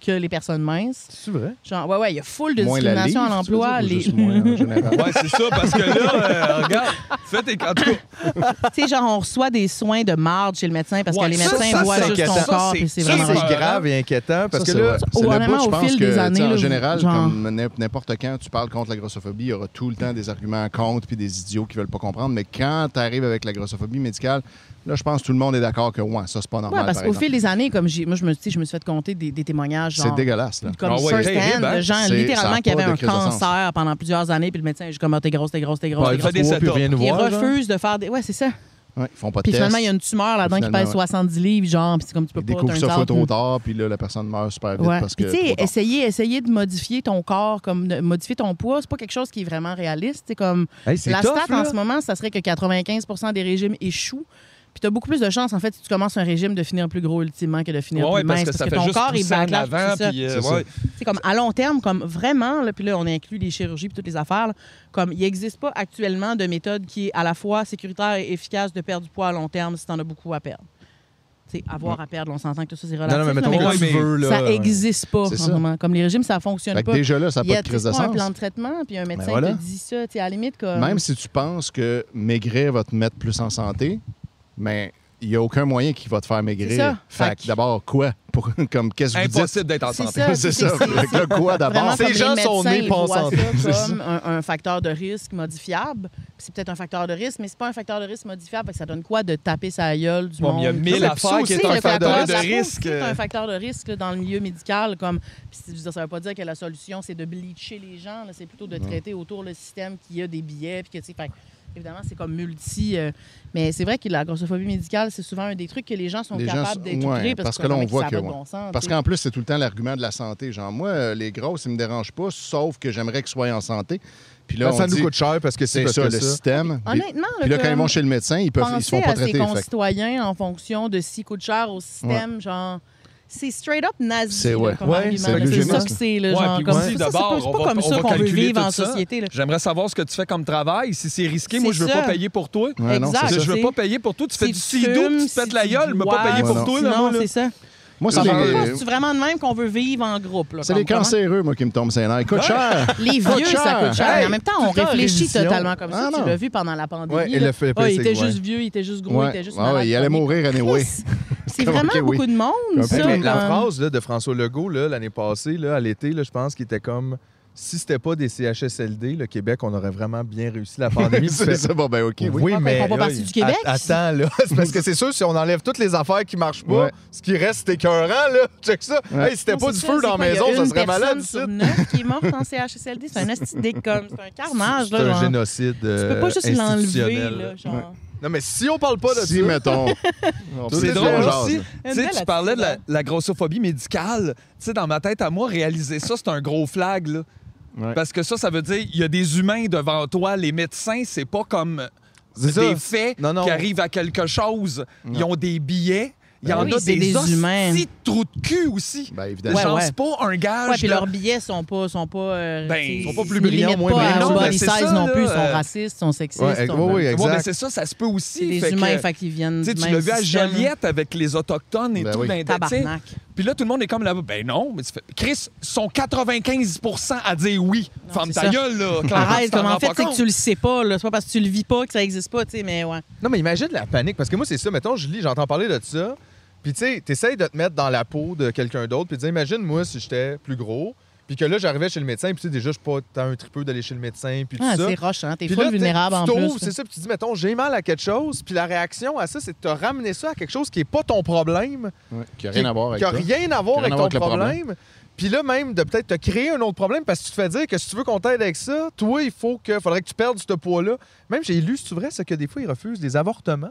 que les personnes minces.
C'est vrai?
Genre, ouais, ouais, il y a full de
Moins la
discrimination à
livre, tu veux
l'emploi.
dire, ou
Les...
juste moins, en général?
Ouais, c'est ça, parce que là, euh, regarde, faites en tout cas,
tu sais, genre, on reçoit des soins de marde chez le médecin parce
Ouais,
que les
ça,
médecins
ça,
voient
c'est
juste ton
inquiétant.
corps,
Ça,
puis c'est
c'est-
Ça,
vraiment
vraiment
c'est
grave.
grave et inquiétant parce
Ça,
que
c'est
là,
vrai. c'est le bout,
vraiment,
je
au
pense
fil
que,
des
tu sais,
années,
en
là,
général,
genre-
comme n'im- n'importe quand tu parles contre la grossophobie, il y aura tout le temps des arguments contre puis des idiots qui veulent pas comprendre. Mais quand tu arrives avec la grossophobie médicale, là, je pense que tout le monde est d'accord que ouais, ça, c'est pas normal.
Ouais, parce
par
qu'au
exemple.
fil des années, comme j'ai, moi, je me, tu sais, je me suis fait compter des, des témoignages.
c'est
genre,
dégueulasse. Là.
Comme
Ah ouais,
first
terrible,
hand,
hein?
de gens
C'est- ça
littéralement
a
qui avaient
pas de
un
crise de sens.
cancer pendant plusieurs années, puis le médecin est juste comme, Ah, t'es grosse, t'es grosse, t'es grosse,
Ouais,
t'es
il
grosse.
fait des
Trois,
setups.
puis rien
nous
Puis il
voir, genre.
refuse de faire des. Ouais, c'est ça.
Ouais, ils font pas de
Puis
test.
finalement, il y a une tumeur là-dedans qui
Finalement,
pèse
ouais.
70 livres, genre, puis c'est comme tu peux
Ils
pas.
découvrent ça
t'as un
faut
tard,
trop tard, puis là, la personne meurt super vite
Ouais.
parce que.
Puis tu sais,
trop tard.
essayer, essayer de modifier ton corps, comme de modifier ton poids, c'est pas quelque chose qui est vraiment réaliste. C'est comme
Hey, c'est
la
tough,
stat
là.
en ce moment, ça serait que 95 des régimes échouent. Puis t'as beaucoup plus de chance en fait si tu commences un régime de finir plus gros ultimement que de finir
Ouais, ouais,
plus mince
parce que ça fait
ton
juste
corps est
pousser en
backlash,
avant,
c'est ça.
puis
C'est
euh,
ça.
ouais.
C'est comme à long terme, comme vraiment, là, puis là, on inclut les chirurgies puis toutes les affaires, là, comme il n'existe pas actuellement de méthode qui est à la fois sécuritaire et efficace de perdre du poids à long terme si t'en as beaucoup à perdre. Tu sais, avoir à perdre, on s'entend que tout ça, c'est relatif.
Non, non, mais
là,
mettons
mais
quand
ouais,
tu
mais
veux, là.
ça n'existe pas en
C'est
ce
ça.
moment. Comme les régimes, ça ne fonctionne
Fait que
pas.
déjà là, ça
Il y
n'a
a
pas de crise de
pas un
sens.
plan de traitement, puis un médecin
voilà.
te dit ça, tu sais, à la limite. Comme...
Même si tu penses que maigrir va te mettre plus en santé, mais il n'y a aucun moyen qui va te faire
C'est
maigrir.
ça.
Fait
Fait
que
que-
d'abord, quoi? Pour, comme, qu'est-ce que vous dites?
Impossible d'être en
C'est
santé.
ça.
C'est
puis
ça.
c'est- c'est-
Fait que là, quoi
Vraiment,
d'abord?
Ces
comme les
gens sont
médecins,
nés
ils
pas en
voient
santé.
ça comme un, un facteur de risque modifiable. Puis C'est peut-être un facteur de risque, mais c'est pas un facteur de risque modifiable. fait que Ça donne quoi de taper sa gueule du
Bon, mais
monde?
il y a mille
mais ça
affaires qui
aussi,
est
le
Ah, un facteur
cocktail,
de
ça
risque. euh,
C'est un facteur de risque là, dans le milieu médical. Comme, puis c'est- je veux dire, ça ne veut pas dire que la solution, c'est de bleacher les gens. là, C'est plutôt de traiter autour le système qui a des billets. Puis que, tu sais, fait que, évidemment, c'est comme multi. euh, mais c'est vrai que la grossophobie médicale, c'est souvent un des trucs que les gens sont
Les gens sont-
capables d'être
ouais,
créés
parce que
comme,
là, on
mais ça
voit que
a pas
ouais.
de bon sens,
Parce
tu sais.
qu'en plus, c'est tout le temps l'argument de la santé. Genre, moi, euh, les grosses, ils me dérangent pas, sauf que j'aimerais qu'ils soient en santé. Puis là,
Ben, Ça, ça
on
nous
dit,
coûte cher parce que c'est
c'est
parce
ça,
que
le
ça.
système. Des-
Honnêtement,
Puis là, quand
comme-
ils vont chez le médecin, ils peuvent, ils se font pas
penser
traiter.
à
Fait
ses
que
concitoyens en fonction de s'ils coûtent cher au système, genre... C'est straight up nazi,
C'est-
là,
ouais.
comme
Ouais,
argument,
c'est
là. c'est
eugénisme.
ça que c'est. là,
Ouais,
genre,
puis
comme
aussi,
ça, ça, c'est
d'abord,
pas- c'est
on
pas
va-
comme
on
ça
va
qu'on veut
calculer
vivre
tout
en
ça.
société. là.
J'aimerais savoir ce que tu fais comme travail. Si c'est risqué, moi,
C'est
je veux pas
ça.
payer pour toi.
Ouais, non,
exact.
c'est ça.
Je veux
tu
pas
sais.
payer pour toi. Tu fais
Si
du
tu
sido,
fumes,
tu te
si
pètes la
tu
gueule, mais
bois,
pas payer
non.
pour toi. là,
Non,
moi, là.
c'est ça.
Moi, c'est
Ça
Je
Euh,
pense
les,
que c'est vraiment de même qu'on veut vivre en groupe. là,
c'est les
comme-
cancéreux, moi, qui me tombent sur les nerfs. Ils coûtent cher.
Les
Coûte
vieux, ça
cher.
coûte cher.
Hey,
mais en même temps, on
tout le temps,
réfléchit
révision.
totalement comme ça.
Ah, non.
tu l'as vu pendant la pandémie.
Ouais, et
là.
le fait
Ah, il était
pacing, ouais.
juste vieux, il était juste gros, il était juste
Ouais, ouais,
malade.
il allait mourir anyway.
Chris, C'est
Comme,
vraiment
ok, oui.
beaucoup de monde,
Comme,
Hey,
ça.
mais la
comme-
phrase là, de François Legault là, l'année passée, là, à l'été, là, je pense qu'il était comme si c'était pas des CHSLD, le Québec, on aurait vraiment bien réussi la pandémie. Tu
C'est
fais,
ça, bon, ben, OK.
Oui,
Oui.
mais.
Ils font pas partie
là,
du Québec.
a- Attends, là. C'est parce que c'est sûr, si on enlève toutes les affaires qui marchent pas,
Ouais.
ce qui reste, c'est écœurant, là. Check ça.
Ouais.
Hey, si c'était
Non,
pas
c'est
du feu
c'est
dans
quoi,
la
il y a
maison, ça
une
serait malade,
personne
ici.
sur neuf qui est morte en CHSLD. C'est un asti décom. C'est un carnage,
C'est
là.
un
genre.
génocide. euh,
Tu peux pas juste l'enlever, là. Genre.
Non, mais si on parle pas de
Si,
ça.
mettons.
C'est drôle
genre.
aussi.
Une
Tu sais,
belle
tu parlais de la,
attitude,
la grossophobie médicale. Tu sais, dans ma tête à moi, réaliser ça, c'est un gros flag. là.
Ouais.
Parce que ça, ça veut dire il y a des humains devant toi. Les médecins, c'est pas comme
C'est ça.
des faits
Non, non.
qui arrivent à quelque chose. Ils ont des billets. Il y en
oui,
a
c'est
des,
des
hosties
humains.
de trous de cul aussi.
Ben,
Des
évidemment.
Ouais,
gens,
ouais.
c'est pas un gage.
Ouais, puis
de-
leurs billets sont pas. Sont pas euh,
Ben,
tu sais,
ils sont pas plus
ils
brillants,
limitent
moins
pas à
brillants,
Body
mais Ben, c'est
size
ça,
non
là,
plus. Ils
euh,
sont racistes, sont sexistes.
Ouais,
sont-
ouais, ouais,
Ouais, mais
exact.
c'est ça, ça se peut
C'est
aussi.
des
Fait que-
humains, fait qu'ils viennent.
Tu sais,
du
tu
même
l'as vu à
système.
Joliette avec les Autochtones et
Ben
tout.
oui.
dans- tu sais,
Tabarnak.
Puis là, tout le monde est comme là Ben non, mais tu fais- Chris, sont 95 à dire oui.
Non,
Ferme
c'est
ta
ça.
gueule, là. Clairement,
Arrête,
tu t'en
comme en
rends
fait,
pas
c'est que
compte.
tu le sais pas, là. C'est pas parce que tu le vis pas que ça existe pas, tu sais, mais ouais.
Non, mais imagine la panique. Parce que moi, c'est ça. Mettons, je lis, j'entends parler de ça. Puis, tu sais, t'essayes de te mettre dans la peau de quelqu'un d'autre. Puis, tu dis, imagine, moi, si j'étais plus gros. Puis que là, j'arrivais chez le médecin. Puis, tu sais, déjà, je suis pas tant un tripeux d'aller chez le médecin. Puis, tout
Ah,
ça.
c'est roche, hein. T'es
Puis là,
full vulnérable
tu
en
t'ouvres,
plus.
C'est ça, puis tu dis, mettons, j'ai mal à quelque chose, puis la réaction à ça, c'est de te ramener ça à quelque chose qui n'est pas ton problème,
Ouais, Qui n'a rien à voir avec
qui n'a
toi.
rien à voir
Qui
avec
a rien à
ton
voir avec le
problème. Puis là, même, de peut-être te créer un autre problème parce que tu te fais dire que si tu veux qu'on t'aide avec ça, toi, il faut que, faudrait que tu perdes ce poids-là. Même, j'ai lu, c'est vrai, c'est que des fois, ils refusent des avortements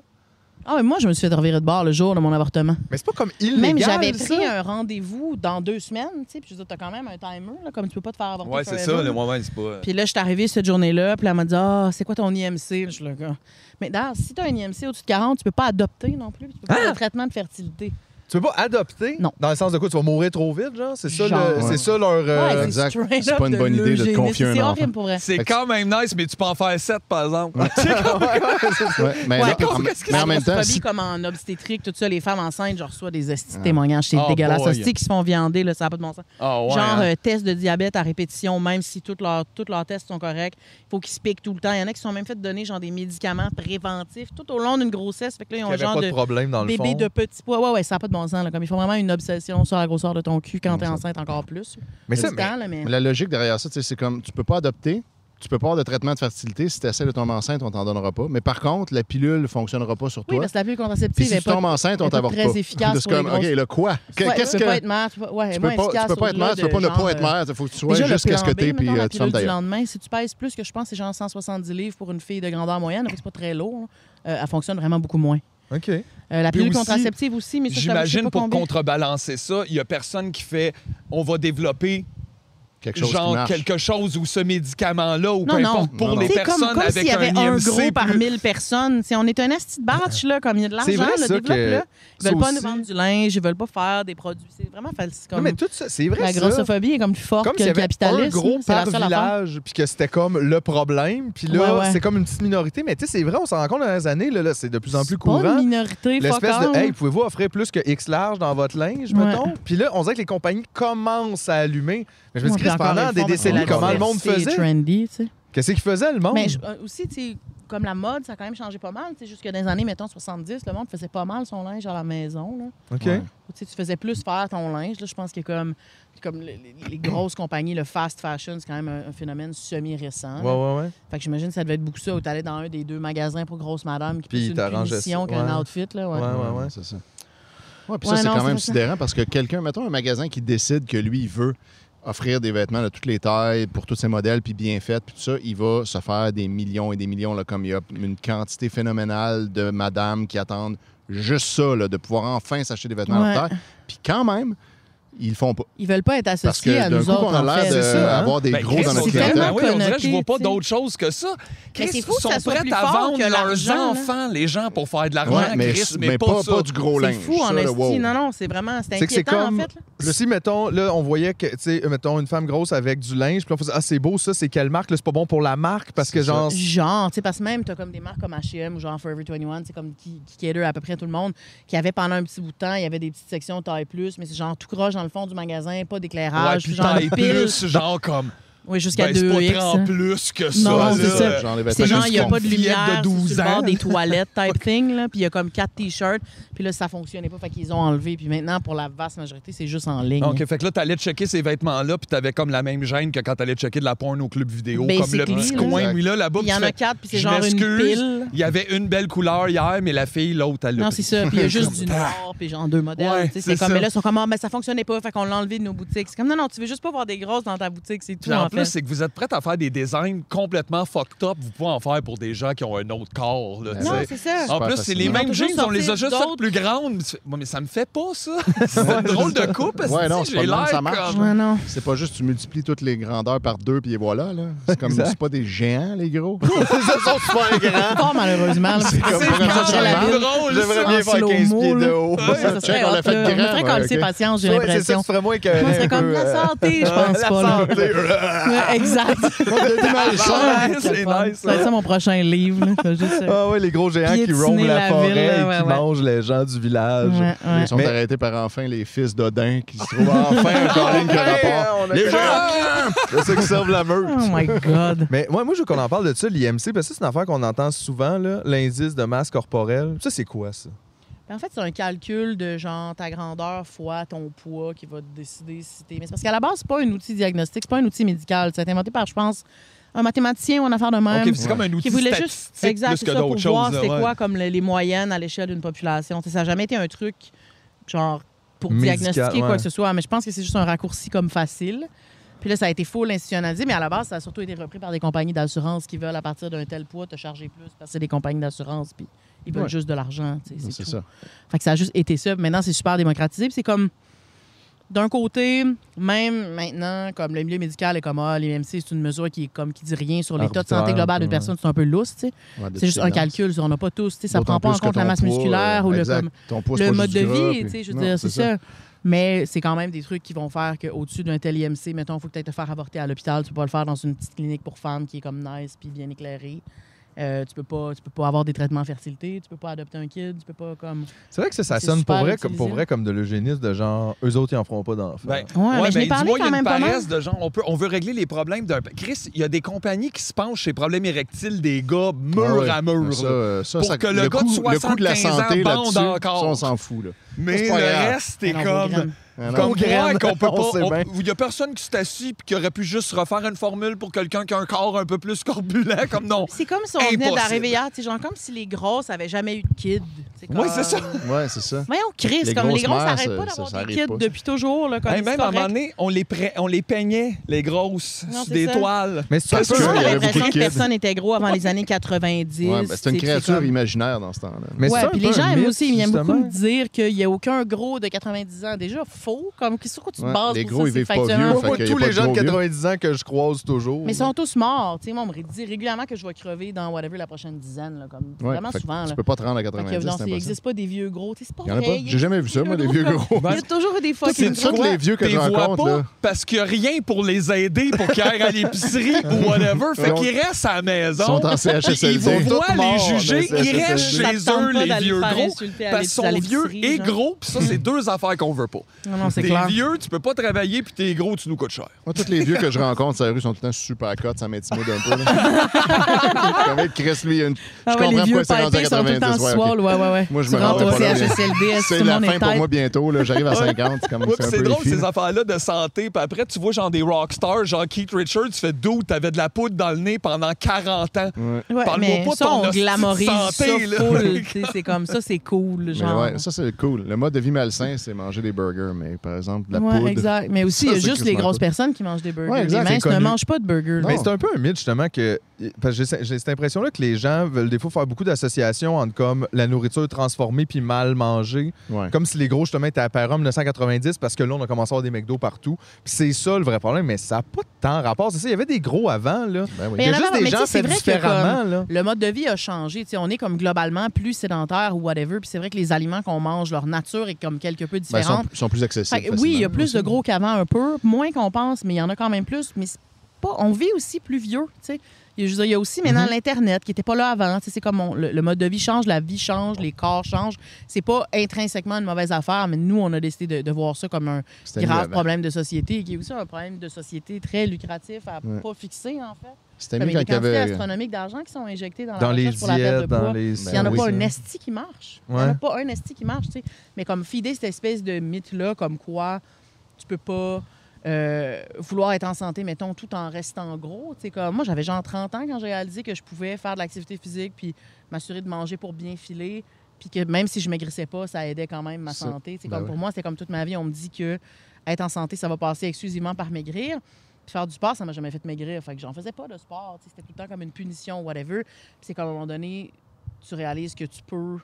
Ah, mais moi, je me suis fait revirer de bord le jour de mon avortement.
Mais c'est pas comme illégal,
Même j'avais pris
ça?
un rendez-vous dans deux semaines, tu sais, puis je veux dire, t'as quand même un timer, là, comme tu peux pas te faire avorter.
Ouais, c'est
forever,
ça, le
là.
moment, c'est pas.
Puis là, je suis arrivée cette journée-là, puis elle m'a dit Ah, c'est quoi ton IMC Je suis là, Gars, Mais d'ailleurs, si t'as un IMC au-dessus de 40, tu peux pas adopter non plus, puis tu peux
Ah!
pas faire de traitement de fertilité.
Tu peux pas adopter?
Non.
Dans le sens de quoi? Tu vas mourir trop vite, genre? C'est ça,
Genre.
le-
Ouais.
c'est ça leur... euh,
Ouais,
exact.
straight
C'est
up
pas une bonne idée de te
l'eugénisme.
confier un
C'est
enfant.
horrible pour vrai.
C'est quand même nice, mais tu peux en faire 7, par exemple.
Ouais, mais,
Ouais,
là,
parce
en-
que c'est
mais en même temps,
Phobie
si- Ah.
comme en obstétrique, tout ça, les femmes enceintes, je reçois des estis de témoignages, c'est
Oh
dégueulasse.
boy.
Hosties qui se font viander, là, ça n'a pas de bon sens.
Ah ouais,
Genre,
hein?
euh, test de diabète à répétition, même si toutes leurs toutes leurs tests sont corrects. Il faut qu'ils se piquent tout le temps. Il y en a qui se sont même fait donner genre des médicaments préventifs tout au long d'une grossesse. Fait que là, ils
qu'il
ont
y avait
genre
pas de,
de
problème dans le
bébé
fond.
de petit poids. Ouais, ouais, ça n'a pas de bon sens. Là. Comme ils font vraiment une obsession sur la grosseur de ton cul quand t'es enceinte encore plus.
Mais ça,
Du temps, là, mais-
la logique derrière ça, tu sais, c'est comme tu peux pas adopter, tu peux pas avoir de traitement de fertilité. Si tu essaies de tomber enceinte, on t'en donnera pas. Mais par contre, la pilule fonctionnera pas sur
Oui,
toi.
parce que la pilule
Puis
contraceptive
si
est
tu
pas.
tombes enceinte, on
est pas
t'avorte pas.
très efficace
C'est
pour les
comme, OK,
grosses-
là, quoi? Que-
Ouais,
Qu'est-ce
tu peux
que.
pas être mère, tu peux, ouais,
tu peux pas,
moins
tu
efficace
peux pas être
au-delà
mère, tu peux
de
pas ne
genre, euh,
pas être mère. Il faut que tu sois
Déjà,
jusqu'à ce que
plan
t'es,
B,
puis
mettons,
euh,
la
tu fermes
pilule du
d'ailleurs.
lendemain, si tu pèses plus que je pense, c'est genre 170 livres pour une fille de grandeur moyenne, c'est pas très lourd. là. Euh, elle fonctionne vraiment beaucoup moins.
OK.
Euh, la
Puis
pilule
aussi,
contraceptive aussi, mais ça, je t'avoue, je sais
J'imagine
pas
pour
combien.
contrebalancer ça, il y a personne qui fait on va développer
Quelque chose qui
genre
marche.
quelque chose ou ce médicament-là ou
Non,
peu
non.
importe pour
Non,
les
Tu sais,
personnes
comme, comme
avec
s'il y avait un
IMC
gros par
plus-
mille personnes. Tu sais, on est un asti de batch, là, comme il y a de l'argent,
C'est vrai,
là,
ça,
développe,
que-
là. Ils veulent
ça
pas nous
aussi.
vendre du linge, ils veulent pas faire des produits. C'est vraiment false.
Non,
Comme
mais tout ça, c'est vrai,
la
ça.
grossophobie est comme plus forte
Comme
que
s'il y
le
avait un
capitalisme.
gros
c'est la
par
seule affaire.
village, puis que c'était comme le problème. Puis là,
Ouais, ouais.
c'est comme une petite minorité. Mais tu sais, c'est vrai, on s'en rend compte dans les années, là, là, c'est de plus en plus
Pas une
courant.
minorité, fuck
L'espèce de
off.
Hey, pouvez-vous offrir plus que X large dans votre linge,
Ouais.
mettons? Puis là, on dirait que les compagnies commencent à allumer. Mais je me
Ouais,
dis,
puis
Chris,
encore
pendant
une
des
fois,
décennies,
la
comment le monde
diversité est
faisait? Oh.
trendy, tu sais.
Qu'est-ce qu'ils faisait, le monde?
Mais je- euh, aussi, tu sais, comme la mode, ça a quand même changé pas mal. Tu sais, jusque dans les années, mettons, 70, le monde faisait pas mal son linge à la maison. Là.
OK.
Ouais.
Ou, Tu sais, tu faisais plus faire ton linge. Là, je pense que comme, comme le- les, les grosses compagnies, le fast fashion, c'est quand même un, un phénomène semi-récent. là.
Ouais, ouais, ouais.
Fait que j'imagine que ça devait être beaucoup ça, où t'allais dans un des deux magasins pour grosses madames qui
Puis
plus une
t'arrangeais ça.
punition qu'un
Ouais.
outfit. Là, ouais.
Ouais, ouais, ouais.
C'est ça. Ouais, puis
Ouais,
ça, c'est
non,
quand
c'est
même
pas ça.
sidérant parce que quelqu'un, mettons un magasin qui décide que lui, il veut offrir des vêtements de toutes les tailles, pour tous ses modèles, puis bien faits, puis tout ça, il va se faire des millions et des millions, là, comme il y a une quantité phénoménale de madame qui attendent juste ça, là, de pouvoir enfin s'acheter des vêtements à leur
Ouais.
taille. Puis quand même, ils le font pas.
Ils veulent pas être
Parce
associés
que
à
d'un
nous
coup,
autres.
on a
en
l'air
fait.
c'est ça, hein?
d'avoir des
Ben,
gros dans
Chris,
notre
c'est
tellement
clientèle.
tellement
Ben oui, on dirait que je vois
connoté,
pas
tu sais.
d'autre chose que ça. Chris,
c'est fou
ils
que
sont
ça soit
prêts
plus
à
fort
vendre
que l'argent,
leurs
là.
enfants, les gens, pour faire de l'argent.
Ouais, mais,
Chris, mais,
mais pas,
ça.
pas du gros
C'est
linge.
fou,
ça,
en
là,
esti.
wow.
Non, non, c'est vraiment... C'est
C'est que c'est
inquiétant,
comme.
en fait. là.
Si, mettons, là, on voyait que, tu sais, mettons, une femme grosse avec du linge, puis on faisait, ah, c'est beau, ça, c'est quelle marque? Là, c'est pas bon pour la marque, parce que,
C'est ça.
genre.
Genre, tu sais, parce que même, t'as comme des marques comme H&M ou genre Forever 21, c'est comme qui, qui cater à peu près à tout le monde, qui avait pendant un petit bout de temps, il y avait des petites sections taille plus, mais c'est genre tout croche dans le fond du magasin, pas
Ouais,
d'éclairage,
puis
puis genre
taille
le pile.
plus, genre comme.
Oui, jusqu'à
Ben, c'est pas Ben,
2X.
tant
hein.
plus que ça.
Non,
là.
c'est ça.
Genre les
Puis
vêtements
C'est genre, il n'y a
qui
pas de
font fillette
lumière
de
sur
12
sur le bord
ans.
des toilettes type thing, là, puis il y a comme quatre T-shirts, puis là, ça fonctionnait pas, fait qu'ils ont enlevé, puis maintenant, pour la vaste majorité, c'est juste en ligne.
OK, fait que là, t'allais checker ces vêtements-là, puis t'avais comme la même gêne que quand t'allais checker de la porn au club vidéo. Comme le
Basically,
petit
là.
coin,
Exact.
oui, là, là-bas.
Puis il
puis
y en
tu
a
fais,
quatre, puis c'est
Je
genre une
m'excuse,
pile.
Il y avait une belle couleur hier, mais la fille, l'autre, elle l'a
Non,
pris.
c'est ça. Puis il y a juste
Comme,
du
bah.
noir, puis genre deux modèles.
Ouais,
tu sais,
c'est
c'est comme,
ça.
mais là, ils sont comme, ah, ben, ça fonctionnait pas, fait qu'on l'a enlevé de nos boutiques. C'est comme, non, non, tu veux juste pas voir des grosses dans ta boutique, c'est tout.
Puis en
en
plus,
fait.
c'est que vous êtes prête à faire des designs complètement fucked up. Vous pouvez en faire pour des gens qui ont un autre corps. Là, tu
Ben Non,
sais.
c'est ça.
En
Super
plus, c'est
facilement.
les
Ils
mêmes
vont
jeans,
toujours
on les a
sortir
juste faites
d'autres.
plus grandes. Tu fais, Ouais, mais ça me fait pas, ça. C'est un drôle de coupe. parce que,
Ouais, non,
tu sais,
c'est pas
j'ai
de même,
l'air
ça marche,
comme-
Ouais, non.
C'est pas juste tu multiplies toutes les grandeurs par deux puis et voilà là. C'est comme
Exact.
c'est pas des géants les gros.
Fort, malheureusement. là, parce que
comme
c'est
quand
comme
ça
ça la
marche.
ville.
drôle,
J'aimerais
ça.
bien
en
faire 15
slow-mo,
pieds de
là.
haut.
Ouais, ça serait
Check, on
hot,
l'a fait
là. On
grand,
devrait qu'on le
ouais,
sait,
ok.
patience, j'ai
Ouais, c'est ça,
l'impression.
tu ferais moins que. euh,
Moi, c'est comme la santé, je pense
la
pas. là.
santé.
Ouais, exact.
Ah, ouais,
Quel
c'est
fun.
nice,
Ça va
ça.
être ça mon prochain livre. là. Ça va juste, euh,
Ah ouais, les gros géants qui
Piétiner
roament la,
la
forêt
ville,
et qui
ouais, ouais.
mangent les gens du village.
ouais, ouais.
Ils sont
Mais-
arrêtés par enfin les fils d'Odin qui se trouvent enfin un calling qui a
Hey, hein,
rapport.
on a-
Les géants!
C'est ça qui servent la meute.
Oh my God.
Mais moi, moi, je veux qu'on en parle de ça, l'IMC, parce que ça, c'est une affaire qu'on entend souvent, là, l'indice de masse corporelle. Ça, c'est quoi, ça?
En fait, c'est un calcul de genre ta grandeur fois ton poids qui va te décider si t'es. Mais c'est parce qu'à la base, c'est pas un outil diagnostique, c'est pas un outil médical. Ça a été inventé par, je pense, un mathématicien ou un affaire de même.
OK, c'est comme un outil
qui voulait
statistique
juste exact,
plus
c'est
que
ça, pour
d'autres choses.
voir c'est
ouais.
quoi comme le- les moyennes à l'échelle d'une population. T'sais, ça n'a jamais été un truc genre pour
Médical,
diagnostiquer
ouais.
quoi que ce soit, mais je pense que c'est juste un raccourci comme facile. Puis Puis là, ça a été full institutionnalisé, mais à la base, ça a surtout été repris par des compagnies d'assurance qui veulent, à partir d'un tel poids, te charger plus parce que c'est des compagnies d'assurance, puis ils veulent
Ouais.
juste de l'argent. tu sais,
Non,
C'est
C'est
tout.
ça.
Fait que ça a juste été ça. Maintenant, c'est super démocratisé. Puis c'est comme, d'un côté, même maintenant, comme le milieu médical est comme, ah, l'IMC, c'est une mesure qui est comme qui dit rien sur l'état de
Arbitraire,
santé global d'une
ouais.
personne, c'est un peu lousse, tu sais.
Ouais, de
C'est juste un
silence.
calcul, ça, on n'a pas tous, tu sais, ça
D'autant
prend pas en
plus que
compte la
ton
masse
poids,
musculaire ou le,
exact.
comme,
Ton poids, c'est
le
pas
mode
juste
de
du gras,
vie,
puis-
tu sais, je veux
Non,
dire, c'est ça. Mais c'est quand même des trucs qui vont faire qu'au-dessus d'un tel IMC, mettons, il faut peut-être te faire avorter à l'hôpital, tu peux pas le faire dans une petite clinique pour femmes qui est comme nice puis bien éclairée. Euh, tu peux pas tu peux pas avoir des traitements fertilité, tu peux pas adopter un kid, tu peux pas comme
C'est vrai que ça, ça
C'est
sonne pour
super
vrai, comme, pour
utilisé.
vrai comme de l'eugénisme, de genre, eux autres, ils en feront pas d'enfants.
Ben,
Ouais, mais je l'ai
ben,
parlé
dis-moi, il y a
quand
une
même pas mal.
paresse de genre, on, peut, on veut régler les problèmes d'un... Chris, il y a des compagnies qui se penchent sur les problèmes érectiles des gars mur
Ah ouais.
à mur.
Ça,
là.
euh, ça,
Pour
ça-
que le gars de
coût- le coût de la
75 ans
santé
bande
là-dessus,
encore.
ça, on s'en fout. Là.
Mais
c'est pas
le
grave.
reste, est
Non, vos
comme...
graines.
Ah, non.
Comme
Nos graines.
qu'on peut
On
pas.
sait
on-
bien.
Il y a personne qui s'est assis et qui aurait pu juste refaire une formule pour quelqu'un qui a un corps un peu plus corpulent, comme non.
C'est comme si on venait
Impossible.
d'arriver hier, tu sais, genre comme si les grosses avaient jamais eu de kid.
Ouais,
comme-
c'est ça.
Ouais, c'est ça.
Voyons, Chris,
Les
comme les
grosses
grosses
mères,
n'arrêtent
ça-
pas
ça-
d'avoir
ça
des
arrive
kids
pas, ça.
depuis toujours. Là, comme
Hey,
c'est
même à un
correct.
moment donné, on les, pre- on les peignait, les grosses,
Non,
sur
c'est
des
ça.
toiles.
Mais c'est
Parce
un peu-
Toujours
Il y avait
l'impression
beaucoup de
que
kids.
personne n'était gros avant les années 90.
Ouais, ben, c'est une
tu sais,
créature
comme-
imaginaire dans ce temps-là.
Mais c'est
ouais,
un
puis
peu
les gens
un
aiment
mythe,
aussi, ils aiment beaucoup
justement.
me dire qu'il n'y a aucun gros de 90 ans. Déjà, faux. Comme, sur quoi tu te
Ouais,
bases
les
pour
gros,
ça,
ils
c'est
vivent pas
factuellement
vieux,
faux.
fait
Moi,
qu'il y a
tous
pas
les
de
gens de
gros vieux.
90 ans que je croise toujours.
Ah, Mais ils sont tous morts. Tu sais, moi, on me dit régulièrement que je vais crever dans whatever la prochaine dizaine. là, comme,
Ouais,
vraiment
fait que
souvent.
Tu
là.
peux pas te rendre à
Fait que,
90,
non,
c'est
il
impossible.
n'existe pas des vieux gros. Tu sais, C'est pas
Il y en a
vrai,
pas.
il
J'ai jamais vu ça, moi, des vieux gros.
Il y a toujours des fois
Toi,
qui
c'est
me
ça que les vieux que
T'es
je
vois
rencontre,
pas
là.
parce qu'il n'y a rien pour les aider pour qu'ils aillent à l'épicerie ou whatever. Fait
Donc,
qu'ils restent à la maison.
Ils sont en
Ils vont
CHSLD.
voir
Tous morts,
les juger.
mais
Ils restent
CHSLD.
chez eux, les vieux gros. Parce qu'ils sont vieux et gros, puis ça, c'est deux affaires qu'on veut pas.
Non, non, c'est
T'es
clair.
vieux, tu peux pas travailler, puis t'es gros, tu nous coûtes cher.
Moi, tous les vieux que je rencontre sur la rue sont tout le temps super cotes, ça m'intimide un peu. là. Comme hey, Chris, lui, il a une...
Ah
je
ouais,
comprends
les vieux
pourquoi c'est rendu à
pipés sont tout le temps
90. ouais, ok.
swole. Ouais, ouais, ouais.
Moi, je
Tu
me
rentres
rendais pas
au
là, mais-
CHSLD,
C'est
tout le
la
monde est
fin pour
tête.
moi bientôt. là. J'arrive à 50. C'est comme
Ouais,
c'est
puis
un
c'est
peu
drôle,
iffy,
ces
là.
affaires-là de santé. Puis après, tu vois, genre des rockstars, genre Keith Richards, tu fais d'où t'avais de la poudre dans le nez pendant 40 ans.
Ouais,
Parle-moi
mais
pas
ça,
ton
on
hostie de
glamorise
santé,
ça
là.
full. tu sais, c'est comme ça, c'est cool,
Mais
genre.
ouais, ça, c'est cool. Le mode de vie malsain, c'est manger des burgers, mais par exemple, de la
Ouais,
poudre.
exact. Mais aussi, il y a
Ça, c'est
juste les
crissement
grosses
cool.
personnes qui mangent des burgers.
Ouais, exact,
les minces
c'est
ne
connu.
mangent pas de burgers.
Non.
Mais c'est un peu un mythe, justement, que. Parce que j'ai- j'ai cette impression-là que les gens veulent des fois faire beaucoup d'associations entre comme la nourriture transformée puis mal mangée.
Ouais. Ben,
Comme si les gros, justement, étaient apparus en 1990 parce que là, on a commencé à avoir des McDo partout. Puis c'est ça le vrai problème, mais ça n'a pas tant rapport. C'est ça, il y avait des gros avant, là.
Ben oui.
Mais
il y
en
a juste
avant, mais
des
tu sais,
gens
c'est
faits
vrai qu'il y a
différemment, là.
Le mode de vie a changé. Tu sais, on est comme globalement plus sédentaire ou whatever. Puis c'est vrai que les aliments qu'on mange, leur nature est comme quelque peu
Ben, ils sont,
différente.
ils sont plus accessibles.
Fait que oui, il y a
facilement.
plus de gros qu'avant un peu, moins qu'on pense, mais il y en a quand même plus. Mais c'est pas, on vit aussi plus vieux, tu sais. Il y a- je veux dire, il y a aussi maintenant
Mm-hmm.
l'Internet qui n'était pas là avant. Tu sais, C'est comme on- le, le mode de vie change, la vie change, les corps changent. C'est pas intrinsèquement une mauvaise affaire, mais nous, on a décidé de, de voir ça comme un
C'était mieux
grave
avant.
problème de société, qui est aussi un problème de société très lucratif à
Ouais.
pas fixer, en fait.
C'était
Comme
mieux
il y a
quand
des
il y
quantités
avait. euh,
astronomiques d'argent qui sont injectées dans,
Dans
la
les
recherche pour Ah, la perte de
diètes,
poids.
dans les.
Il n'y en a
Ben oui,
pas
ça.
un esti qui marche. Il n'y en a
Ouais.
pas un esti qui marche, tu sais. Mais comme fider cette espèce de mythe-là, comme quoi tu peux pas euh, vouloir être en santé, mettons, tout en restant gros. Tu sais, comme moi, j'avais genre 30 ans quand j'ai réalisé que je pouvais faire de l'activité physique puis m'assurer de manger pour bien filer. Puis que même si je maigrissais pas, ça aidait quand même ma
Ça-
santé. Tu sais,
ben
comme
oui.
Pour moi, c'était comme toute ma vie, on me dit que être en santé, ça va passer exclusivement par maigrir. Puis faire du sport, ça m'a jamais fait maigrir. Fait que j'en faisais pas de sport. tu sais, C'était tout le temps comme une punition, whatever. Puis c'est comme à un moment donné, tu réalises que tu peux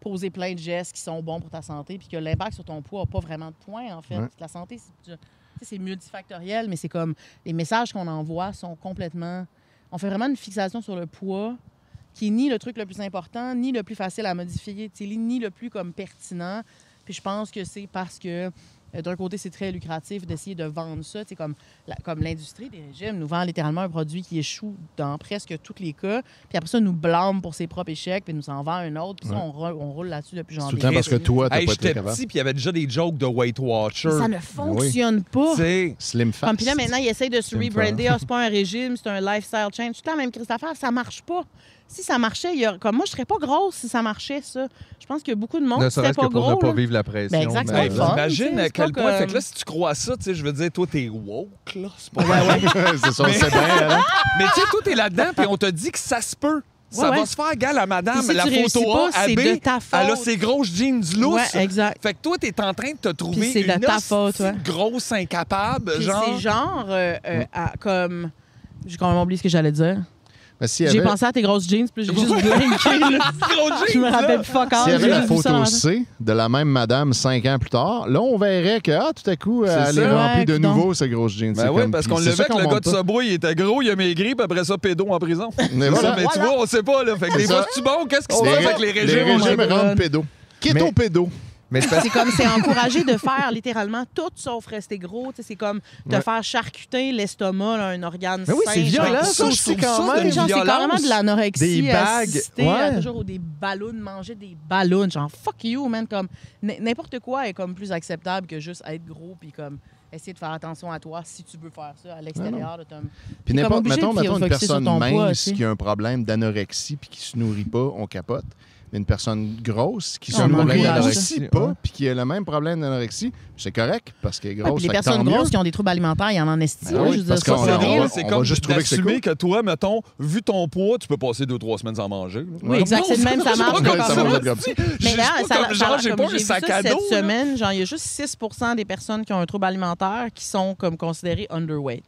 poser plein de gestes qui sont bons pour ta santé, puis que l'impact sur ton poids n'a pas vraiment de point, en fait.
Ouais.
La santé, c'est tu sais, c'est multifactoriel, mais c'est comme les messages qu'on envoie sont complètement. On fait vraiment une fixation sur le poids qui est ni le truc le plus important, ni le plus facile à modifier, tu sais, ni le plus comme pertinent. Puis je pense que c'est parce que euh, d'un côté, c'est très lucratif d'essayer de vendre ça. C'est comme la- comme l'industrie des régimes nous vend littéralement un produit qui échoue dans presque tous les cas. Puis après ça, nous blâme pour ses propres échecs, puis nous en vend un autre. Puis ça,
Ouais.
on, roule- on roule là-dessus depuis
C'est
janvier.
tout le temps parce que toi, Ah, t'as
Hey,
pas été
j'étais
capable.
petit, puis il y avait déjà des jokes de Weight Watcher.
Ça ne fonctionne pas.
Tu sais,
Slim fast.
Comme puis là, maintenant, ils essayent de se
me
rebrander. Ah, c'est pas un régime, c'est un lifestyle change. Tout le temps, même Christophe, ça marche pas. Si ça marchait, il y a- comme moi, je serais pas grosse si ça marchait, ça. Je pense que beaucoup de monde
Ne
serait
serait-ce
pas
que pour
gros.
ne pas
là.
vivre la pression.
Ben, exact,
mais-
c'est
Hey,
le
puis
fun, tu
imagine
sais,
à
c'est
quel
pas
point.
comme-
Fait que là, si tu crois ça, tu sais, je veux dire, toi, t'es woke, là. C'est pas
c'est ça, on sait bien. là.
Mais tu sais, toi, t'es là-dedans, puis on te dit que ça se peut. ça
ouais.
va se faire, gars, la madame,
Puis si
la
tu réussis
photo
pas,
A,
c'est
AB,
de ta
elle a
faute.
ses grosses jeans lousses.
Ouais, exact.
Fait que toi, t'es en train de te trouver
Puis c'est de
une
ta
hostie
faute, ouais.
grosse incapable,
Puis
genre...
c'est genre, euh, euh,
Mm.
à- comme. J'ai quand même oublié ce que j'allais dire.
Ben, s'il y
J'ai
avait-
pensé à tes grosses jeans, puis j'ai juste blinké. là. Je me rappelle plus fuck all.
S'il y avait
Ah, J'ai
la
juste vu ça dans
photo
ma-
C de la même madame cinq ans plus tard, là, on verrait que, ah, tout à coup, elle est
ça.
remplie
Ouais,
de
coudonc.
nouveau, ces grosses jeans. C'est
Ben oui,
comme-
parce
puis
qu'on
c'est
le
ça
fait que le
montre
gars de
pas.
Subway, il était gros, il a maigri, puis après ça, pédo en prison.
Mais
C'est ça,
voilà.
mais tu vois, on sait pas, là. Fait que
C'est
des
ça.
fois, c'est-tu bon? Qu'est-ce qui se
Les
passe
ré-
avec les
les
régimes? on
régimes
sait pas.
rendent pédo. Keto
Mais-
pédo.
Mais c'est parce
C'est comme c'est encouragé de faire littéralement tout sauf rester gros. Tu sais, C'est comme te faire charcuter l'estomac, là, un organe
Mais oui,
sain,
c'est
genre.
violent,
ça,
ça,
je
aussi,
trouve ça
quand
de
même.
Oui, genre, c'est carrément de l'anorexie.
Des bagues,
assister à
ouais.
toujours des ballons, manger des ballons. Genre, fuck you, man. Comme, n- n'importe quoi est comme plus acceptable que juste être gros puis comme essayer de faire attention à toi si tu veux faire
Ah
ça à l'extérieur de ton.
Puis
T'es comme
n'importe,
obligé
mettons,
de
mettons une
focusser sur
personne
ton
mince
poids, tu sais.
qui a un problème d'anorexie puis qui se nourrit pas, on capote. Mais une personne grosse qui se
On
nourrit
l'encourage.
aussi
Ouais.
pas puis qui a le même problème d'anorexie, c'est correct parce qu'elle est
Ouais,
grosse.
Ah, puis les
fait que tant
personnes
mieux.
grosses qui ont des troubles alimentaires, il y en en estime.
Ben oui,
je veux dire,
parce
ça,
qu'on-
c'est
on-
vrai.
on-
là.
C'est
va
comme
juste trouver que c'est
d'assumer que toi, mettons, vu ton poids, tu peux passer deux, trois semaines sans manger. là.
Oui, exact, c'est de même, ça
Je sais pas
marche,
comment
ça
ça
marche.
marche. Je
Mais
sais
là,
pas
ça,
comme-
ça-
genre, j'ai
comme
pas
j'ai
un
vu ça
sac à dos.
Cette
là.
semaine, genre, il y a juste 6 des personnes qui ont un trouble alimentaire qui sont comme considérées underweight.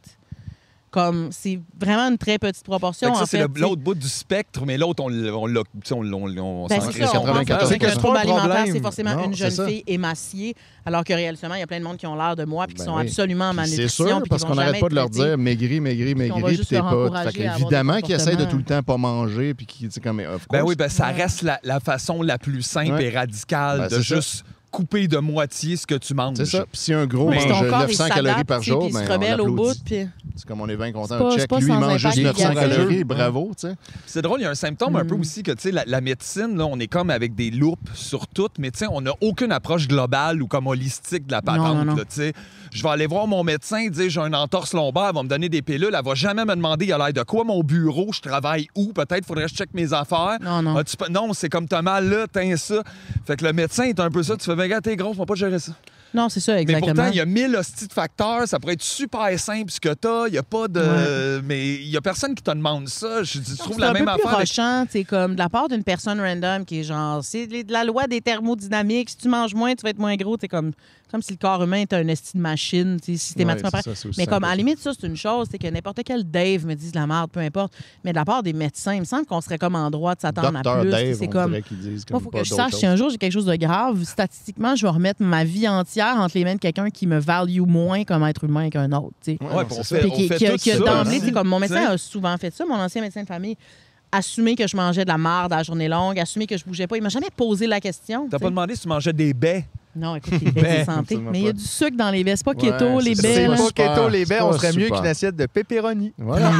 Comme, c'est vraiment une très petite
Fait
proportion.
que
en
ça, c'est
fait,
le-
tu sais.
l'autre bout du spectre, mais l'autre, on l'a- on l'a. tu sais, On, l'a- on, l'a- on
Ben,
s'en
c'est
crée.
ça, on pense
94.
que
C'est
un
pas
trouble
le problème.
alimentaire, c'est forcément
Non,
une
c'est
jeune
ça.
fille émaciée, alors que réellement, il y a plein de monde qui ont l'air de moi puis qui
Ben
sont
oui.
absolument en
Puis
malnutrition.
C'est sûr,
puis qui
parce
vont
qu'on n'arrête
jamais
pas de leur
être traités.
dire maigri, maigri,
Puis qu'on va
maigri, puis
juste
t'es
leur
pas.
encourager
Fait
à avoir
évidemment
des
qu'ils essayent de
comportements.
tout le temps pas manger, puis qu'ils disent comme. of
Ben
course.
oui, ben ça reste la, la façon la plus simple
Ouais.
et radicale
Ben,
de
c'est ça.
juste couper de moitié ce que tu manges.
C'est ça. Puis si un gros
Puis
mange
ton corps, il
900 calories
s'adapte,
par
tu sais,
jour,
puis il
ben
se
on
rebelle au bout,
applaudit.
puis
C'est comme on est bien
C'est
content.
pas-
Check,
c'est pas
lui, il
sans
mange juste
impact
900
négatif.
calories, bravo, tu sais.
C'est drôle, il y a un symptôme un peu
Hmm.
aussi que, tu sais, la, la médecine, là, on est comme avec des loupes sur tout, mais tu sais, on n'a aucune approche globale ou comme holistique de la patente,
non, non.
là, tu sais. Je vais aller voir mon médecin, il dit j'ai un entorse lombaire, elle va me donner des pilules, elle va jamais me demander il a l'air de quoi mon bureau, je travaille où, peut-être faudrait que je check mes affaires.
Non, non.
As-tu pas- non, c'est comme t'as mal là, t'as ça. Fait que le médecin est un peu ça, tu fais ben gars, t'es grosse, on va pas gérer ça.
Non, c'est ça,
Mais
exactement.
pourtant, il y a mille hosties de facteurs, ça pourrait être super simple ce que t'as, il y a pas de mais il y a personne qui te demande ça, je tu trouves
C'est
la
un
même
peu plus
affaire avec-
rochant, tu sais, comme de la part d'une personne random qui est genre, c'est de la loi des thermodynamiques, si tu manges moins, tu vas être moins gros, c'est comme, comme si le corps humain était un esti de machine, tu sais, systématiquement.
Ouais, c'est ça, c'est aussi
mais comme, à
simple.
la limite, ça, c'est une chose, c'est que n'importe quel Dave me dise de la merde, peu importe, mais de la part des médecins, il me semble qu'on serait comme en droit de s'attendre à
Docteur
plus. tu sais,
Dave,
c'est
on
comme,
dirait qu'ils disent
moi,
comme
faut
pas
que je
d'autres
sache si
choses.
un jour j'ai quelque chose de grave, statistiquement, je vais remettre ma vie entière entre les mains de quelqu'un qui me value moins comme être humain qu'un autre, tu sais.
Ouais,
Ouais,
non,
puis
c'est
on
ça.
fait,
Puis
on
qui,
fait
qui a-
tout
qui a
ça,
d'emblée,
hein.
c'est comme mon
Tu
médecin
sais?
a souvent fait ça, mon ancien médecin de famille. Assumer que je mangeais de la marde à la journée longue, assumer que je bougeais pas. Il m'a jamais posé la question.
T'as
tu
pas
sais.
demandé si tu mangeais des baies.
Non, écoute, les baies, c'est santé.
absolument
Mais il y a
pas.
du sucre dans les baies. C'est pas keto,
Ouais,
les
c'est
baies.
C'est
Ben,
pas
là.
super.
keto, les baies, on
C'est
serait mieux
super.
qu'une assiette de pepperoni.
Voilà.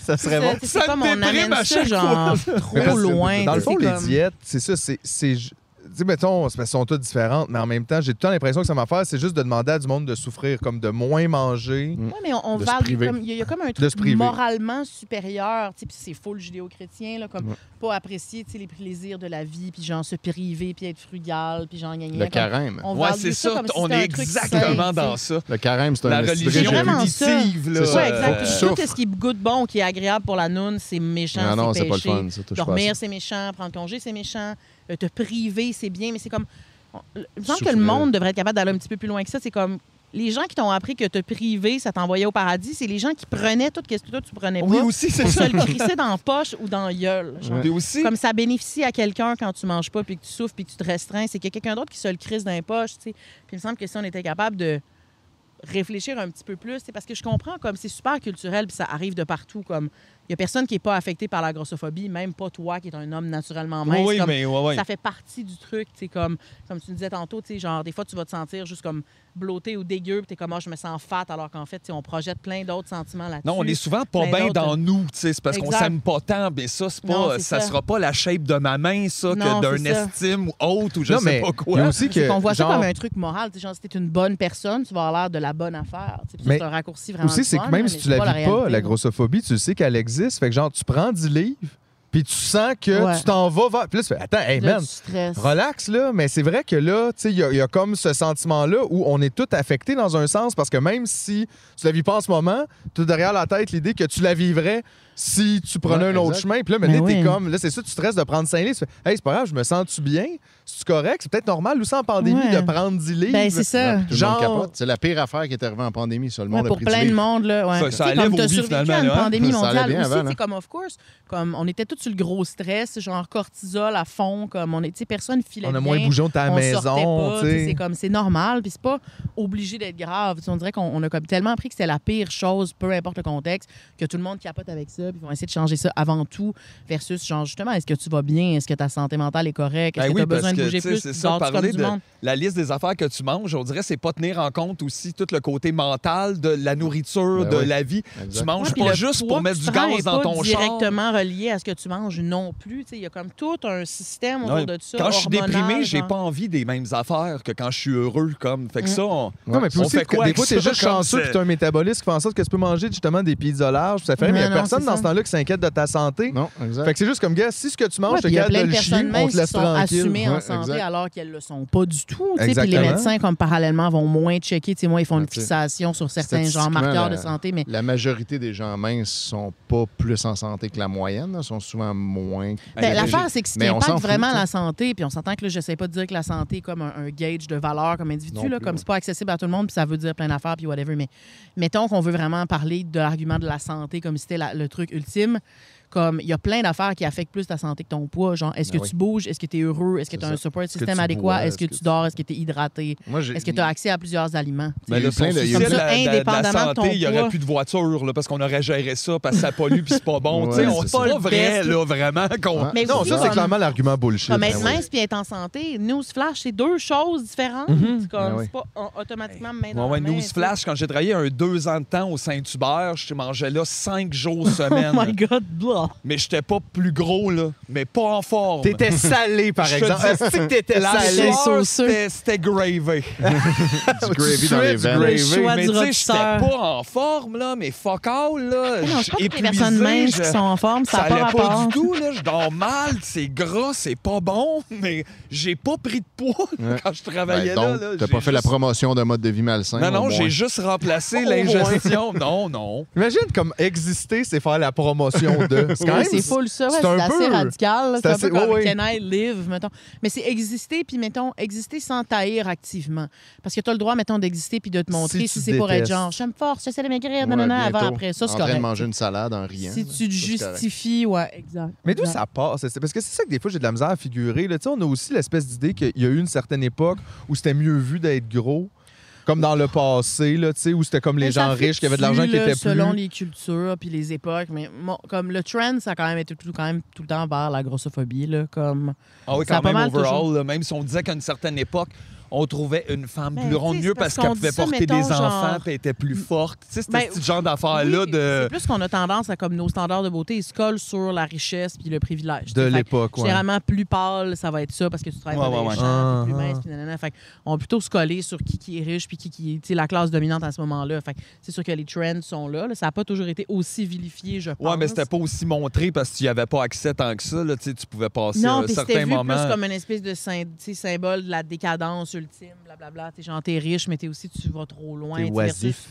Ça serait bon.
C'est- C'est
Ça
comme
me
on
déprime à
amène ça,
chaque
genre,
Mais
trop
parce que,
loin.
Dans le
tu
fond,
sais,
les
comme-
diètes, c'est ça, c'est. c'est ju- Tu sais, mettons, c'est parce qu'elles sont toutes différentes, mais en même temps, j'ai tout le temps l'impression que ça m'a fait, c'est juste de demander à du monde de souffrir, comme de moins manger.
Ouais, mais on, on
De se
valide
priver.
comme- Il y, a- il y a comme
De
un
se
truc
priver.
moralement supérieur. tu sais, Puis c'est full judéo-chrétien, là, comme pas apprécier tu sais, les plaisirs de la vie, puis genre se priver, puis être frugal, puis genre gagner.
Le carême.
On
Ouais,
valide
c'est ça.
comme si
on
c'était
est
un truc
exactement
sain,
dans
tu sais.
ça.
Le carême, c'est un
La
esti
religion
de
C'est
régime.
vraiment ça.
punitive, là.
C'est ça.
Ouais, exact.
euh,
Puis
souffre.
tout ce qui goûte bon, qui est agréable pour la noune, c'est méchant,
Ah non,
c'est
c'est pas le
péché.
fun, ça touche pas à
Dormir,
ça.
c'est méchant. Prendre congé, c'est méchant. Euh, te priver, c'est bien. Mais c'est comme... on- le- Il me semble que
Souffrir.
le monde devrait être capable d'aller un petit peu plus loin que ça. C'est comme... Les gens qui t'ont appris que te priver, ça t'envoyait au paradis, c'est les gens qui prenaient tout ce que toi, tu prenais
Oui,
pas.
aussi, c'est
pour
ça.
se le crisser dans la poche ou dans la gueule. genre.
Puis aussi,
Comme ça bénéficie à quelqu'un quand tu manges pas, puis que tu souffres, puis que tu te restreins. C'est qu'il y a quelqu'un d'autre qui se le crisse dans les poches, tu sais. Puis il me semble que si on était capable de réfléchir un petit peu plus, c'est parce que je comprends comme c'est super culturel, puis ça arrive de partout. Comme il y a personne qui est pas affecté par la grossophobie, même pas toi qui es un homme naturellement mince.
oui,
comme,
mais ouais, ouais.
Ça fait partie du truc, tu sais, comme, comme tu me disais tantôt, tu sais, genre, des fois, tu vas te sentir juste comme blotté ou dégueu, puis t'es comme, ah, je me sens fat, alors qu'en fait, tu sais, on projette plein d'autres sentiments là-dessus.
Non, on est souvent pas
plein
bien
d'autres-
dans nous, tu sais, c'est parce qu'on
Exact.
s'aime pas tant, mais ça, c'est pas,
Non, c'est
ça,
ça.
sera pas la shape de ma main, ça,
Non,
que d'un
c'est ça.
estime ou autre, ou je
non,
sais
mais
pas
il y a
quoi.
aussi
C'est
que.
qu'on voit
genre,
ça comme un truc moral. Tu sais, genre, si t'es une bonne personne, tu vas avoir l'air de la bonne affaire. tu sais. Puis ça,
Mais
C'est un raccourci vraiment.
Aussi,
le
c'est que
fun,
même
mais
si tu
c'est
la vis pas,
réalité,
la
là.
grossophobie, tu sais qu'elle existe. Fait que genre, tu prends 10 livres, puis tu sens que
Ouais.
tu t'en vas vers. Puis là, tu fais, attends, hey
Là,
man,
tu stresses.
Relax, là, mais c'est vrai que là, tu sais, il y, a- il y a comme ce sentiment-là où on est tout affecté dans un sens parce que même si tu la vis pas en ce moment, tu as derrière la tête l'idée que tu la vivrais si tu prenais
Ouais,
un autre
exact.
chemin. Puis là, maintenant,
Ben
t'es
oui.
comme, là, c'est ça, tu stresses de prendre 5 livres. Tu fais, hey, c'est pas grave, je me sens-tu bien? C'est-tu correct? C'est peut-être normal, aussi, en pandémie, de
Ouais.
prendre 10 livres.
Ben, c'est ça.
Tout le monde
Genre-
capote. C'est la pire affaire qui est arrivée en pandémie sur le
Ouais,
monde. a
pour
pris du
plein de
livre.
monde, là. Ouais.
Ça-
Tu sais,
ça allait
comme
au
t'as
bout,
survécu à
finalement,
une
là, hein?
pandémie
Ça allait
mondiale
bien
aussi,
avant,
tu
là.
sais, comme of course, comme on était tous sur le gros stress, genre cortisol à fond, comme on est, tu sais, personne filait
On a
bien,
moins bougé de ta
on sortait
maison.
pas,
tu
tu sais,
sais.
c'est comme c'est normal, puis c'est pas obligé d'être grave. Tu sais, on dirait qu'on on a comme tellement appris que c'était la pire chose, peu importe le contexte, que tout le monde capote avec ça, puis ils vont essayer de changer ça avant tout, versus genre justement, est-ce que tu vas bien, est-ce que ta santé mentale est correcte, est-ce
Ben
que
oui,
tu as besoin
parce
de
que,
bouger
tu sais,
plus,
c'est
tu
ça,
dors-tu comme
parler
du
de-
monde.
La liste des affaires que tu manges, on dirait, c'est pas tenir en compte aussi tout le côté mental de la nourriture,
Ben
de
oui.
la vie.
Exact.
Tu
Ouais,
manges
puis
pas
le
juste
poids
pour
que
mettre
tu
du
prends
gaz
est
dans
pas
ton char.
directement relié à ce que tu manges non plus. Tu sais, Il y a comme tout un système autour
Non,
de ça.
Quand je suis
hormonal,
déprimé, j'ai
genre.
pas envie des mêmes affaires que quand je suis heureux. Comme. Fait que
Mm.
ça, on-
Non, mais puis
On
aussi,
fait quoi
des
avec
fois, t'es
ça
juste
comme
chanceux
c'est-
que t'as un métabolisme qui fait en sorte que tu peux manger justement des pizzas larges. puis Ça fait, rien, mais il
Ouais,
n'y a
non,
personne
c'est
dans
ça.
ce temps-là qui s'inquiète de ta santé.
Non, exact.
Fait que c'est juste comme, gars, si ce que tu manges,
Ouais,
t'es
puis il y a
capable
plein
de
de
le chier,
personnes
on
même
te
qui
laisse
sont
tranquille.
assumées en
Ouais,
santé
exact.
alors qu'elles le sont pas du tout. tu sais. Puis les
Exactement. Ah,
médecins, comme parallèlement, vont moins checker. Tu sais, moi, ils font
Ouais,
une
tu sais.
fixation sur certains genre
Statistiquement,
marqueurs
la-
de santé, mais
La majorité des gens minces sont pas plus en santé que la moyenne, là, sont souvent moins.
Ben,
Hey,
L'affaire, c'est que ce qui
mais on s'en
impacte
fout,
vraiment
tu sais.
la santé, puis on s'entend que là, je sais pas de dire que la santé est comme un, un gauge de valeur comme individu,
Non
là,
plus,
comme
ouais.
c'est pas accessible à tout le monde, puis ça veut dire plein d'affaires, puis whatever. Mais mettons qu'on veut vraiment parler de l'argument de la santé comme si c'était la- le truc ultime. Comme il y a plein d'affaires qui affectent plus ta santé que ton poids. Genre, est-ce que
Ben oui.
tu bouges? Est-ce que tu es heureux? Est-ce que
C'est
tu as
ça.
un support
que
système
tu
adéquat?
bois?
Est-ce que tu dors? Est-ce que tu es hydraté?
Moi, j'ai-
Est-ce que tu as accès à plusieurs aliments?
Mais le
eu plein de- il y a
souci
eu
de la,
plein-
de la- de la
indépendamment de ton
santé, il n'y aurait
poids.
plus de voiture là, parce qu'on aurait géré ça, parce que ça pollue puis c'est pas bon.
Ouais,
Tu sais, on-
c'est
c'est pas
ça.
vrai,
Best.
là, vraiment. qu'on-
Ah,
Mais
Non,
aussi,
ça, c'est
comme-
clairement l'argument bullshit.
Comme
Ben
être
oui.
mince puis être en santé, newsflash, c'est deux choses différentes. C'est comme,
Ben oui.
c'est pas en- automatiquement main
Moi,
dans
ouais,
la main,
newsflash, quand j'ai travaillé un deux ans de temps au Saint-Hubert, je mangeais là cinq jours
tu sais.
semaine.
Oh my God, blah.
mais j'étais pas plus gros, là, mais pas en forme.
T'étais salé, par
Je te
exemple.
dis-
Est-ce que t'étais
La
salé?
sueur,
sauceux.
c'était c'était gravé.
du gravy dans
suais
les
du
veines.
gravy.
Mais tu sais,
choix du
j'étais
rôtisseur.
pas en forme, là, mais fuck all, là.
Ah Non, je pense que les
épuisé,
personnes minces
je-
qui sont en forme, ça
Ça
n'a pas
allait
rapport.
pas du tout, là. Je dors mal, c'est gras, c'est pas bon, mais j'ai pas pris de poids là,
Ouais.
quand je travaillais
Ben,
là,
donc,
là.
t'as
J'ai
pas fait la
juste-
promotion d'un mode de vie malsain.
Non, non,
au moins.
j'ai juste remplacé
Au moins.
l'ingestion. Non, non.
Imagine comme exister, c'est faire la promotion de. C'est quand
Ouais,
même.
c'est full ça, ouais,
c'est
c'est
un
assez
peu-
radical. là.
c'est
C'est un
assez-
peu comme
ouais, ouais.
Can I live, mettons. Mais c'est exister, puis mettons, exister sans taillir activement. Parce que tu as le droit, mettons, d'exister puis de te montrer
tu
si, c'est pour être
détestes.
genre, je me force, j'essaie de maigrir,
Ouais,
nanana, avant,
bientôt,
après. Ça, c'est
En train de
correct.
manger une salade en riant.
si
là,
tu te
ça, c'est correct.
justifies, ouais, exact.
Mais d'où
exact.
ça passe? C'est- Parce que c'est ça que des fois j'ai de la misère à figurer. Là. Tu sais, On a aussi l'espèce d'idée qu'il y a eu une certaine époque où c'était mieux vu d'être gros, comme dans le passé, là, tu sais, où c'était comme les
Mais ça
gens riches qui avaient de l'argent qui
fluctue, là,
étaient plus.
Selon les cultures puis les époques. Mais moi, comme le trend, ça a quand même été tout, quand même tout le temps vers la grossophobie. Là, comme...
Ah oui,
Ça a
quand
pas
même,
mal
overall,
toujours.
là, même si on disait qu'à une certaine époque, on trouvait une femme
Ben,
plus ronde
tu sais,
mieux
c'est parce
parce qu'elle
qu'on
pouvait
dit ça,
porter
mettons,
des enfants
genre-
puis elle était plus forte. Tu sais, c'était
Ben,
ce petit genre d'affaires-là
Oui,
de.
C'est plus qu'on a tendance à, comme nos standards de beauté, ils se collent sur la richesse puis le privilège.
De
Fait que
l'époque, ouais.
Généralement, plus pâle, ça va être ça parce que tu travailles
Ouais,
dans
ouais,
les
ouais.
champs, puis plus
Ah,
mince,
ah.
puis nanana. Fait on va plutôt se coller sur qui, qui est riche puis qui, qui est tu sais, la classe dominante à ce moment-là. Fait que c'est sûr que les trends sont là. là. Ça n'a pas toujours été aussi vilifié, je pense.
Ouais, mais c'était pas aussi montré parce que tu n'y avais pas accès tant que ça. Là, tu sais, tu pouvais passer euh,
Non,
un
puis c'était
certain
vu
moment.
plus comme une espèce de syn- tu sais, symbole de la décadence ultime, blablabla. T'es genre, t'es riche, mais t'es aussi, tu vas trop loin.
T'es
tu sais, versus-
oisif.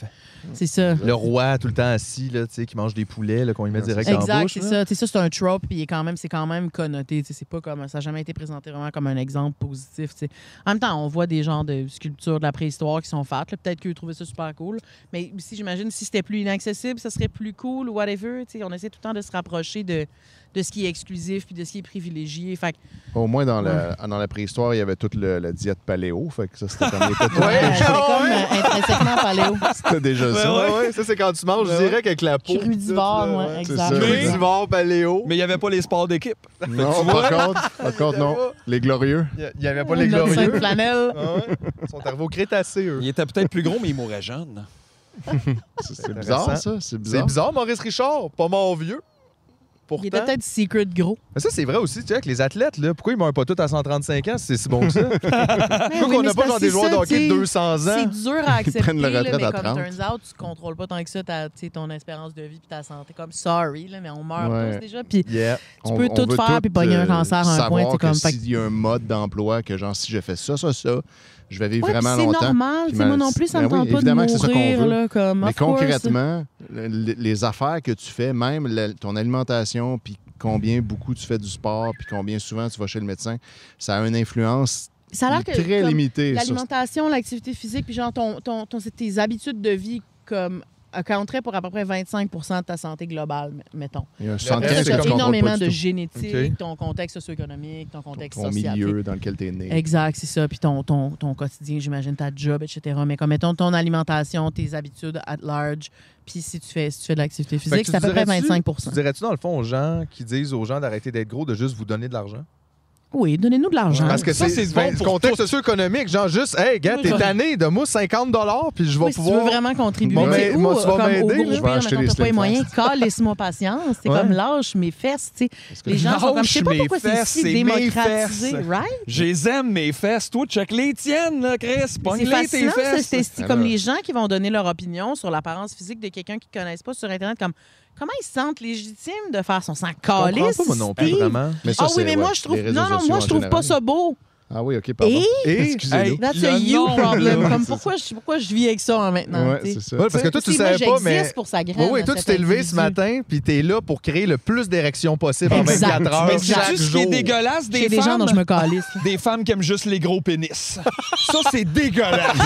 C'est ça.
Le roi tout le temps assis, là, tu sais, qui mange des poulets, là, qu'on lui met
Ouais,
direct
c'est
en
Exact,
bouche.
c'est
là.
ça. Tu sais, ça, c'est un trope, puis il est quand même- c'est quand même connoté. tu sais, C'est pas comme, ça n'a jamais été présenté vraiment comme un exemple positif. tu sais. En même temps, on voit des genres de sculptures de la préhistoire qui sont faites. là. Peut-être qu'ils trouvaient ça super cool. Mais aussi, j'imagine, si c'était plus inaccessible, ça serait plus cool ou whatever. tu sais, on essaie tout le temps de se rapprocher de, de ce qui est exclusif puis de ce qui est privilégié. Fait que-
Au moins, dans, la, dans la préhistoire, il y avait toute le- la diète paléo. Fait que ça, c'était comme les têtes-
Ouais, Ah
c'est comme
ouais.
euh, intrinsèquement paléo.
C'était
Ben
déjà
Ah Ouais,
ça.
ouais, ouais, ça c'est quand tu manges
Ouais, ouais.
direct avec la peau.
Crudivore,
tout, là,
ouais,
ouais.
exact.
C'est ça.
Mais-
Crudivore, paléo.
Mais il n'y avait pas les sports d'équipe.
Non, par contre, par contre, non. Les glorieux.
Il n'y avait pas
Notre
les glorieux.
sainte flanelle.
Ah ouais. Ils sont arrivés au Crétacé, eux.
Il était peut-être plus gros, mais il mourait jeune.
C'est- C'est bizarre, ça. C'est
C'est
bizarre.
bizarre, Maurice Richard, pas mort vieux.
Il
Pourtant.
était peut-être secret gros.
Mais ça, c'est vrai aussi, tu sais, avec les athlètes, là, pourquoi ils meurent pas tous à 135 ans si c'est si bon que ça? Pourquoi
oui,
on
mais
n'a pas
c'est
genre
parce
des
que
joueurs
ça,
de hockey de
tu sais,
200 ans?
C'est dur à accepter,
prennent la
là,
retraite à
mais comme
30.
turns out, tu contrôles pas tant que ça ta, tu sais, ton espérance de vie puis ta santé. Comme sorry, là, mais on meurt
Ouais.
tous déjà. Puis
Yeah.
Tu peux tout
veut
faire puis pogner un
euh,
cancer à un
savoir
point, c'est
que
comme- fait que-
S'il y a un mode d'emploi, que genre, si je fais ça, ça, ça, je vais vivre
Ouais, puis
vraiment
c'est
longtemps.
normal.
Puis
tu sais, moi
ma-
non plus, ça
Ben
me tente
oui,
pas de
évidemment que c'est ça qu'on
mourir.
veut.
là, comme,
Mais
of course.
concrètement, le- les affaires que tu fais, même la- ton alimentation, puis combien beaucoup tu fais du sport, puis combien souvent tu vas chez le médecin, ça a une influence
Ça a l'air que
très
comme
limitée. sur-
l'alimentation, l'activité physique, puis genre ton, ton, ton- tes habitudes de vie comme accounteraient pour à peu près 25 de ta santé globale, m- mettons.
Il y a
Après,
75
ça,
que tu contrôles
énormément
pas du
de
tout.
génétique,
Ok.
ton contexte socio-économique, ton contexte
ton
social.
milieu dans lequel tu es né.
Exact, c'est ça. Puis ton, ton, ton quotidien, j'imagine, ta job, etc. Mais comme mettons ton alimentation, tes habitudes at large, puis si tu fais, si tu fais de l'activité
Fait que
physique,
tu
c'est à peu près
dirais-tu-
25
Tu dirais-tu, dans le fond, aux gens qui disent aux gens d'arrêter d'être gros, de juste vous donner de l'argent?
Oui, donnez-nous de l'argent.
Parce que
Ça,
c'est
c'est
ben,
bon
le
pour
contexte socio-économique, genre juste, hey, gars,
Ah. Oui,
t'es
je-
tanné, donne-moi 50 puis je vais
Oui, si
pouvoir.
tu veux vraiment contribuer,
Bon, ben,
tu sais,
moi,
ou,
tu vas
comme au
m'aider,
gros
là. Je vais
pire,
acheter
mettons,
des
t'as pas les
slim
moyens, calisse-moi patience. C'est
Ouais.
comme lâche mes fesses, tu sais. Les gens sont comme, je sais pas
Lâche mes
pourquoi c'est
fesses,
si
c'est mes
démocratisé,
fesses.
right?
Je les aime, mes fesses. Toi, check les tiennes, là, Chris.
C'est
Pogne-les, tes
fascinant, ça,
fesses.
c'est c'est comme les gens qui vont donner leur opinion sur l'apparence physique de quelqu'un qu'ils connaissent pas sur Internet, comme comment ils se sentent légitimes de faire son sang
comprends
calisse.
pas, moi non plus,
Steve.
vraiment.
Mais ça,
Ah oui,
c'est,
mais
ouais,
moi, je trouve.
les réseaux
Non, non,
sociaux
moi,
en
je trouve pas
général.
ça Eh? beau.
Ah oui, OK, pardon.
Et-
Excusez-nous.
Hey,
That's
Le
a you
nombre,
problem.
là.
Comme pourquoi je, pourquoi je vis avec ça hein, maintenant?
Ouais,
tu sais?
c'est ça.
Ouais, parce que toi, tu
sais, moi,
savais pas, mais.
j'existe pour sa graine.
Oui,
Hein,
oui, toi,
cet
tu t'es levé ce
individu.
matin, puis t'es là pour créer le plus d'érections possible en
Exact.
24 heures.
Mais
Exact.
chaque
c'est juste ce qui est
jour.
dégueulasse
J'ai
des
des gens
femmes.
dont je me calisse.
Des femmes qui aiment juste les gros pénis. Ça, c'est dégueulasse.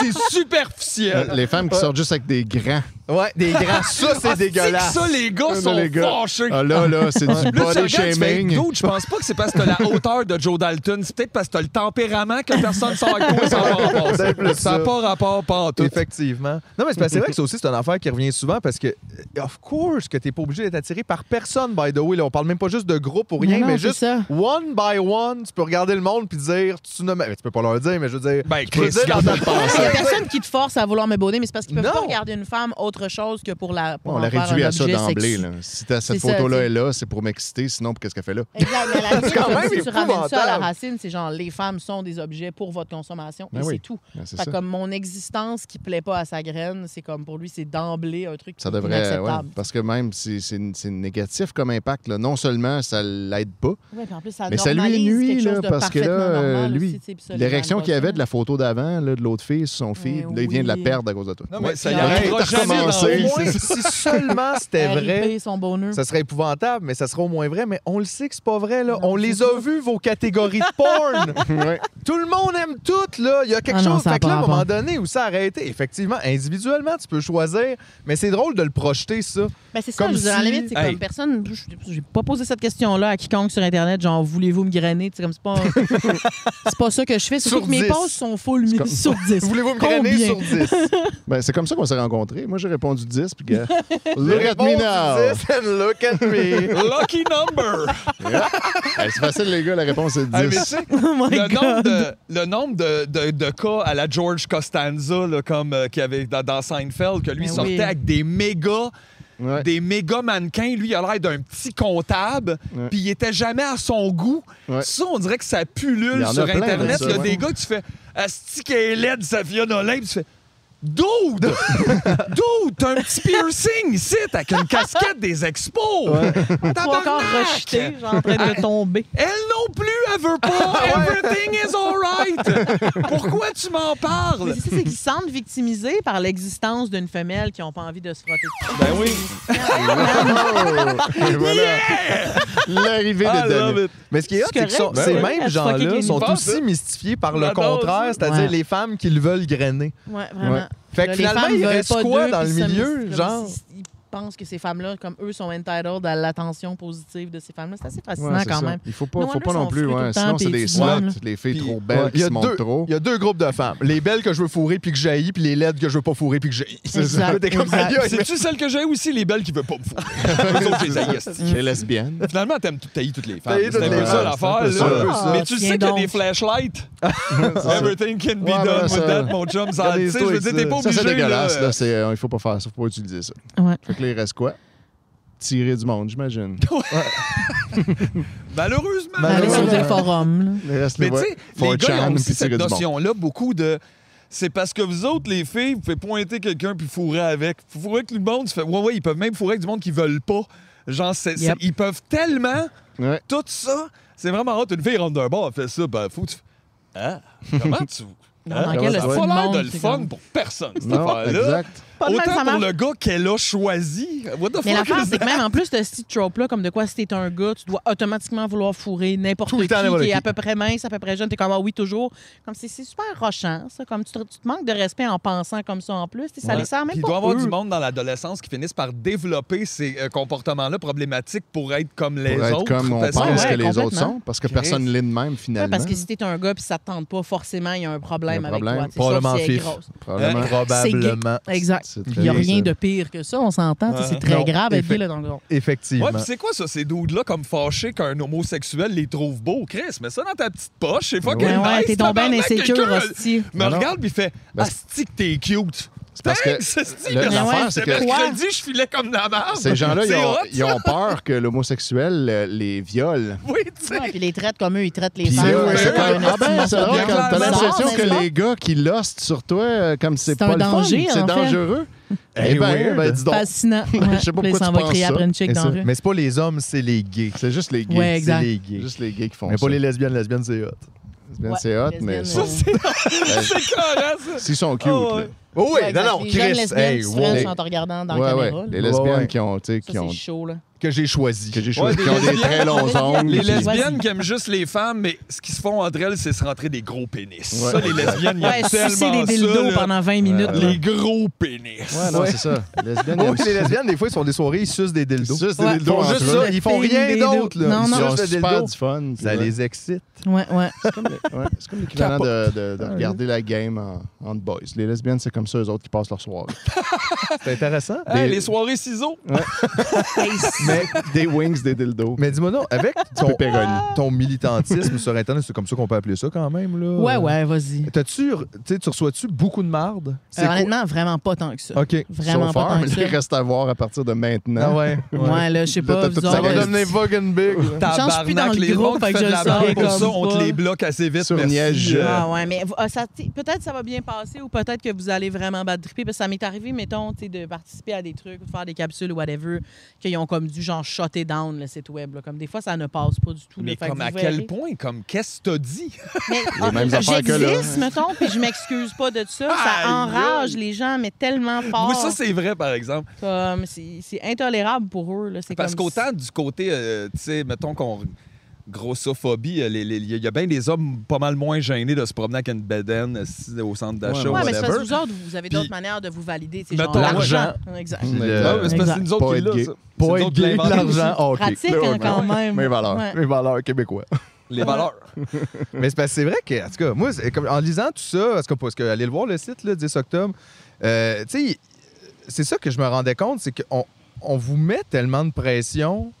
c'est superficiel.
Euh, Les femmes qui sortent juste avec des grands.
Ouais, des grands. Ça, c'est
Ah, c'est que
dégueulasse.
Ça, les gars
Ah,
sont
les gars.
fâchés.
Ah là, là, c'est du
Là, tu
body
regardes, tu fais,
shaming.
Dude, je pense pas que c'est parce que t'as la hauteur de Joe Dalton. C'est peut-être parce que t'as le tempérament que personne sort avec toi. Ça n'a pas rapport.
C'est plus
Ça n'a
ça.
pas rapport, pas en tout.
Effectivement. Non, mais c'est parce que c'est vrai que ça aussi, c'est une affaire qui revient souvent parce que, euh, of course, que t'es pas obligé d'être attiré par personne, by the way. Là, on parle même pas juste de groupe ou rien,
Non, non,
mais
c'est
juste
ça.
one by one, tu peux regarder le monde puis dire, tu ne. mais Tu peux pas leur dire, mais je veux dire.
Ben,
tu peux
Chris,
dire dans ta pensée.
Il y a personne qui te force à vouloir me bonner, mais c'est parce qu'ils peuvent
Non.
pas regarder une femme autre chose que pour la. Pour
On l'a
en faire
réduit
un
à ça
objet
d'emblée.
sexy.
là. Si t'as cette
C'est ça,
photo-là
tu sais.
est là, c'est pour m'exciter, sinon, pour qu'est-ce qu'elle fait là?
Exact, mais à la limite,
quand
comme
même
si tu ramènes ça à
épouvantable.
la racine, c'est genre les femmes sont des objets pour votre consommation
Ben
et
oui.
c'est tout.
Ah, c'est
Fait
ça.
comme mon existence qui plaît pas à sa graine, c'est comme pour lui, c'est d'emblée un truc
Ça
qui est
devrait. ouais,
inacceptable.
parce que même, c'est- c'est c'est négatif comme impact. là. Non seulement ça l'aide pas,
Ouais, puis en plus, ça
Mais ça lui
normalise
nuit,
quelque chose
là,
de
parce que là,
parfaitement
euh,
normal
lui,
aussi, tu sais, puis ça, les
l'érection
gens
qu'il y
le
avait
voient.
de la photo d'avant, là, de l'autre fille sur son feed,
Eh
là, il vient de la
oui.
perdre à cause de toi.
Non, mais ça
Ouais,
y
c'est
arrivera
vrai.
jamais dans
Recommencer.
le
Au
monde.
moins, si seulement c'était
Ben,
vrai.
R.I.P. son bonheur.
Ça serait épouvantable, mais ça serait au moins vrai. Mais on le sait que c'est pas vrai, là.
Non,
on
c'est
les
ça.
a vus, vos catégories de porn.
Ouais.
Tout le monde aime tout, là. Il y a quelque
Ah non,
chose.
ça a
fait que là, à
pas
un moment
rapport.
donné, où ça a arrêté. Effectivement, individuellement, tu peux choisir, mais c'est drôle de le projeter, ça.
Ben, c'est ça,
Comme
je veux dire, à la
si-
limite, c'est
Hey.
comme personne. je- J'ai pas posé cette question-là à quiconque sur Internet, genre, voulez-vous me grainer? Tu sais, comme c'est pas, c'est pas ça que je fais. Surtout
Sur
que mes
10.
posts sont full mi- sur 10.
Voulez-vous me grainer
Combien?
sur 10?
Ben, c'est comme ça qu'on s'est rencontrés. Moi, j'ai répondu 10, puis gars, look at
Réponse
me now!
10 and look at me.
Lucky number.
Hey, c'est facile, les gars, la réponse est
Ah, mais
10.
tu sais,
Oh my
le
God.
nombre, de, le nombre de, de- de cas à la George Costanza, là, comme euh, qu'il y avait dans, dans Seinfeld, que lui
Ben
sortait
oui.
avec des méga,
Ouais.
des méga mannequins. Lui, il a l'air d'un petit comptable,
Ouais.
puis il était jamais à son goût.
Ouais.
Ça, on dirait que ça
Il y
pullule
en a
sur
plein de
Internet.
ça,
il y a
ouais.
des gars, tu fais Asti qu'elle est laide, Safia Nolin, puis tu fais. Dude! Dude! T'as un petit piercing ici, avec une casquette des expos! T'as
Ou encore rejeté, genre, en train
Ah,
de tomber.
elle non plus, elle veut pas. Everything is alright. Pourquoi tu m'en
Mais
parles?
c'est ça, c'est qu'ils se sentent victimisés par l'existence d'une femelle qui n'ont pas envie de se frotter.
Ben oui.
Et voilà. L'arrivée
I
de
love
Danny.
it.
Mais ce qui est hot,
C'est
c'est que sont-
correct, ben
ces
ça.
mêmes
Elle se fucking
gens-là
les
sont
nippes.
aussi mystifiés par le
J'adore
contraire,
ça.
c'est-à-dire
Ouais.
les femmes qui le veulent grainer.
Ouais, vraiment.
Ouais.
Fait que
Là, les
finalement,
femmes
il
veulent
reste
pas
quoi
d'eux,
dans le
puis ça, mais
milieu,
c'est comme
genre?
si- Ils pensent que ces femmes-là, comme eux, sont entitled à l'attention positive de ces femmes-là. C'est assez fascinant
Ouais, c'est
quand
ça.
même.
Il faut pas,
No
faut
wonder
pas non
sont
plus.
fruits tout
Ouais.
le
Sinon,
temps,
c'est
puis
des
tu
slots,
vois, là.
les filles
Puis,
trop
ouais,
belles
il
qui
y a
se montrent
deux-
trop.
Il y a deux groupes de femmes. Les belles que je veux fourrer puis que j'haïs, puis les laides que je veux pas fourrer puis que j'haïs. C'est ça.
Exact,
T'es comme,
exact.
aïe, aïe, mais-
C'est-tu celle que j'ai aussi, les belles qui veut pas me foutre? Les autres, je les haïs, esti.
Les lesbiennes.
Finalement, t'aimes tout, t'haïs toutes les femmes.
T'haïs
C'est
toutes
un
les
peu ça
femmes,
l'affaire.
c'est un peu
là.
ça.
Mais tu sais qu'il
Ah,
y
tiens
a des
donc.
flashlights. Everything can be
Ouais, voilà
done
ça.
with that, mon chum. Ça, tu sais, je veux dire, t'es pas
Ça,
obligé.
c'est dégueulasse.
là.
Là. c'est, euh, il faut pas faire ça. faut pas utiliser ça.
Ouais.
Fait que là, il reste quoi? Tirer du monde, j'imagine.
Malheureusement.
Aller sur
Malheureusement.
des forums. là.
Il reste
Mais
ouais,
tu sais,
4chan,
les gars, ils ont aussi
puis
cette
tirer du monde.
notion-là, beaucoup de... C'est parce que vous autres, les filles, vous pouvez pointer quelqu'un puis fourrer avec. Vous fourrez avec tout le monde, tu fais... Ouais, ouais, ils peuvent même fourrer avec du monde qu'ils veulent pas. Genre, c'est- c'est-
Yep.
ils peuvent tellement...
Ouais.
Tout ça, c'est vraiment hot. Une fille rentre d'un bar, elle fait ça, ben, faut que tu... Ah, comment tu...
Dans
Hein?
quel
Ça a
style
pas l'air
monde,
de le
c'est
fun
comme-
pour personne, cette
Non,
affaire-là.
exact.
pas de mal,
Autant
ça
pour
marche.
le gars qu'elle a choisi. What the
Mais
fuck
l'affaire,
is
c'est que
that?
même en plus de ce petit trope-là, comme de quoi si t'es un gars, tu dois automatiquement vouloir fourrer n'importe
Tout le
qui
temps, n'importe
qui est
qui.
à peu près mince, à peu près jeune, t'es comme ah oui, toujours. Comme c'est c'est super rochant, ça. Comme tu te, tu te manques de respect en pensant comme ça en plus. T'sais, Ça
Ouais.
les sert même
Puis il
pas.
doit y avoir
eux.
du monde dans l'adolescence qui finissent par développer ces euh, comportements-là problématiques pour être comme les
Pour être
autres.
comme on
parce
pense
Ouais,
que les autres
complètement.
sont, parce que
Chris.
personne ne l'est de même,
Ouais,
finalement.
parce que si t'es un gars puis ça te tente pas, forcément, il y a un problème,
Il y a un problème.
avec toi. t'sais,
Probablement
sauf si elle est
fif.
grosse.
Probablement.
Probablement.
Exact.
C'est
Il n'y a
très-
rien de pire que ça, on s'entend. t'sais,
Ouais.
C'est très
Non,
grave être
effect-
gay, là, dans le fond.
Effectivement.
Ouais, puis c'est quoi ça, ces dudes-là, comme fâchés qu'un homosexuel les trouve beaux? Chris, mets ça dans ta petite poche, c'est fucking
Ouais, ouais,
nice,
t'es donc bien
tabarnak,
insécure,
quelqu'un
hostie.
Me
Non, non.
regarde, puis il fait
Ben, c'est-
Asti que t'es cute.
C'est parce que
Thanks, asti,
le-
merci.
l'affaire, c'est
C'est
que-
mercredi, je filais comme de la merde.
ces gens-là, ils
C'est
ont,
hot,
ils ont peur que l'homosexuel euh, les viole.
Oui, tu sais.
Ouais, puis les traitent comme eux, ils traitent les
Puis
femmes.
là,
ouais,
c'est
comme
comme,
un
ah ben,
esti
c'est
de
drôle,
monstre.
quand t'as
Bizarre,
l'impression
n'est-ce
que
pas?
les gars qui lostent sur toi, euh, comme c'est
C'est
pas
un
le fun,
danger,
c'est
en fait.
dangereux. Eh
Et
ben,
weird.
ben, dis donc.
Fascinant. Ouais.
Je sais pas
Puis
pourquoi
ça
tu
va
penses
crier
ça.
après une chick
Et
dans
ça-
la rue.
Mais c'est pas les hommes, c'est les gays.
C'est juste les gays.
Ouais, exact.
C'est les gays.
Juste les gays qui font
Mais
ça.
pas les lesbiennes, lesbiennes, c'est hot.
lesbiennes,
Ouais,
c'est hot,
lesbiennes,
mais
euh,
C'est correct, ça.
s'ils sont cute,
Oh, ouais.
là.
Oh
Ouais,
oui, non,
exact.
non,
Les jeunes
Chris,
lesbiennes
hey,
qui se
wow.
frenchent en te regardant dans la
Ouais,
caméra.
ouais.
là.
Les lesbiennes
ouais.
qui ont, tu sais, qui
Ça,
ont,
c'est chaud, là.
que j'ai choisi.
que j'ai choisi,
des
qui ont des
lesbiennes.
très longs ongles.
Les
puis-
lesbiennes qui aiment juste les femmes, mais ce qu'ils se font entre elles, c'est se rentrer des gros pénis.
Ouais.
Ça, les lesbiennes, ils
Ouais,
aiment
sucer des
tellement ça,
dildos
là.
pendant 20 minutes. là.
Les gros pénis.
Ouais, non, c'est ça. Les lesbiennes, ils
Oh,
aiment
oui, les lesbiennes, des fois, ils sont des soirées, ils sucent des dildos.
Juste
Ouais.
des
Ils
dildos
font
entre
juste
eux.
ça, ils font
Pilent
rien
des
d'autre.
dildos.
là.
Non,
Ils
non.
Ils
sucent
ont
le
super
dildo.
du fun.
Ça les excite.
Ouais, ouais.
Ouais, c'est comme l'équivalent de, de- de regarder la game en, en boys. Les lesbiennes, c'est comme ça, eux autres qui passent leur soirée.
C'est intéressant.
Hey,
Des-
les soirées ciseaux.
mais
des wings, des dildos.
mais dis-moi non, avec ton,
pepperoni.
ton militantisme sur Internet, c'est comme ça qu'on peut appeler ça quand même. Là.
Ouais, ouais, vas-y.
T'as-tu, re- tu sais, tu reçois-tu beaucoup de marde?
Euh, honnêtement, vraiment pas tant que ça.
quoi? OK.
Vraiment
So
pas
far, mais
tant que
là, il
ça.
reste à voir à partir de
Ah
maintenant.
ouais.
Ouais, là, je sais
Là,
pas.
t'as
vous euh,
tout ça
Ça va
aurez-
reste-
devenir fucking big. là.
change plus dans
Tabarnak,
le
les
groupe,
gens qui
fait que
font de
je
la
le saurais
merde pour
comme
ça, on te
pas.
les bloque assez vite.
Sur
merci.
Niège.
Euh,
Ah ouais, mais euh, ça- t- peut-être ça va bien passer ou peut-être que vous allez vraiment battre triper. Parce que ça m'est arrivé, mettons, tu sais, de participer à des trucs ou de faire des capsules ou whatever, qu'ils ont comme dû genre shotter down le site web. là. Comme des fois, ça ne passe pas du tout. là.
Mais
Fait que
comme
vous
à
verrez.
quel point? Comme qu'est-ce que t'as dit?
Mais
mêmes
ah,
affaires que là.
j'existe, mettons, puis je m'excuse pas de ça.
Aïe,
Ça enrage les gens, mais tellement fort.
Oui, ça, c'est vrai, par exemple.
Comme, c'est c'est intolérable pour eux. Là. C'est
Parce
comme-
qu'autant du côté, euh, tu sais, mettons qu'on. Grossophobie, euh, les- les- il y a bien des hommes pas mal moins gênés de se promener avec une bedaine euh, si- au centre d'achat
Ouais,
ou
Ouais, mais c'est parce
whatever.
que vous autres, vous avez
Puis-
d'autres manières de vous valider. c'est
Mettons,
genre
l'argent.
Exact.
Mm.
Ah, mais c'est parce que
Exact.
c'est nous autres
Pas
qui
être
l'a,
gay.
ça. C'est nous
Pas être
autres qui
gay, de
l'inventons.
l'argent, OK.
Pratique hein, quand même.
Mes valeurs.
Ouais.
Les valeurs québécois.
Les valeurs.
Mais c'est parce que c'est vrai que, en tout cas, moi, c'est comme- en lisant tout ça, parce que, parce que allez le voir le site, le 10 octobre, euh, tu sais, c'est ça que je me rendais compte, c'est qu'on on vous met tellement de pression,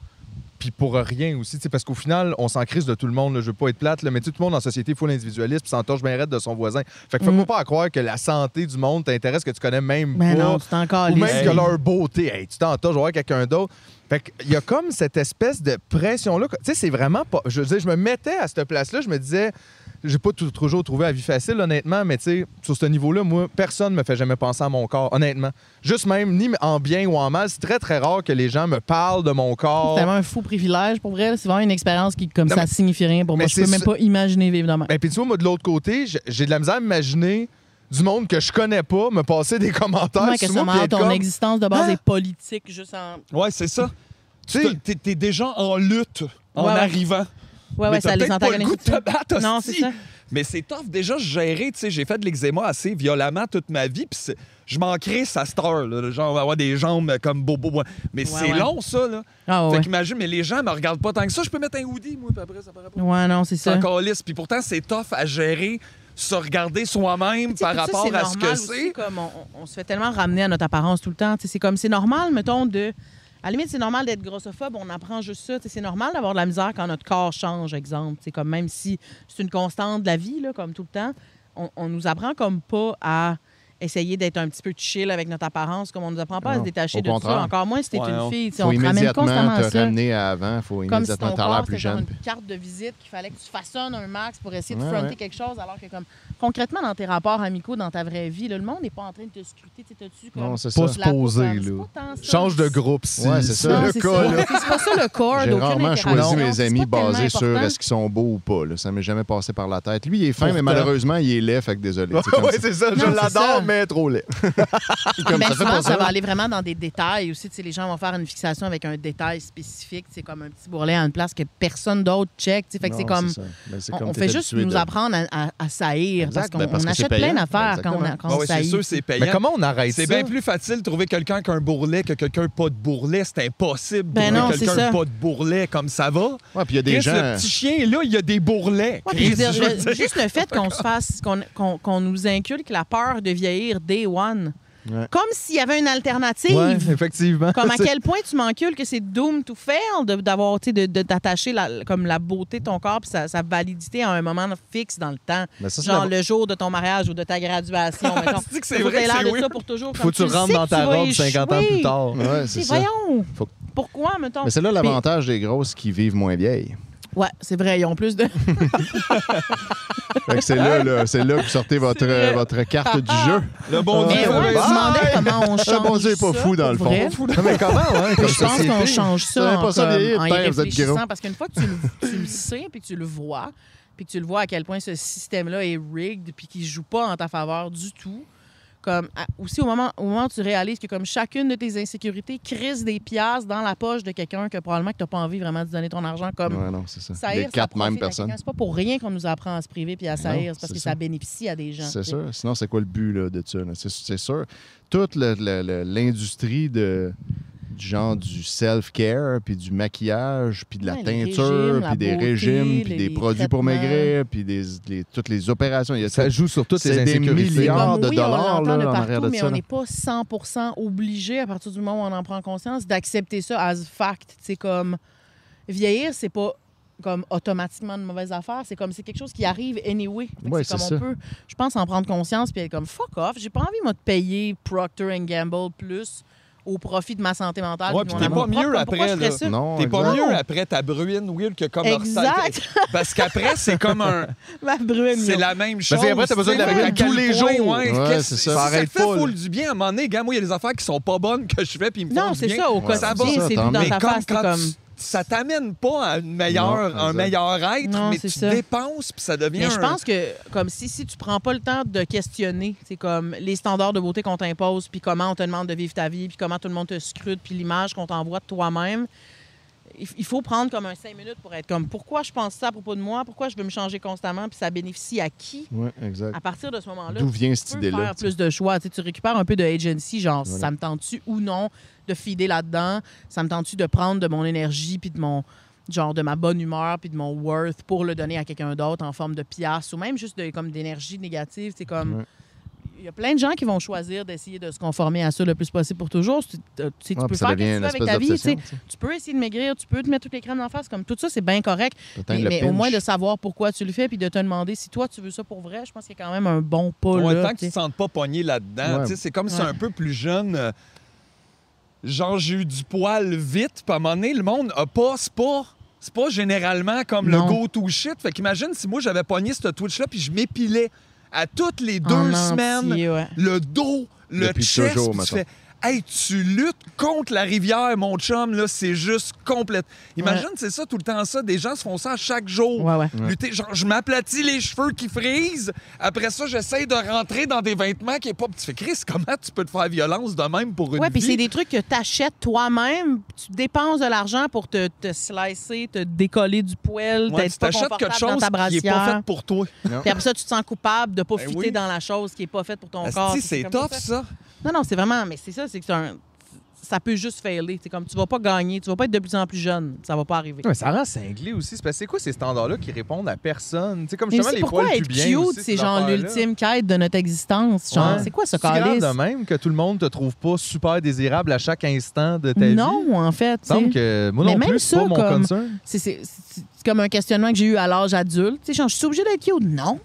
puis pour rien aussi, tu sais, parce qu'au final, on s'en crise de tout le monde, là, je veux pas être plate, là, mais tu sais, tout le monde en société, il faut l'individualiste, puis s'entorche bien raide de son voisin. Fait que fais-moi
Mm.
pas à croire que la santé du monde t'intéresse, que tu connais même
Mais
pas.
non, c'est encore
Ou même
lisse.
que leur beauté. Hey, tu t'entends, je vois quelqu'un d'autre. Fait qu'il y a comme cette espèce de pression-là. Tu sais, c'est vraiment pas. Je veux dire, je me mettais à cette place-là, je me disais. J'ai pas tout- toujours trouvé la vie facile, honnêtement, mais tu sais, sur ce niveau-là, moi, personne me fait jamais penser à mon corps, honnêtement. Juste même, ni en bien ou en mal, c'est très, très rare que les gens me parlent de mon
C'est
corps.
tellement un fou privilège pour vrai. C'est vraiment une expérience qui, comme
Non,
ça,
mais-
signifie rien pour moi.
mais
Je peux
c'est
même
ça-
pas imaginer vivre demain.
Ben, puis tu vois, moi, de l'autre côté, j'ai- j'ai de la misère à imaginer du monde que je connais pas me passer des commentaires
Comment que
sur moi,
ça
puis
marche,
être
ton
comme,
existence de base
Ah!
hein?
est politique, juste en.
Ouais, c'est ça. Tu
Tu sais-
t'es, t'es déjà en lutte en
Ouais, ouais.
arrivant.
Ouais,
mais
ouais,
t'as
ça les
peut-être pas le goût de
antagonise.
te battre,
Non,
hostie.
c'est ça.
Mais c'est tough déjà se gérer. Tu sais, j'ai fait de l'eczéma assez violemment toute ma vie. Puis c'est- je m'en crisse à cette heure. Là. Genre, avoir des jambes comme bobo. ouais. Mais c'est
ouais.
long, ça. Là.
Ah
Fait
ouais.
qu'imagine, mais les gens me regardent pas tant que ça. Je peux mettre un hoodie, moi, puis après, ça paraît pas.
Ouais, non, c'est
C'est
ça.
encore lisse. Puis pourtant, c'est tough à gérer, se regarder soi-même
T'sais,
par
tout ça,
rapport
c'est
à ce que
normal
c'est.
aussi, comme on, on- on se fait tellement ramener à notre apparence tout le temps. T'sais, C'est comme c'est normal, mettons, de. À la limite, c'est normal d'être grossophobe, on apprend juste ça. T'sais, C'est normal d'avoir de la misère quand notre corps change, exemple. C'est comme même si c'est une constante de la vie, là, comme tout le temps, on, on nous apprend comme pas à essayer d'être un petit peu chill avec notre apparence, comme on nous apprend pas à
Non,
se détacher
au
de tout
contraire.
ça. Encore moins si t'es
Ouais, non.
une fille. T'sais,
Faut
on te ramène
immédiatement
constamment à
te
ça.
ramener à avant. Faut
Comme si ton
immédiatement t'as l'air
corps,
plus
c'était genre
jeune.
une carte de visite qu'il fallait que tu façonnes un max pour essayer de
Ouais,
fronter
ouais.
quelque chose, alors que comme concrètement dans tes rapports amicaux, dans ta vraie vie, là, le monde n'est pas en train de te scruter, tu sais, t'as-tu comme
Non, c'est ça.
Pas se poser,
la peau, comme,
là.
c'est pas tant ça.
Change de groupe, si
Ouais, c'est ça.
Non,
le
c'est
cas,
ça.
là.
C'est pas ça le corps.
J'ai
d'aucune
rarement
interaction.
choisi mes
C'est
amis
pas tellement
basés sur
important.
est-ce qu'ils sont beaux ou pas. là. Ça m'est jamais passé par la tête. Lui, il est fin, mais
Pourtant.
malheureusement, il est laid, fait que désolé.
Ouais,
C'est comme
ouais,
ça.
c'est ça, je
Non, c'est ça.
l'adore, mais trop laid.
Comme
Ben,
ça fait
souvent,
pas
ça
ça.
va aller vraiment dans des détails aussi. Tu sais, les gens vont faire une fixation avec un détail spécifique, c'est comme un petit bourrelet à une place que personne d'autre check. tu sais. Fait que c'est
Non,
comme,
ça. Ben, c'est
on,
comme
on
t'es
fait juste
habitué
nous
de-
apprendre à, à, à saillir
Exact,
parce qu'on
ben, parce
on
que c'est
achète plein
payant.
d'affaires
Ben,
quand on, a-
exactement.
quand
Ah
on
ouais, c'est
saillit.
sûr, c'est payant.
Mais comment on arrête ça?
C'est bien plus facile de trouver quelqu'un qui a un bourrelet que quelqu'un pas de bourrelet. C'est impossible de
Ben
trouver
non, c'est
quelqu'un
ça.
pas de bourrelet comme ça va.
Ouais, puis il y a des
Chris,
gens.
le petit chien, là, il y a des bourrelets.
Ouais, puis je
Chris,
veux dire,
je veux
le-
dire.
juste le fait qu'on se fasse, qu'on qu'on- qu'on nous inculque la peur de vieillir day one.
Ouais.
Comme s'il y avait une alternative.
Ouais, effectivement.
Comme à
C'est-
quel point tu m'encules que c'est doomed to fail de- d'avoir, tu sais, de- de- d'attacher la, comme la beauté de ton corps puis sa, sa validité à un moment fixe dans le temps.
Mais ça, c'est
Genre
la-
le jour de ton mariage ou de ta graduation. mettons.
C'est-tu que c'est
Faut
vrai
t'aies
que
l'air
c'est
de
weird?
ça pour toujours.
Faut
comme
que tu
le sais
rentres dans ta
vas
robe 50 ans plus
échouer.
tard.
Ouais, c'est
C'est
ça.
voyons.
Faut que-
Pourquoi, mettons?
Mais c'est là l'avantage des grosses qui vivent moins vieilles.
Ouais, c'est vrai, ils ont plus de.
Fait que c'est là, là, c'est là que vous sortez votre,
vrai. Ah,
votre carte du jeu.
Le bon Dieu,
Mais ouais,
ouais,
je me demandais comment on change.
Le bon Dieu est pas
ça,
fou, dans le
pour
fond.
vrai.
Non, mais comment, hein, comme
Je pense qu'on
société?
change
Vous
ça
avez
en,
pas ça
comme-
vieillir,
en y
père, vous êtes gros.
réfléchissant parce qu'une fois que tu le, tu le sais puis que tu le vois puis que tu le vois à quel point ce système-là est rigged puis qu'il joue pas en ta faveur du tout. Comme à- aussi au moment, au moment où tu réalises que comme chacune de tes insécurités crise des piastres dans la poche de quelqu'un que probablement que t'as pas envie vraiment de donner ton argent comme
Ouais, non, c'est ça.
saïr,
les
ça
quatre
profite
mêmes
à
personnes.
quelqu'un. C'est pas pour rien qu'on nous apprend à se priver puis à saïr, c'est parce
c'est
que
ça.
ça. bénéficie à des gens.
C'est
tu sais.
sûr. Sinon, c'est quoi le but là, de ça? là? C'est- C'est sûr. Toute le- le- le- l'industrie de du genre du self-care, puis du maquillage, puis de la
Ouais, les régimes,
teinture,
la
puis des
beauté,
régimes,
les-
puis des
les
produits pour
traitements.
maigrir, puis des, les- toutes les opérations. Il y a
Ça joue sur toutes les
C'est des
insécurités.
milliards.
Comme
de
oui,
dollars,
on l'entend
là,
de
en
partout,
arrière de
mais
ça,
on
là.
n'est pas 100 obligé, à partir du moment où on en prend conscience, d'accepter ça as fact. C'est comme vieillir, c'est pas comme automatiquement une mauvaise affaire. C'est comme c'est quelque chose qui arrive anyway. Fait que
Ouais,
c'est comme
c'est ça.
on peut, je pense, en prendre conscience puis être comme fuck off. J'ai pas envie moi de payer Procter Gamble plus au profit de ma santé mentale.
Ouais,
puis
puis
mon
t'es pas
amour propre.
mieux
Comme, pourquoi
après,
je ferais
là.
ça?
Non,
T'es pas
exact.
mieux après ta bruine, Will, que comme
Exact.
Parce qu'après, c'est comme un.
Ma brune.
C'est
là.
la même chose.
après, t'as besoin de la
tu sais,
brûler
à quel
tous les
point,
jours.
Ouais,
Ouais,
qu'est-ce-
c'est ça.
si
Ça
ça. te
arrête
fait
pas, là.
full du bien. À un moment donné, gars, moi, il y a des affaires qui sont pas bonnes que je fais puis ils me font
Non,
du
c'est
bien.
ça. Au
Ouais,
ça
quotidien,
va.
c'est
Mais
tout dans
Mais
ta
comme
face. t'es
quand
comme...
tu- ça t'amène pas à une meilleure,
Non,
un
exact.
meilleur être,
Non,
mais
c'est
tu
ça.
dépenses puis ça devient
Mais je
un-
pense que comme si si tu prends pas le temps de questionner, c'est comme les standards de beauté qu'on t'impose, puis comment on te demande de vivre ta vie, puis comment tout le monde te scrute, puis l'image qu'on t'envoie de toi-même. Il il faut prendre comme un cinq minutes pour être comme pourquoi je pense ça à propos de moi, pourquoi je veux me changer constamment, puis ça bénéficie à qui
Ouais, exact.
À partir de ce moment-là,
D'où vient cette
tu peux faire
idée-là? tu sais?
plus de choix. Tu, sais, tu récupères un peu de agency, genre
Voilà.
ça me tente-tu ou non de filer là-dedans, ça me tente-tu de prendre de mon énergie puis de mon genre de ma bonne humeur puis de mon worth pour le donner à quelqu'un d'autre en forme de pièce ou même juste de, comme d'énergie négative, c'est comme
Ouais.
il y a plein de gens qui vont choisir d'essayer de se conformer à ça le plus possible pour toujours. Tu, tu sais, tu
Ouais,
peux
puis ça
faire
devient
quelque
une
chose avec
espèce
ta vie. tu
d'obsession.
sais. Tu peux essayer de maigrir, tu peux te mettre toutes les crèmes d'en face. Comme tout ça, c'est bien correct.
tu sais. T'atteins
Mais,
le
mais au
pinch.
moins de savoir pourquoi tu le fais puis de te demander si toi tu veux ça pour vrai, je pense qu'il y a quand même un bon pas
Ouais,
là,
tant que
tu
tu
sais.
te sentes pas pogné là-dedans.
Ouais.
Tu sais, C'est comme si
Ouais.
un peu plus jeune. euh, genre, j'ai eu du poil vite. Puis à un moment donné, le monde a pas. C'est pas. C'est pas généralement comme
Non.
le go-to shit. Fait qu'imagine si moi j'avais pogné ce Twitch-là puis je m'épilais à toutes les deux
En
semaines
entier, ouais.
le dos, le
Depuis
chest.
toujours,
puis tu
mettons.
fais, hey, tu luttes contre la rivière, mon chum, là, c'est juste complète. Imagine, c'est ça tout le temps, ça. Des gens se font ça à chaque jour.
Ouais, ouais.
Lutter, genre, je m'aplatis les cheveux qui frisent. Après ça, j'essaie de rentrer dans des vêtements qui est pas. Tu fais, Chris, comment tu peux te faire violence de même pour une
Ouais, puis
vie?
c'est des trucs que t'achètes toi-même, tu dépenses de l'argent pour te, te slicer, te décoller du poil,
Ouais,
t'être
tu
pas
t'achètes
confortable
quelque
dans
chose
ta
qui est pas
brassière.
fait pour toi.
Puis après ça, tu te sens coupable de pas
Ben
fitter
oui.
dans la chose qui est pas faite pour ton
Asti,
corps.
C'est
comme
tough,
ça.
ça.
Non, non, c'est vraiment, mais c'est ça, c'est que c'est un- ça peut juste failer. C'est comme tu vas pas gagner, tu vas pas être de plus en plus jeune, ça va pas arriver.
Non, mais ça rend cinglé aussi. C'est parce que c'est quoi ces standards-là qui répondent à personne? Tu sais, comme
Mais
justement
aussi,
les
pourquoi
poils
être
pubiens
cute,
aussi,
c'est
ces
genre
affaires-là.
l'ultime quête de notre existence. Genre,
Ouais.
c'est quoi ce
C'est-tu grave
calice?
de même que tout le monde te trouve pas super désirable à chaque instant de ta vie.
Non, en fait. tu
Il semble
sais.
que moi
Mais
non
même
plus, c'est pas
ça,
mon
comme-
concern.
C'est- C'est c'est- c'est comme un questionnement que j'ai eu à l'âge adulte. Tu sais, genre, je suis obligée d'être cute? Non.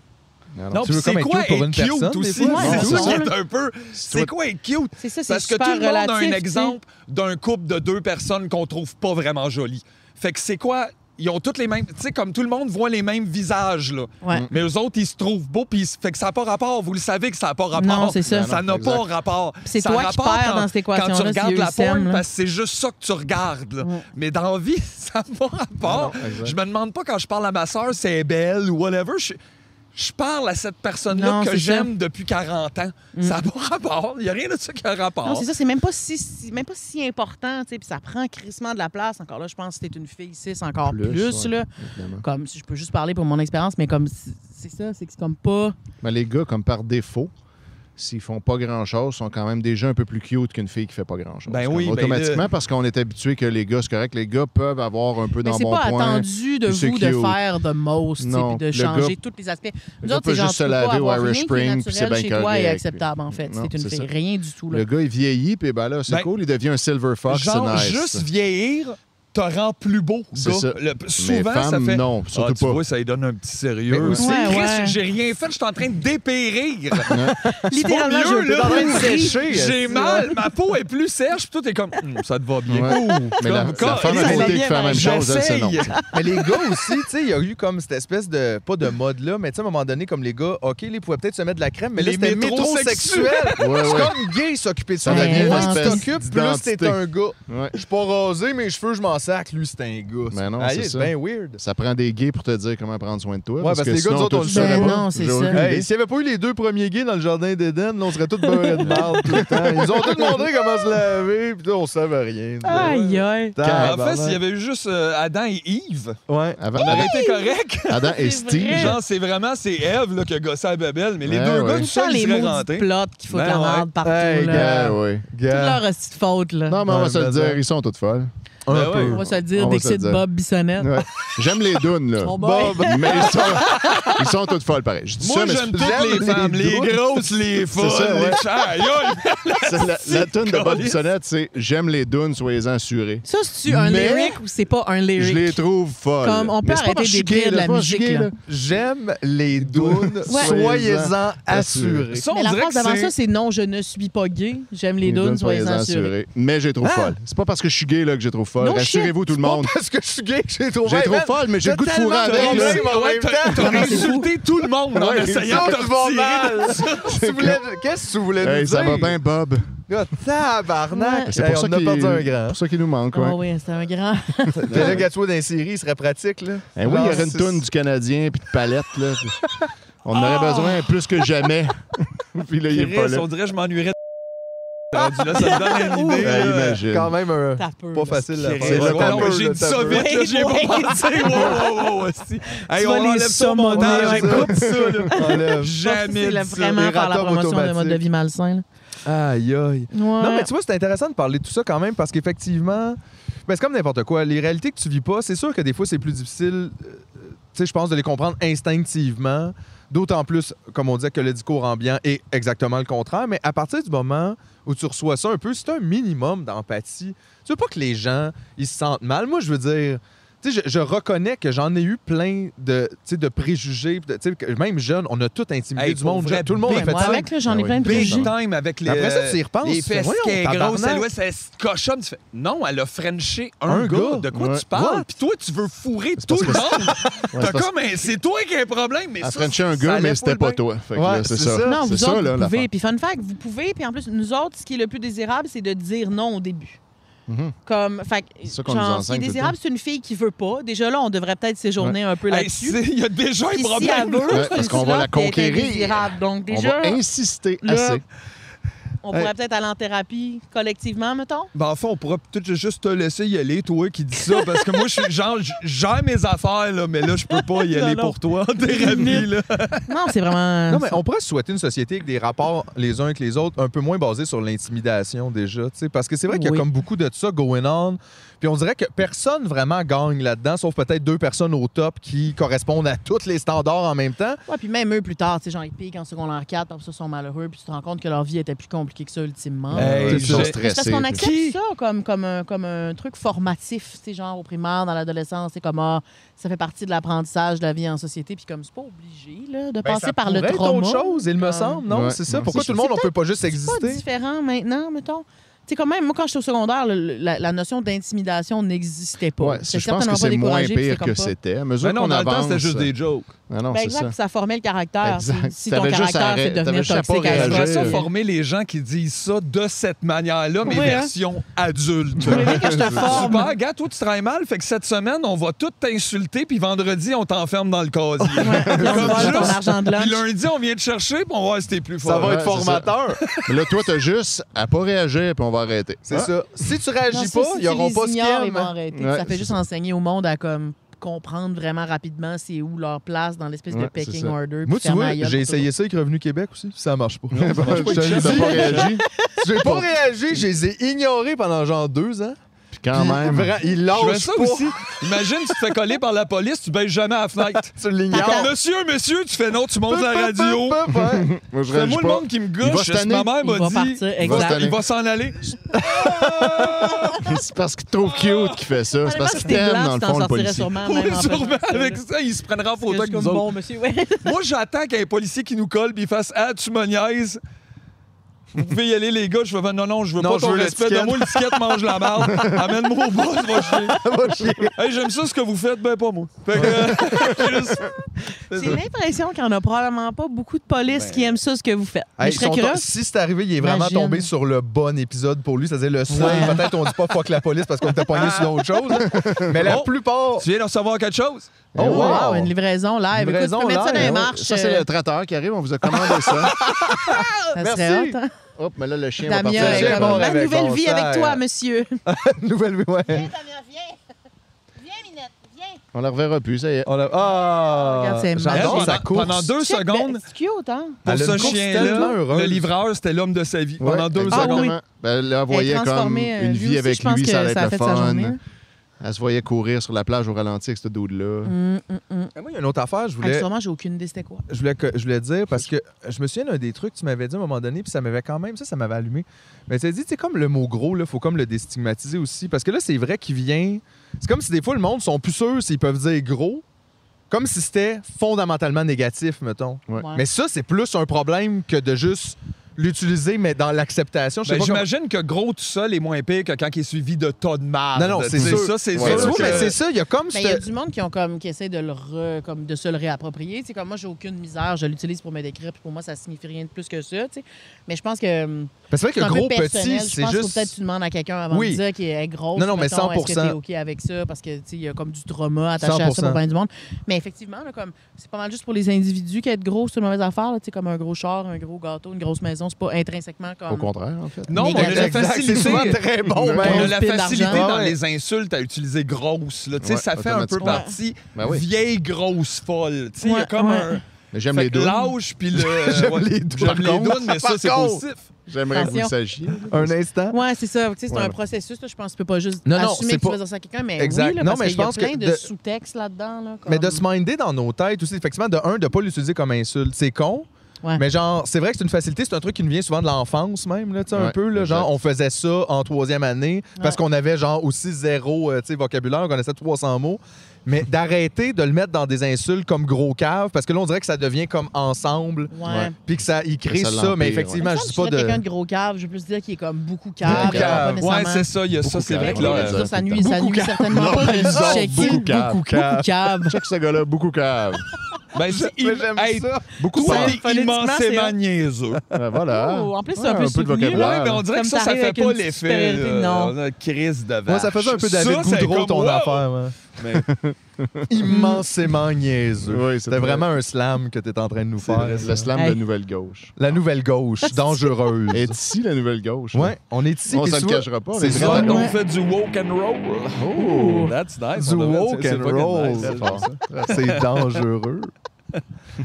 Non,
Tu
puis
veux
c'est
comme être
quoi
cute pour
être
une
cute
personne, des
aussi?
fois?
Ouais,
c'est
c'est
ça qui
ça,
est
là.
un peu. C'est quoi être cute?
C'est ça, c'est
Parce que
super
tout le monde a
relatif,
un
tu sais.
exemple d'un couple de deux personnes qu'on trouve pas vraiment jolies. Fait que c'est quoi? Ils ont toutes les mêmes. Tu sais, comme tout le monde voit les mêmes visages, là.
Ouais.
Mm.
Mais eux autres, ils se trouvent beaux, puis ils se- fait que ça n'a pas rapport. Vous le savez que ça n'a pas rapport.
Non, c'est ça.
Ça
Ben non,
n'a pas
exact.
rapport.
c'est
Ça a
toi qui
rapport
perds
quand-
dans cette
Quand tu
équation-là, si
regardes
eux,
la
ils s'aiment,
porn,
là.
parce que c'est juste ça que tu regardes. là.
Ouais.
Mais dans la vie, ça n'a pas rapport.
Ben non, exact.
je me demande pas quand je parle à ma soeur, c'est belle ou whatever. Je, je parle à cette personne-là
Non,
que
c'est
j'aime depuis 40 ans.
Mm.
Ça n'a pas rapport. Il n'y a rien de ça qui a rapport.
Non, c'est ça, c'est même pas si, si- même pas si important, tu sais, puis ça prend crissement de la place. Encore là, je pense que si t'es une fille 6, encore plus,
ouais,
là.
évidemment.
Comme, si je peux juste parler pour mon expérience, mais comme, c'est c'est ça, c'est que c'est comme pas...
Mais Ben, les gars, comme par défaut, s'ils font pas grand-chose, sont quand même déjà un peu plus cute qu'une fille qui fait pas grand-chose.
Ben
Comme
oui, ben
Automatiquement,
là-
parce qu'on est habitué que les gars, c'est correct, les gars peuvent avoir un peu
Mais
dans
Ben, c'est
bon
pas
point.
attendu de
puis c'est
vous de
cute.
faire de most, tu sais,
Non,
puis de
le
changer
gars-
tous les aspects.
le
Nous
gars
autres,
peut
c'est genre,
juste se
tu peux pas
laver au
avoir rien
Irish
qui est
Spring, puis c'est
naturel
bien
chez toi et
correct,
acceptable, en fait.
Non,
C'est une
c'est
fille,
ça.
rien du tout, là.
Le gars, il vieillit, puis ben là, c'est
Ben,
cool, il devient un silver fox, c'est
Genre,
nice.
juste vieillir te rend plus beau,
C'est
gars.
ça.
Le-
Mais
souvent, ça
femme,
fait...
non,
Ah,
surtout
tu
pas.
vois, ça lui donne un petit
Mais
sérieux.
aussi-
C'est
Ouais,
Chris,
ouais.
j'ai rien fait, je suis en train de dépérir.
Littéralement,
Pas
j'ai un
mieux,
peu
là.
dans le
sécher,
J'ai
est-ce que-
mal, ma peau est plus sèche, puis tout est comme, Hum, ça te va bien.
Ouais.
Ouh,
Mais la,
comme-
la femme
ça
à
va
côté qui
bien,
fait la même chose, elle, c'est non.
J'essaye.
Mais les gars aussi, tu sais, il y a eu comme cette espèce de. Pas de mode là, mais tu sais, à un moment donné, comme les gars, OK, là, ils pouvaient peut-être se mettre de la crème, mais là,
Les
c'était
métrosexuels.
métrosexuel.
Ouais,
C'est
ouais.
comme gay s'occuper de ça.
Ça devient une
Moins tu
espèce
t'occupes, plus
d'identité.
t'es un gars.
Ouais.
Je suis pas rasé, mes cheveux, je m'en sac. Lui, c'est un gars.
Ben non,
Ah,
c'est
il est
ça.
bien weird.
Ça prend des gays pour te dire comment prendre soin de toi.
Ouais,
parce,
parce
que
que les gars,
sinon,
nous autres,
toi,
on
tu
le
saurais
saurait
pas.
pas. c'est
J'aurais
ça.
aucune idée.
Hey, s'il n'y avait pas eu les deux premiers gays dans le jardin d'Éden, là, on serait tous beurrés de marde tout le temps. Ils ont tout demandé comment se laver, puis là, on savait rien.
Aïe, aïe.
En fait, s'il y avait eu juste euh, Adam et Yves,
Ouais.
Avant-
on aurait été correct.
Adam et
C'est
Steve.
vrai.
Genre, c'est vraiment, c'est Eve là, qui a gossé à Babel, mais les
Ouais,
deux
ouais.
gars, tout
Tout le temps,
seuls, ils
les
seraient
mots du
rentrée.
plot qui foutent
Ben
la
ouais.
merde partout,
Hey,
là.
Ah, ouais.
Toute leur hostie de faute, là.
Non, mais on va
Ouais,
se le
mais
dire,
ça-
ils sont toutes folles.
Un
Ben
peu.
ouais.
On va se le dire,
On va se le
Dixit
dire.
Bob Bissonnette.
Ouais. J'aime les dunes, là.
Oh boy.
Mais ils sont, ils sont toutes folles, pareil. Je dis
Moi,
ça, mais
j'aime
c'est-
toutes les
j'aime
femmes, les
dunes.
grosses, les folles,
ça, ouais.
les chères. Yo,
C'est La, la toune de Bob
Colin.
Bissonnette, c'est « J'aime les dunes, soyez-en assurés
Ça, c'est-tu un
Mais-
lyric ou c'est pas un ».
Je
lyric?
les trouve folles.
Comme on peut
Mais c'est pas
arrêter
parce que je suis
d'écrire
gay,
de
là, c'est
la
pas parce que je suis
musique,
gay,
là.
J'aime les dounes,
Ouais.
soyez-en assurés.
Ça, on
Mais la
dirait
phrase
que
d'avant
c'est-
ça, c'est non, je ne suis pas gay. J'aime les
Les
dounes,
dunes,
soyez
soyez-en
assurés.
assurés. Mais je les trouve
Ah.
folles. C'est pas parce que je suis gay, là, que je les trouve folles.
No shit.
Rassurez-vous, tout le monde.
Parce que je suis gay, j'ai trouvé.
J'ai trop folle, mais j'ai le goût de fourrer
tellement
avec.
de
là.
problèmes. en même temps.
T'as
Vraiment, c'est
insulté tout le monde en
Ouais,
essayant
ça,
de te
tout va
retirer.
mal.
de ça.
Tu voulais- Qu'est-ce que tu voulais nous
Hey, ça
dire?
va bien, Bob.
Ah, tabarnak.
Ouais.
C'est
Hey,
pour, ça
on a
qu'il-
perdu un grand.
pour ça qu'il nous manque. ouais.
Ah oui, c'est un grand.
Déjà, Gatoué d'un série, il serait pratique, là.
Eh oui, il y aurait
Ah,
une
c'est-
toune du Canadien puis de palette. Là. On en aurait besoin plus que jamais. puis là, il est pas
Chris,
là.
on dirait que je m'ennuierais de rendu là, ça me donne une idée.
Ouais,
là.
imagine.
Quand même, un-
T'as peur,
pas
là.
facile. là.
Chris,
Ouais,
wow,
t'as peur,
J'ai
là,
dit
t'as
ça
peur.
vite, là, j'ai
Ouais,
pas pensé. Wow, wow, wow, aussi. Hey,
Tu
on
vas les
enlève ça au
summoner,
montage,
ouais.
j'écoute ça. là.
Enlève.
Jamais
C'est
dit
le-
ça.
vraiment
les
par la
ratons
promotion de mode de
automatiques.
vie malsain. là.
Aïe, aïe.
Ouais.
Non, mais tu vois, c'est intéressant de parler de tout ça quand même parce qu'effectivement, ben, c'est comme n'importe quoi. Les réalités que tu vis pas, c'est sûr que des fois, c'est plus difficile, euh, tu sais, je pense, de les comprendre instinctivement. D'autant plus, comme on disait, que le discours ambiant est exactement le contraire. Mais à partir du moment où tu reçois ça un peu, c'est un minimum d'empathie. Tu veux pas que les gens, ils se sentent mal. Moi, je veux dire. tu sais, Je, je reconnais que j'en ai eu plein de, tu sais, de préjugés. de- tu sais, que Même jeune, on a tout intimidé
Hey,
du
pour
monde.
vrai, Ben,
tout le monde a
big
fait
Moi,
ça.
avec, là, j'en
Ah
ai
oui.
plein de
Big
préjugés.
time avec les. euh,
Après ça, tu y repenses,
Les
tu fais,
fesses
voyons,
qui est grosse,
tabarnak.
elle ouais, c'est ce cochonne. Tu fais, non, elle a Frenché un,
Un
gars.
gars.
De quoi
Ouais.
tu parles?
What?
Puis toi, tu veux fourrer
C'est
tout
parce
le
que-
monde.
Ouais,
T'as
c'est parce-
comme un- C'est toi qui as un problème. Mais
Elle
ça,
frenchait un
ça
gars,
allait
mais c'était
le
pas
bain.
toi. Fait que
Ouais,
là, c'est
c'est
ça.
ça.
Non,
C'est
vous
ça,
autres,
là,
vous pouvez.
l'affaire.
Puis fun fact, vous pouvez. Puis en plus, nous autres, ce qui est le plus désirable, c'est de dire non au début.
Mhm.
Comme, fait que,
C'est ça qu'on nous
genre,
enseigne
ce qui est
tout le
désirable, c'est une fille qui veut pas. Déjà là, on devrait peut-être séjourner un peu
Hey,
là-dessus.
c'est- Il y a déjà un
Puis si elle
problème.
veut,
là.
Ouais,
c'est
parce
une
qu'on va la
slotte, puis elle est
conquérir.
indésirable. Donc
On
déjà,
va insister
là,
assez.
on pourrait peut-être aller en thérapie collectivement, mettons.
Ben, en fait, on pourra peut-être juste te laisser y aller, toi qui dis ça, parce que moi, je suis genre, j- j'ai mes affaires, là, mais là, je peux pas y
Non,
aller
non.
pour toi, tes amis, là.
Non, c'est vraiment...
Non, mais on pourrait se souhaiter une société avec des rapports les uns avec les autres un peu moins basés sur l'intimidation déjà, tu sais, parce que c'est vrai qu'il y a
Oui.
comme beaucoup de ça going on, puis on dirait que personne vraiment gagne là-dedans, sauf peut-être deux personnes au top qui correspondent à tous les standards en même temps.
Ouais, puis même eux, plus tard, tu sais, genre, ils piquent en secondaire 4, puis ça, ils sont malheureux, puis tu te rends compte que leur vie était plus compliquée que ça, ultimement.
Hey,
Ouais,
c'est
Ils sont
ça.
Mais c'est parce
stressés.
qu'on
puis-
accepte
Qui-
ça comme, comme, un, comme un truc formatif, tu sais, genre, au primaire, dans l'adolescence, c'est comme, ah, ça fait partie de l'apprentissage de la vie en société, puis comme, c'est pas obligé, là, de
Ben,
passer
ça
par le
pourrait être
trauma.
autre chose, il me
Comme-
semble, non?
Ouais.
C'est ça.
Non,
Pourquoi
c'est
tout le monde, on peut pas juste
C'est pas
exister?
différent maintenant, mettons. Tu sais, quand même, moi, quand j'étais au secondaire, le- la, la notion d'intimidation n'existait pas.
Ouais,
C'était
je pense
certainement
que
pas
c'est moins
découragé, puis
pire
comme
que
pas-
c'était. À
Ben
mesure
non,
qu'on
dans le temps,
avance,
c'était juste des jokes.
Ah non,
Ben
c'est
exact,
ça.
puis ça formait le caractère. Si-
Exact.
Si ton
T'avais juste à
caractère, c'est
arrêter-
de
t'avais
devenir
juste à pas
toxique à la
J'aimerais
réagir.
fois.
ça
Ouais.
former les gens qui disent ça de cette manière-là, mais
Oui, hein?
version adulte.
Oui, mais que je te forme.
Super, bah, gars, toi, tu travailles mal, fait que cette semaine, on va tout t'insulter, puis vendredi, on t'enferme dans le casier.
Ouais, puis on te vole ton argent de
Puis
lunch.
lundi, on vient te chercher, puis on va voir si t'es plus fort.
Ça va
Ouais,
être
c'est ça.
formateur.
Mais là, toi, t'as juste à pas réagir, puis on va arrêter.
C'est
Hein?
ça. Si tu
Non,
réagis
ça,
pas,
si
ils
tu
auront
les
pas ce qu'ils
ignores, ils
aiment.
vont arrêter.
Ouais,
ça fait
c'est
juste
ça.
enseigner au monde à comme comprendre vraiment rapidement c'est où leur place dans l'espèce de
Ouais, c'est
pecking
ça.
order. puis
Moi, tu
fermer
vois,
la gueule
j'ai
pour toujours.
essayé ça avec Revenu Québec aussi. Ça marche pas.
Je te dis, t'as pas réagi,
J'ai pas réagi, je les ai ignorés pendant genre deux ans.
puis quand même.
Vra- Ils
Je fais
lâchent
ça
pas.
aussi. Imagine, tu te fais coller par la police, tu baisses jamais à la fenêtre.
Tu l'ignores.
Comme, monsieur, monsieur, tu fais non, tu montes la radio.
Pop, pop, pop, hein.
Moi, je
C'est
réagis
moi le
pas.
monde qui me
Il va
gâche.
se
Ma
tanner.
mère
Il va
m'a dit.
partir,
il va-
exact.
Il va s'en aller.
C'est parce qu'il te trouve cute qu'il fait ça. C'est parce
Honnêtement,
qu'il
si t'es
t'aime, dans
blanc, tu
le
t'en
fond, le
sortirais
policier.
Oui,
sûrement Ah, même en faisant
sûrement,
ça, là.
avec ça, il se prendra en
Parce que
photo
je
avec
suis
nous
comme,
autres.
bon, monsieur, ouais.
Moi, j'attends qu'il y ait un policier qui nous colle puis il fasse Ah, tu me niaises. Vous pouvez y aller, les gars. Je vais faire, Non, non, je veux
Non,
pas
je
ton
veux
respect.
l'étiquette.
Donne-moi l'étiquette, mange la merde. Amène-moi au boss, va chier. Hey, j'aime ça ce que vous faites, ben pas moi. Fait que, euh, juste-
J'ai l'impression qu'il n'y en a probablement pas beaucoup de police qui aiment ça, ce que vous faites. Mais
Hey,
je serais
son-
curieuse.
si c'est arrivé, il est vraiment
Imagine.
tombé sur le bon épisode pour lui, c'est-à-dire le seul.
Ouais.
Peut-être on dit pas fuck la police parce qu'on t'a pogné sur autre chose. hein. Mais la
Oh.
plupart.
Tu viens de recevoir quelque chose?
Oh,
Oh, wow,
wow.
une livraison live.
Une
Écoute, tu
livraison
peux mettre ça dans
live,
les
ouais.
marches.
Ça, Ah, c'est
euh,
le traiteur qui arrive, on vous a commandé ça.
ça serait
Merci.
hot, hein?
Hop, mais là, le chien va
Damien,
partir.
est
avec
euh,
un-
bon
comme, ma
avec
nouvelle
ton
vie
sac.
avec toi, monsieur.
Nouvelle. Ouais.
On la reverra plus, ça y est.
On a... Ah!
Regarde, c'est
J'adore
magique.
sa course.
Pendant deux
Check,
secondes,
ben, C'est cute, hein?
pour
Elle a
ce
une course hein.
chien-là,
tellement heureuse.
le livreur, c'était l'homme de sa vie.
Ouais,
Pendant deux
exactement.
Ah
secondes.
Ben, là, elle voyait comme
transformée, euh,
une
lui
vie
aussi,
avec
je pense
lui,
que
ça allait être
ça a
le
fait sa
fun.
journée.
Elle se voyait courir sur la plage au ralenti avec ce dude-là.
Hum, hum, hum.
Moi, il y a une autre affaire, je voulais,
Actuellement, j'ai aucune idée c'était quoi.
je voulais, que- je voulais dire parce que je me souviens d'un des trucs que tu m'avais dit à un moment donné, puis ça m'avait quand même, ça, ça m'avait allumé. Mais tu as dit, tu sais, comme le mot gros, il faut comme le déstigmatiser aussi. Parce que là, c'est vrai qu'il vient. C'est comme si des fois, le monde sont plus sûrs s'ils peuvent dire gros, comme si c'était fondamentalement négatif, mettons.
Ouais.
Ouais.
Mais ça, c'est plus un problème que de juste l'utiliser, mais dans l'acceptation. Je sais
Ben,
pas comment-
J'imagine que gros tout seul est moins pire que quand il est suivi de tas de marde.
Non, non, c'est
Tu sais,
sûr.
ça. C'est
Mais
Ouais,
tu
sûr
vois,
que-
mais c'est ça, il y a comme.
Mais Ben, il y a du monde qui ont comme qui essaie de le re- comme de se le réapproprier. Tu sais, comme moi, j'ai aucune misère, je l'utilise pour me décrire, puis pour moi, ça signifie rien de plus que ça. tu sais. Mais je pense que hum,
Parce que c'est
c'est
vrai
un
que gros
peu
petit,
personnel. je
c'est
pense qu'il faut
juste.
peut-être que tu demandes à quelqu'un avant
Oui.
de dire qu'il est gros.
Non, non, mais
Est-ce que
100%.
t'es OK avec ça? Parce que tu sais, il y a comme du trauma attaché à ça
100%.
pour plein du monde. Mais effectivement, là, comme c'est pas mal juste pour les individus qu'être gros, c'est une mauvaise affaire. là. Tu sais, comme un gros char, un gros gâteau, une grosse maison, c'est pas intrinsèquement
Au
comme.
contraire, en fait.
Non, mais on a la
Négatif.
Exact, C'est
facilité.
souvent très bon,
ben, On a
même.
la
Spin d'argent.
facilité dans
Ah ouais.
les insultes à utiliser grosse. Là. Tu sais,
Ouais,
ça fait un peu
automatiquement.
partie
Ben oui.
vieille grosse folle. Tu sais, Il y a
Ouais,
comme
ouais.
un.
Mais j'aime
Fait
les
que
deux.
L'âge puis le. ouais,
les dounes.
J'aime
Par
les
contre.
dounes, mais ça,
Par
c'est
contre.
positif.
J'aimerais que vous le
Attention.
sachiez.
Un instant.
Ouais, c'est ça. Tu sais, C'est
Ouais.
un processus. là. Je pense que tu peux pas juste
Non, non,
assumer
c'est
que tu
pas-
vas dire ça à quelqu'un, mais
Exact.
oui, là,
Non,
parce
mais
qu'il
je
y a
pense que
plein de,
de-
sous-textes là-dedans. là,
Mais de
comme-
se minder dans nos têtes aussi. Effectivement, de un, de pas l'utiliser comme insulte. C'est con.
Ouais.
Mais genre, c'est vrai que c'est une facilité, c'est un truc qui nous vient souvent de l'enfance même, là, tu sais,
Ouais,
un peu. Là,
exact.
genre, on faisait ça en troisième année parce
Ouais.
qu'on avait genre aussi zéro euh, tu sais, vocabulaire, on connaissait 300 mots. Mais d'arrêter de le mettre dans des insultes comme gros cave parce que là, on dirait que ça devient comme ensemble.
Ouais.
Ouais.
Puis que ça, il crée
Ça
ça.
l'empire,
mais
ouais.
effectivement,
Il me
je
semble
dis
que
pas
je serais quelqu'un
de.
de gros cave, je veux plus dire qu'il est comme beaucoup
Ah,
Beaucoup
cave.
ben,
cave.
pas
Ouais,
nécessairement-
c'est ça. Il y a ça,
Beaucoup
c'est vrai
cave.
que
Oui,
là.
Ouais,
ça, ça nuit, ça
Beaucoup
nuit
cave.
certainement pas
ils ont
de checker.
beaucoup cave.
Beaucoup cave.
Check ce gars-là, beaucoup cave.
Ben, c'est- il- hey,
Beaucoup
Toi,
cave.
t'es immensément niaiseux.
Ben, voilà.
Oh, en plus, c'est
Ouais,
un peu
un peu de
soutenu,
Ouais,
vocabulaire.
mais on dirait
Comme
que ça, ça
t'arrives
fait
avec
pas
une petite
l'effet.
supériorité,
là.
non.
On a une crise de vache.
Ben,
Moi, ça faisait un peu David
Ça, c'est
Goudreau,
comme,
ton
wow!
affaire. ouais.
Mais-
Immensément niaiseux.
Oui, c'est
C'était
vrai.
vraiment un slam que t'es en train de nous
C'est
faire.
vrai, Le
ça.
slam de
Hey.
Nouvelle Gauche.
La nouvelle gauche, dangereuse.
Et d'ici la Nouvelle Gauche.
Ouais, on est ici.
On
puis
ne le
souvent-
cachera pas. on
c'est
est
ça,
très
on
d'accord.
fait du woke and roll.
Oh!
That's nice.
Du
on devrait-
woke
c'est- c'est
and
fucking
roll.
nice,
Très
ça.
fort, ça.
C'est dangereux.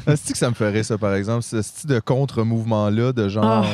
Est-ce que ça me ferait ça, par exemple, ce style de contre-mouvement-là, de genre.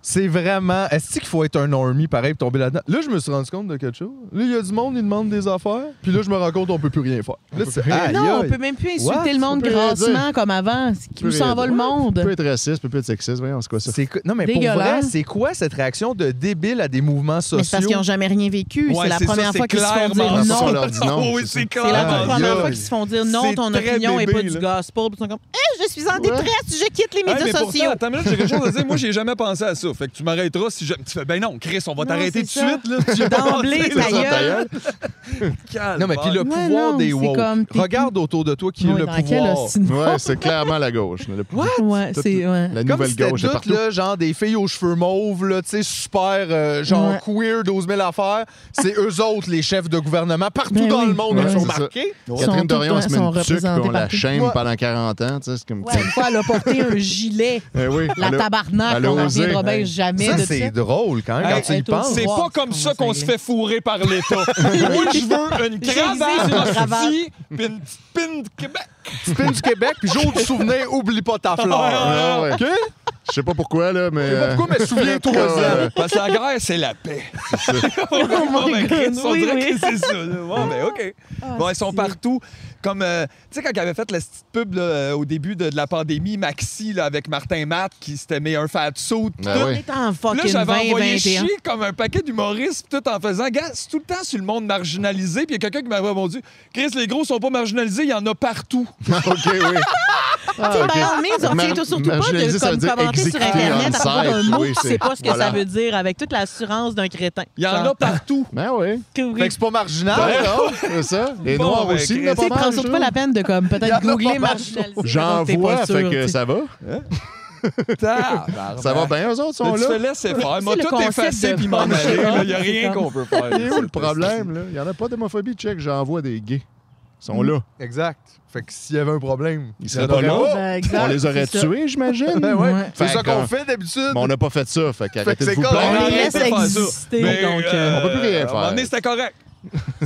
C'est vraiment. Est-ce qu'il faut être un army pareil pour tomber là-dedans? Là, je me suis rendu compte de quelque chose. Là, il y a du monde, il demande des affaires. Puis là, je me rends compte, on peut plus rien faire. Là, c'est- aïe,
Non, on
aïe.
peut même plus
What?
insulter le monde
Tu peux rien dire.
grassement comme avant. C'est Qui
peux
nous s'en
rien
va
dire.
le
Tu peux
monde?
être raciste, tu peux être sexiste. Voyons, c'est quoi ça?
C'est quoi- Non, mais pour vrai,
Dégueulasse.
c'est quoi cette réaction de débile à des mouvements sociaux?
Mais c'est parce qu'ils n'ont jamais rien vécu.
Ouais,
c'est la
c'est ça,
première
c'est
fois qu'ils se font
clairement
dire
ça.
non.
On leur dit non,
Oh oui,
c'est
c'est
C'est la toute
clair.
aïe,
première
aïe.
fois qu'ils se font dire non,
C'est
ton
très
opinion n'est
bébé,
pas du
là.
gospel. Puis Ils sont comme, Eh, je suis en détresse, je quitte les
Hey,
médias
mais pourtant,
sociaux.
attends une minute, j'ai quelque chose à dire. Moi, j'ai jamais pensé à ça. ça. Fait que tu m'arrêteras si j'aime. Tu fais, ben non, Chris, on va
Non,
t'arrêter tout de
c'est ça.
suite. Là. Tu-
D'emblée,
C'est ça,
ta gueule.
Calme.
Non, mais puis le
Ouais,
pouvoir
non,
des
c'est
woke.
comme t'es-
Regarde autour de toi qui est
Ouais,
le
dans quel
pouvoir.
hostie de-
Ouais, c'est clairement la gauche. là, le-
Ouais,
Toute
c'est.
La
Ouais.
Comme
nouvelle
si c'était
gauche, de
toutes,
partout.
là, genre des filles aux cheveux mauves, là, tu sais, super, euh, genre
Ouais.
queer, 12 000 affaires. C'est eux autres, les chefs de gouvernement, partout
Ben
dans
oui.
le monde,
Ouais,
ils sont
c'est ça.
marqués.
Catherine
sont
Dorion
tout
se
le
met
temps- sont
une tuque, puis on
représentés
la
partout.
chaîne
Ouais.
pendant 40 ans. tu sais, C'est comme...
Ouais, une fois, elle a porté un gilet.
Eh oui,
La
elle a-
tabarnak,
elle a
on ne
osé.
reviendra bien jamais
Ça,
de
c'est
ça.
drôle quand, même,
Hey,
quand tu y
hey, toi
penses.
aussi.
C'est
Wow,
pas comme
comment
ça
ça
qu'on
y
se
est.
fait fourrer par l'État. Moi, je veux une
J'ai exigé une
cravate,
cravate.
hostie, puis une petite pin de Québec.
Spin du Québec, puis jour du souvenir, oublie pas ta fleur.
Ah ouais.
OK?
Je sais pas pourquoi, là, mais...
Je sais pas pourquoi, mais souviens-toi-en.
Euh,
Parce que la guerre, c'est la paix.
Oh my
Ben, Chris,
God,
on
oui,
dirait
oui. Ah,
que c'est ça. là. Ouais, ben, OK. Bon, ils sont partout. Comme, euh, tu sais, quand ils avaient fait la petite pub là, euh, au début de, de la pandémie, Maxi, là, avec Martin Matt, qui s'était mis un fat suit.
Ben
tout.
oui.
On est en
Là,
fucking 20,
j'avais envoyé
21.
chier comme un paquet d'humoristes, tout en faisant, gars, c'est tout le temps sur le monde marginalisé. Puis il y a quelqu'un qui m'avait répondu, Chris, les gros sont pas marginalisés, il y en a partout.
euh, OK, oui.
Tu sais,
ok.
by all means, on
Mar-
retient surtout pas
marginaliser,
de
ça veut
comme
dire
commenter sur
exécuter
Internet à
on
propos d'un
site,
mot
oui,
qui
c'est-
sait pas ce que
voilà.
ça veut dire avec toute l'assurance d'un crétin.
Il y en a partout.
Ben oui,
Fait que c'est pas marginal.
Ben,
là.
c'est ça. Les
Bon,
Noirs
ben,
aussi, il y en a
Chris.
pas
Tu sais,
mal,
prends
je
surtout
trouve.
pas la peine de comme
Il y en a
peut-être
pas
googler
mal.
marginaliser.
J'en
donc t'es
vois,
pas sûr,
fait que
tu sais.
ça va.
Tabarnak.
Ça va bien, eux autres sont
Tu te
là.
laisses faire. Moi,
le
tout
concept
effacé
de
puis m'en aller.
puncher
là. Il n'y a
up,
rien
c'est comme-
qu'on peut faire.
C'est où le problème, là? Il y en a pas d'homophobie, check. J'en vois des gays. Ils sont
Hmm.
là.
Exact. Fait que s'il y avait un problème, il
Ils
y
seraient
en
pas
aurait
là.
pas.
Ben, exact,
On les aurait
c'est ça.
tués, j'imagine.
Ben ouais.
Ouais.
C'est
Fait
ça
qu'on-
qu'on fait d'habitude.
Mais on n'a pas fait ça, fait qu'arrêtez
Fait que
de vous
c'est correct.
plaindre.
On les
Arrêtez
laisse
de faire ça.
exister.
Mais,
donc,
euh,
euh,
on peut plus rien
à un moment
faire.
donné, c'était correct.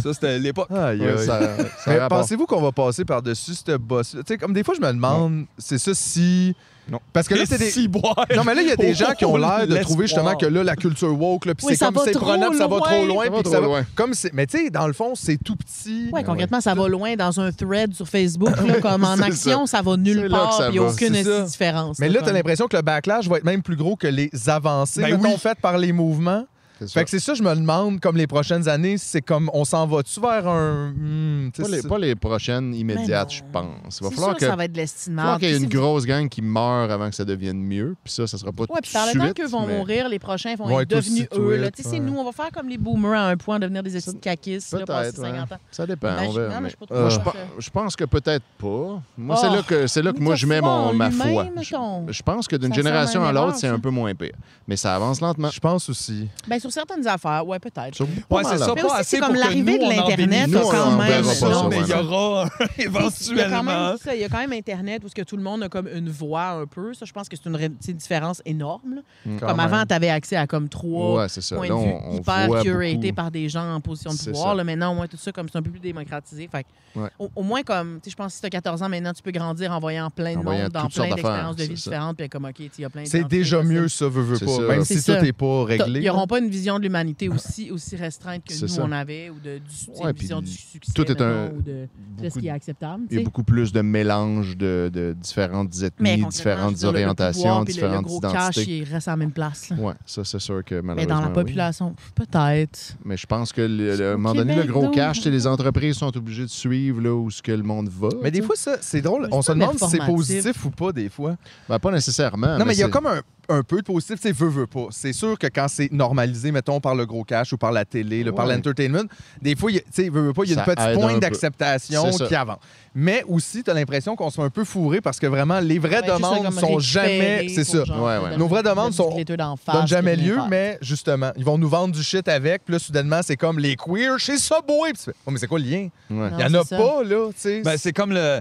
Ça, c'était l'époque.
Aïe,
Ouais,
aïe.
ça- ça
Mais
rapporte.
pensez-vous qu'on va passer par-dessus ce boss Tu sais, comme des fois, je me demande, c'est ça si.
Non.
Parce que là, t'as
Et
des.
si boire.
Non, mais là, il y a des gens qui ont l'air de
Laisse
trouver justement
boire.
que là, la culture woke, là, puis
Oui,
c'est
ça
comme
va
c'est
trop
prenable, ça va
loin.
trop loin.
Ça va
puis
trop
ça va-
loin.
Comme c'est- mais tu sais, dans le fond, c'est tout petit.
Ouais, concrètement, ça va loin dans un thread sur Facebook, là, comme
Ben
en
C'est
action, ça va nulle
C'est là que
part,
ça
puis
va,
aucune
c'est ça.
différence.
Mais là, t'as
comme.
l'impression que le backlash va être même plus gros que les avancées
Ben
mettons,
oui.
faites par les mouvements.
C'est ça.
Fait que c'est ça, je me demande, comme les prochaines années, c'est comme on s'en va-tu vers un. hmm, tu
Pas
sais,
les,
c'est-
pas les prochaines immédiates,
Mais
je
non.
pense. Il va
C'est
falloir
sûr
que.
ça va être de l'estimation.
falloir qu'il y ait une grosse gang qui meurt avant que ça devienne mieux. Puis ça, ça sera pas tout
Ouais,
de
puis par le temps
suite,
qu'eux vont
mais-
mourir, les prochains vont
Vont
être
être aussi
devenus eux. là.
tweets,
Tu sais, c'est
ouais.
nous, on va faire comme les boomers à un point, devenir des petits caquistes, là, passer
Peut-être. ouais.
50 ans.
Ça dépend. on
Imagine-
verra,
non, mais
mais-
je peux
Moi,
pas
je,
croire
pe- je pense que peut-être pas. Moi, c'est
Oh,
là que, c'est là que
mais
moi,
ta
je mets
foi
mon,
en
ma foi.
lui-même, ton-
Je, je pense que d'une
Ça me semble
génération
une
à l'autre,
erreur,
c'est un
ça.
peu moins pire. Mais ça avance lentement.
Je pense aussi.
Ben, sur certaines affaires, ouais, peut-être.
Sur- pas
Ouais,
mal
c'est
à-
ça.
Mais
pas
aussi,
assez
c'est comme
pour que
l'arrivée
nous,
de
on en
l'Internet,
bénéficie.
quand
Nous, on en
même.
verra pas
là.
ça,
Non, mais
ouais,
il y
non.
aura un
Il y, a quand même,
éventuellement.
ça, il y a quand même Internet où ce que tout le monde a comme une voix un peu. Ça, je pense que c'est une, ré- c'est une différence énorme. là.
Quand
Comme
même.
avant, tu avais accès à comme trois
Mm. Ouais, c'est ça.
points
Là,
de vue
on- on
hyper
voit
curatés
beaucoup.
par des gens en position de
C'est
pouvoir.
ça.
Là, maintenant, au moins, tout ça, comme c'est un peu plus démocratisé. Fait que,
Ouais.
au, au moins, comme, tu sais, je pense que si tu as 14 ans maintenant, tu peux grandir en voyant plein de
En voyant
monde, dans
toutes sortes
plein d'expériences de
d'affaires,
vie
c'est ça.
différentes. Puis comme, OK, tu sais, il y a plein
C'est
d'identités
déjà
possibles.
mieux, ça veut, veut
C'est
pas.
ça.
Même
C'est
si
ça.
tout n'est pas réglé.
Ils n'auront pas une vision de l'humanité aussi, aussi restreinte que
C'est
nous,
ça.
on avait, ou de, du, tu sais,
Ouais,
une
puis
vision du succès
tout est un-
maintenant, ou de, de ce
Beaucoup-
qui est acceptable. tu
Il y a
sais.
beaucoup plus de mélange de, de différentes
Mais
ethnies,
concrètement, je
différentes
veux dire, le- le pouvoir
orientations,
puis le-
différentes
le, gros cash,
identités.
il reste à la même place. là.
Ouais, ça, c'est sûr que malheureusement.
Mais dans la
oui.
population, peut-être.
Mais je pense que, le, le- à un
Au
moment donné, le
Québec,
gros
donc.
cash, c'est les entreprises sont obligées de suivre là, où ce que le monde va.
Mais des fois, ça, c'est drôle.
Mais
On
c'est
se
pas
demande si c'est
performatif.
positif ou pas, des fois.
Ben, pas nécessairement.
non, mais il y a
c'est-
comme un, un peu de positif. Tu sais, veut, veut pas. C'est sûr que quand c'est normalisé, mettons, par le gros cash ou par la télé, là, par
Ouais.
l'entertainment, des fois, il y a- tu sais, veut, veut pas, il y a
Ça
une petite
aide un
pointe
peu.
d'acceptation
C'est ça.
qui avance. Mais aussi, tu as l'impression qu'on se fait un peu fourré parce que vraiment, les vraies
Ouais, juste
demandes
comme
sont
récupérer
jamais.
pour
C'est ça.
genre
Ouais,
de-
ouais.
de-
Nos vraies
de-
demandes
de-
sont-
de- les deux d'en face,
Donne jamais
de rien
lieu,
faire.
mais justement, ils vont nous vendre du shit avec. Puis là, soudainement, c'est comme les queers chez Subway. Puis tu fais, oh, mais c'est quoi le lien?
Ouais.
Il
Non,
n'y en a
c'est ça.
pas, là. tu sais.
Ben, c'est comme le.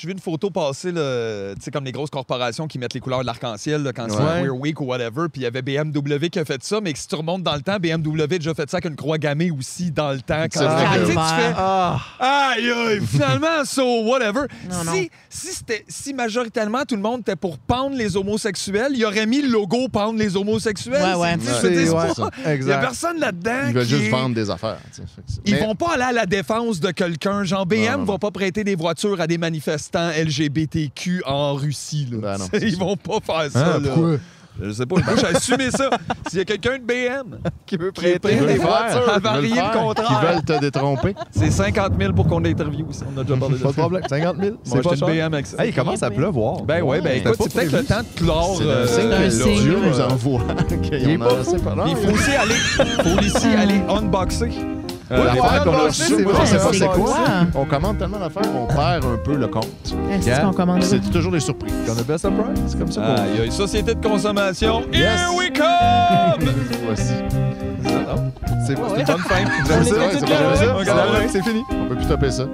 J'ai vu une photo passer, là, tu sais, comme les grosses corporations qui mettent les couleurs de l'arc-en-ciel là, quand c'est
Ouais.
We're Week ou whatever. Puis il y avait BMW qui a fait ça, mais que si tu remontes dans le temps, BMW a déjà fait ça avec une croix gammée aussi dans le temps.
C'est vrai
Ah,
que-
tu sais, tu fais,
Ah!
Aïe, aïe, finalement, so whatever.
Non, non.
si, Si, c'était- si majoritairement tout le monde était pour pendre les homosexuels, il aurait mis le logo pendre les homosexuels.
Ouais, ouais.
Tu sais, je veux
C'est-
dire,
ouais,
c'est pas-
ça.
Il n'y a
Exact.
personne là-dedans.
Ils veulent
qui
juste
est-
vendre des affaires. tu sais. Fait que c'est-
Ils
Mais-
vont pas aller à la défense de quelqu'un. Genre, BM
non, non.
va pas prêter des voitures à des manifestants LGBTQ en Russie. là.
Ben non,
Ils
c'est ça.
vont pas faire ça.
Hein,
là.
pourquoi?
Je sais pas, moi, j'ai assumé ça. S'il y a quelqu'un de BM
qui veut
qui est prêt
Ils veulent
des
le faire,
voitures à
ils veulent le
varier
faire,
le
Ils
contraire,
veulent te détromper.
c'est 50 000 pour qu'on l'interviewe ici. On a déjà parlé de
Pas de
ça.
problème. 50 000.
C'est
C'est pas
pas
cher.
une BM avec ça.
Hey, il commence à pleuvoir.
Ben ouais, ben écoute, c'est peut-être le temps de clore.
C'est
euh,
un signe
le-
un
que
signe.
Dieu nous
euh,
envoie.
Il est pas fou.
Il faut
euh,
aussi aller, faut aussi aller unboxer. euh,
L'affaire
les
voilà,
qu'on a
unboxer,
reçue,
c'est
moi,
vrai,
on sait pas
c'est
c'est
quoi.
quoi. On commande tellement d'affaires qu'on perd un peu le compte.
Est-ce
Yeah.
qu'on commande
C'est toujours des surprises.
On a best surprise. C'est comme ça qu'on.
Aïe, aïe, société de consommation,
Yes.
here we come!
Voici.
C'est c'est une bonne fin. J'aime
Ouais,
ça.
c'est
J'aime
pas
ça.
vrai.
C'est fini.
On peut plus taper ça.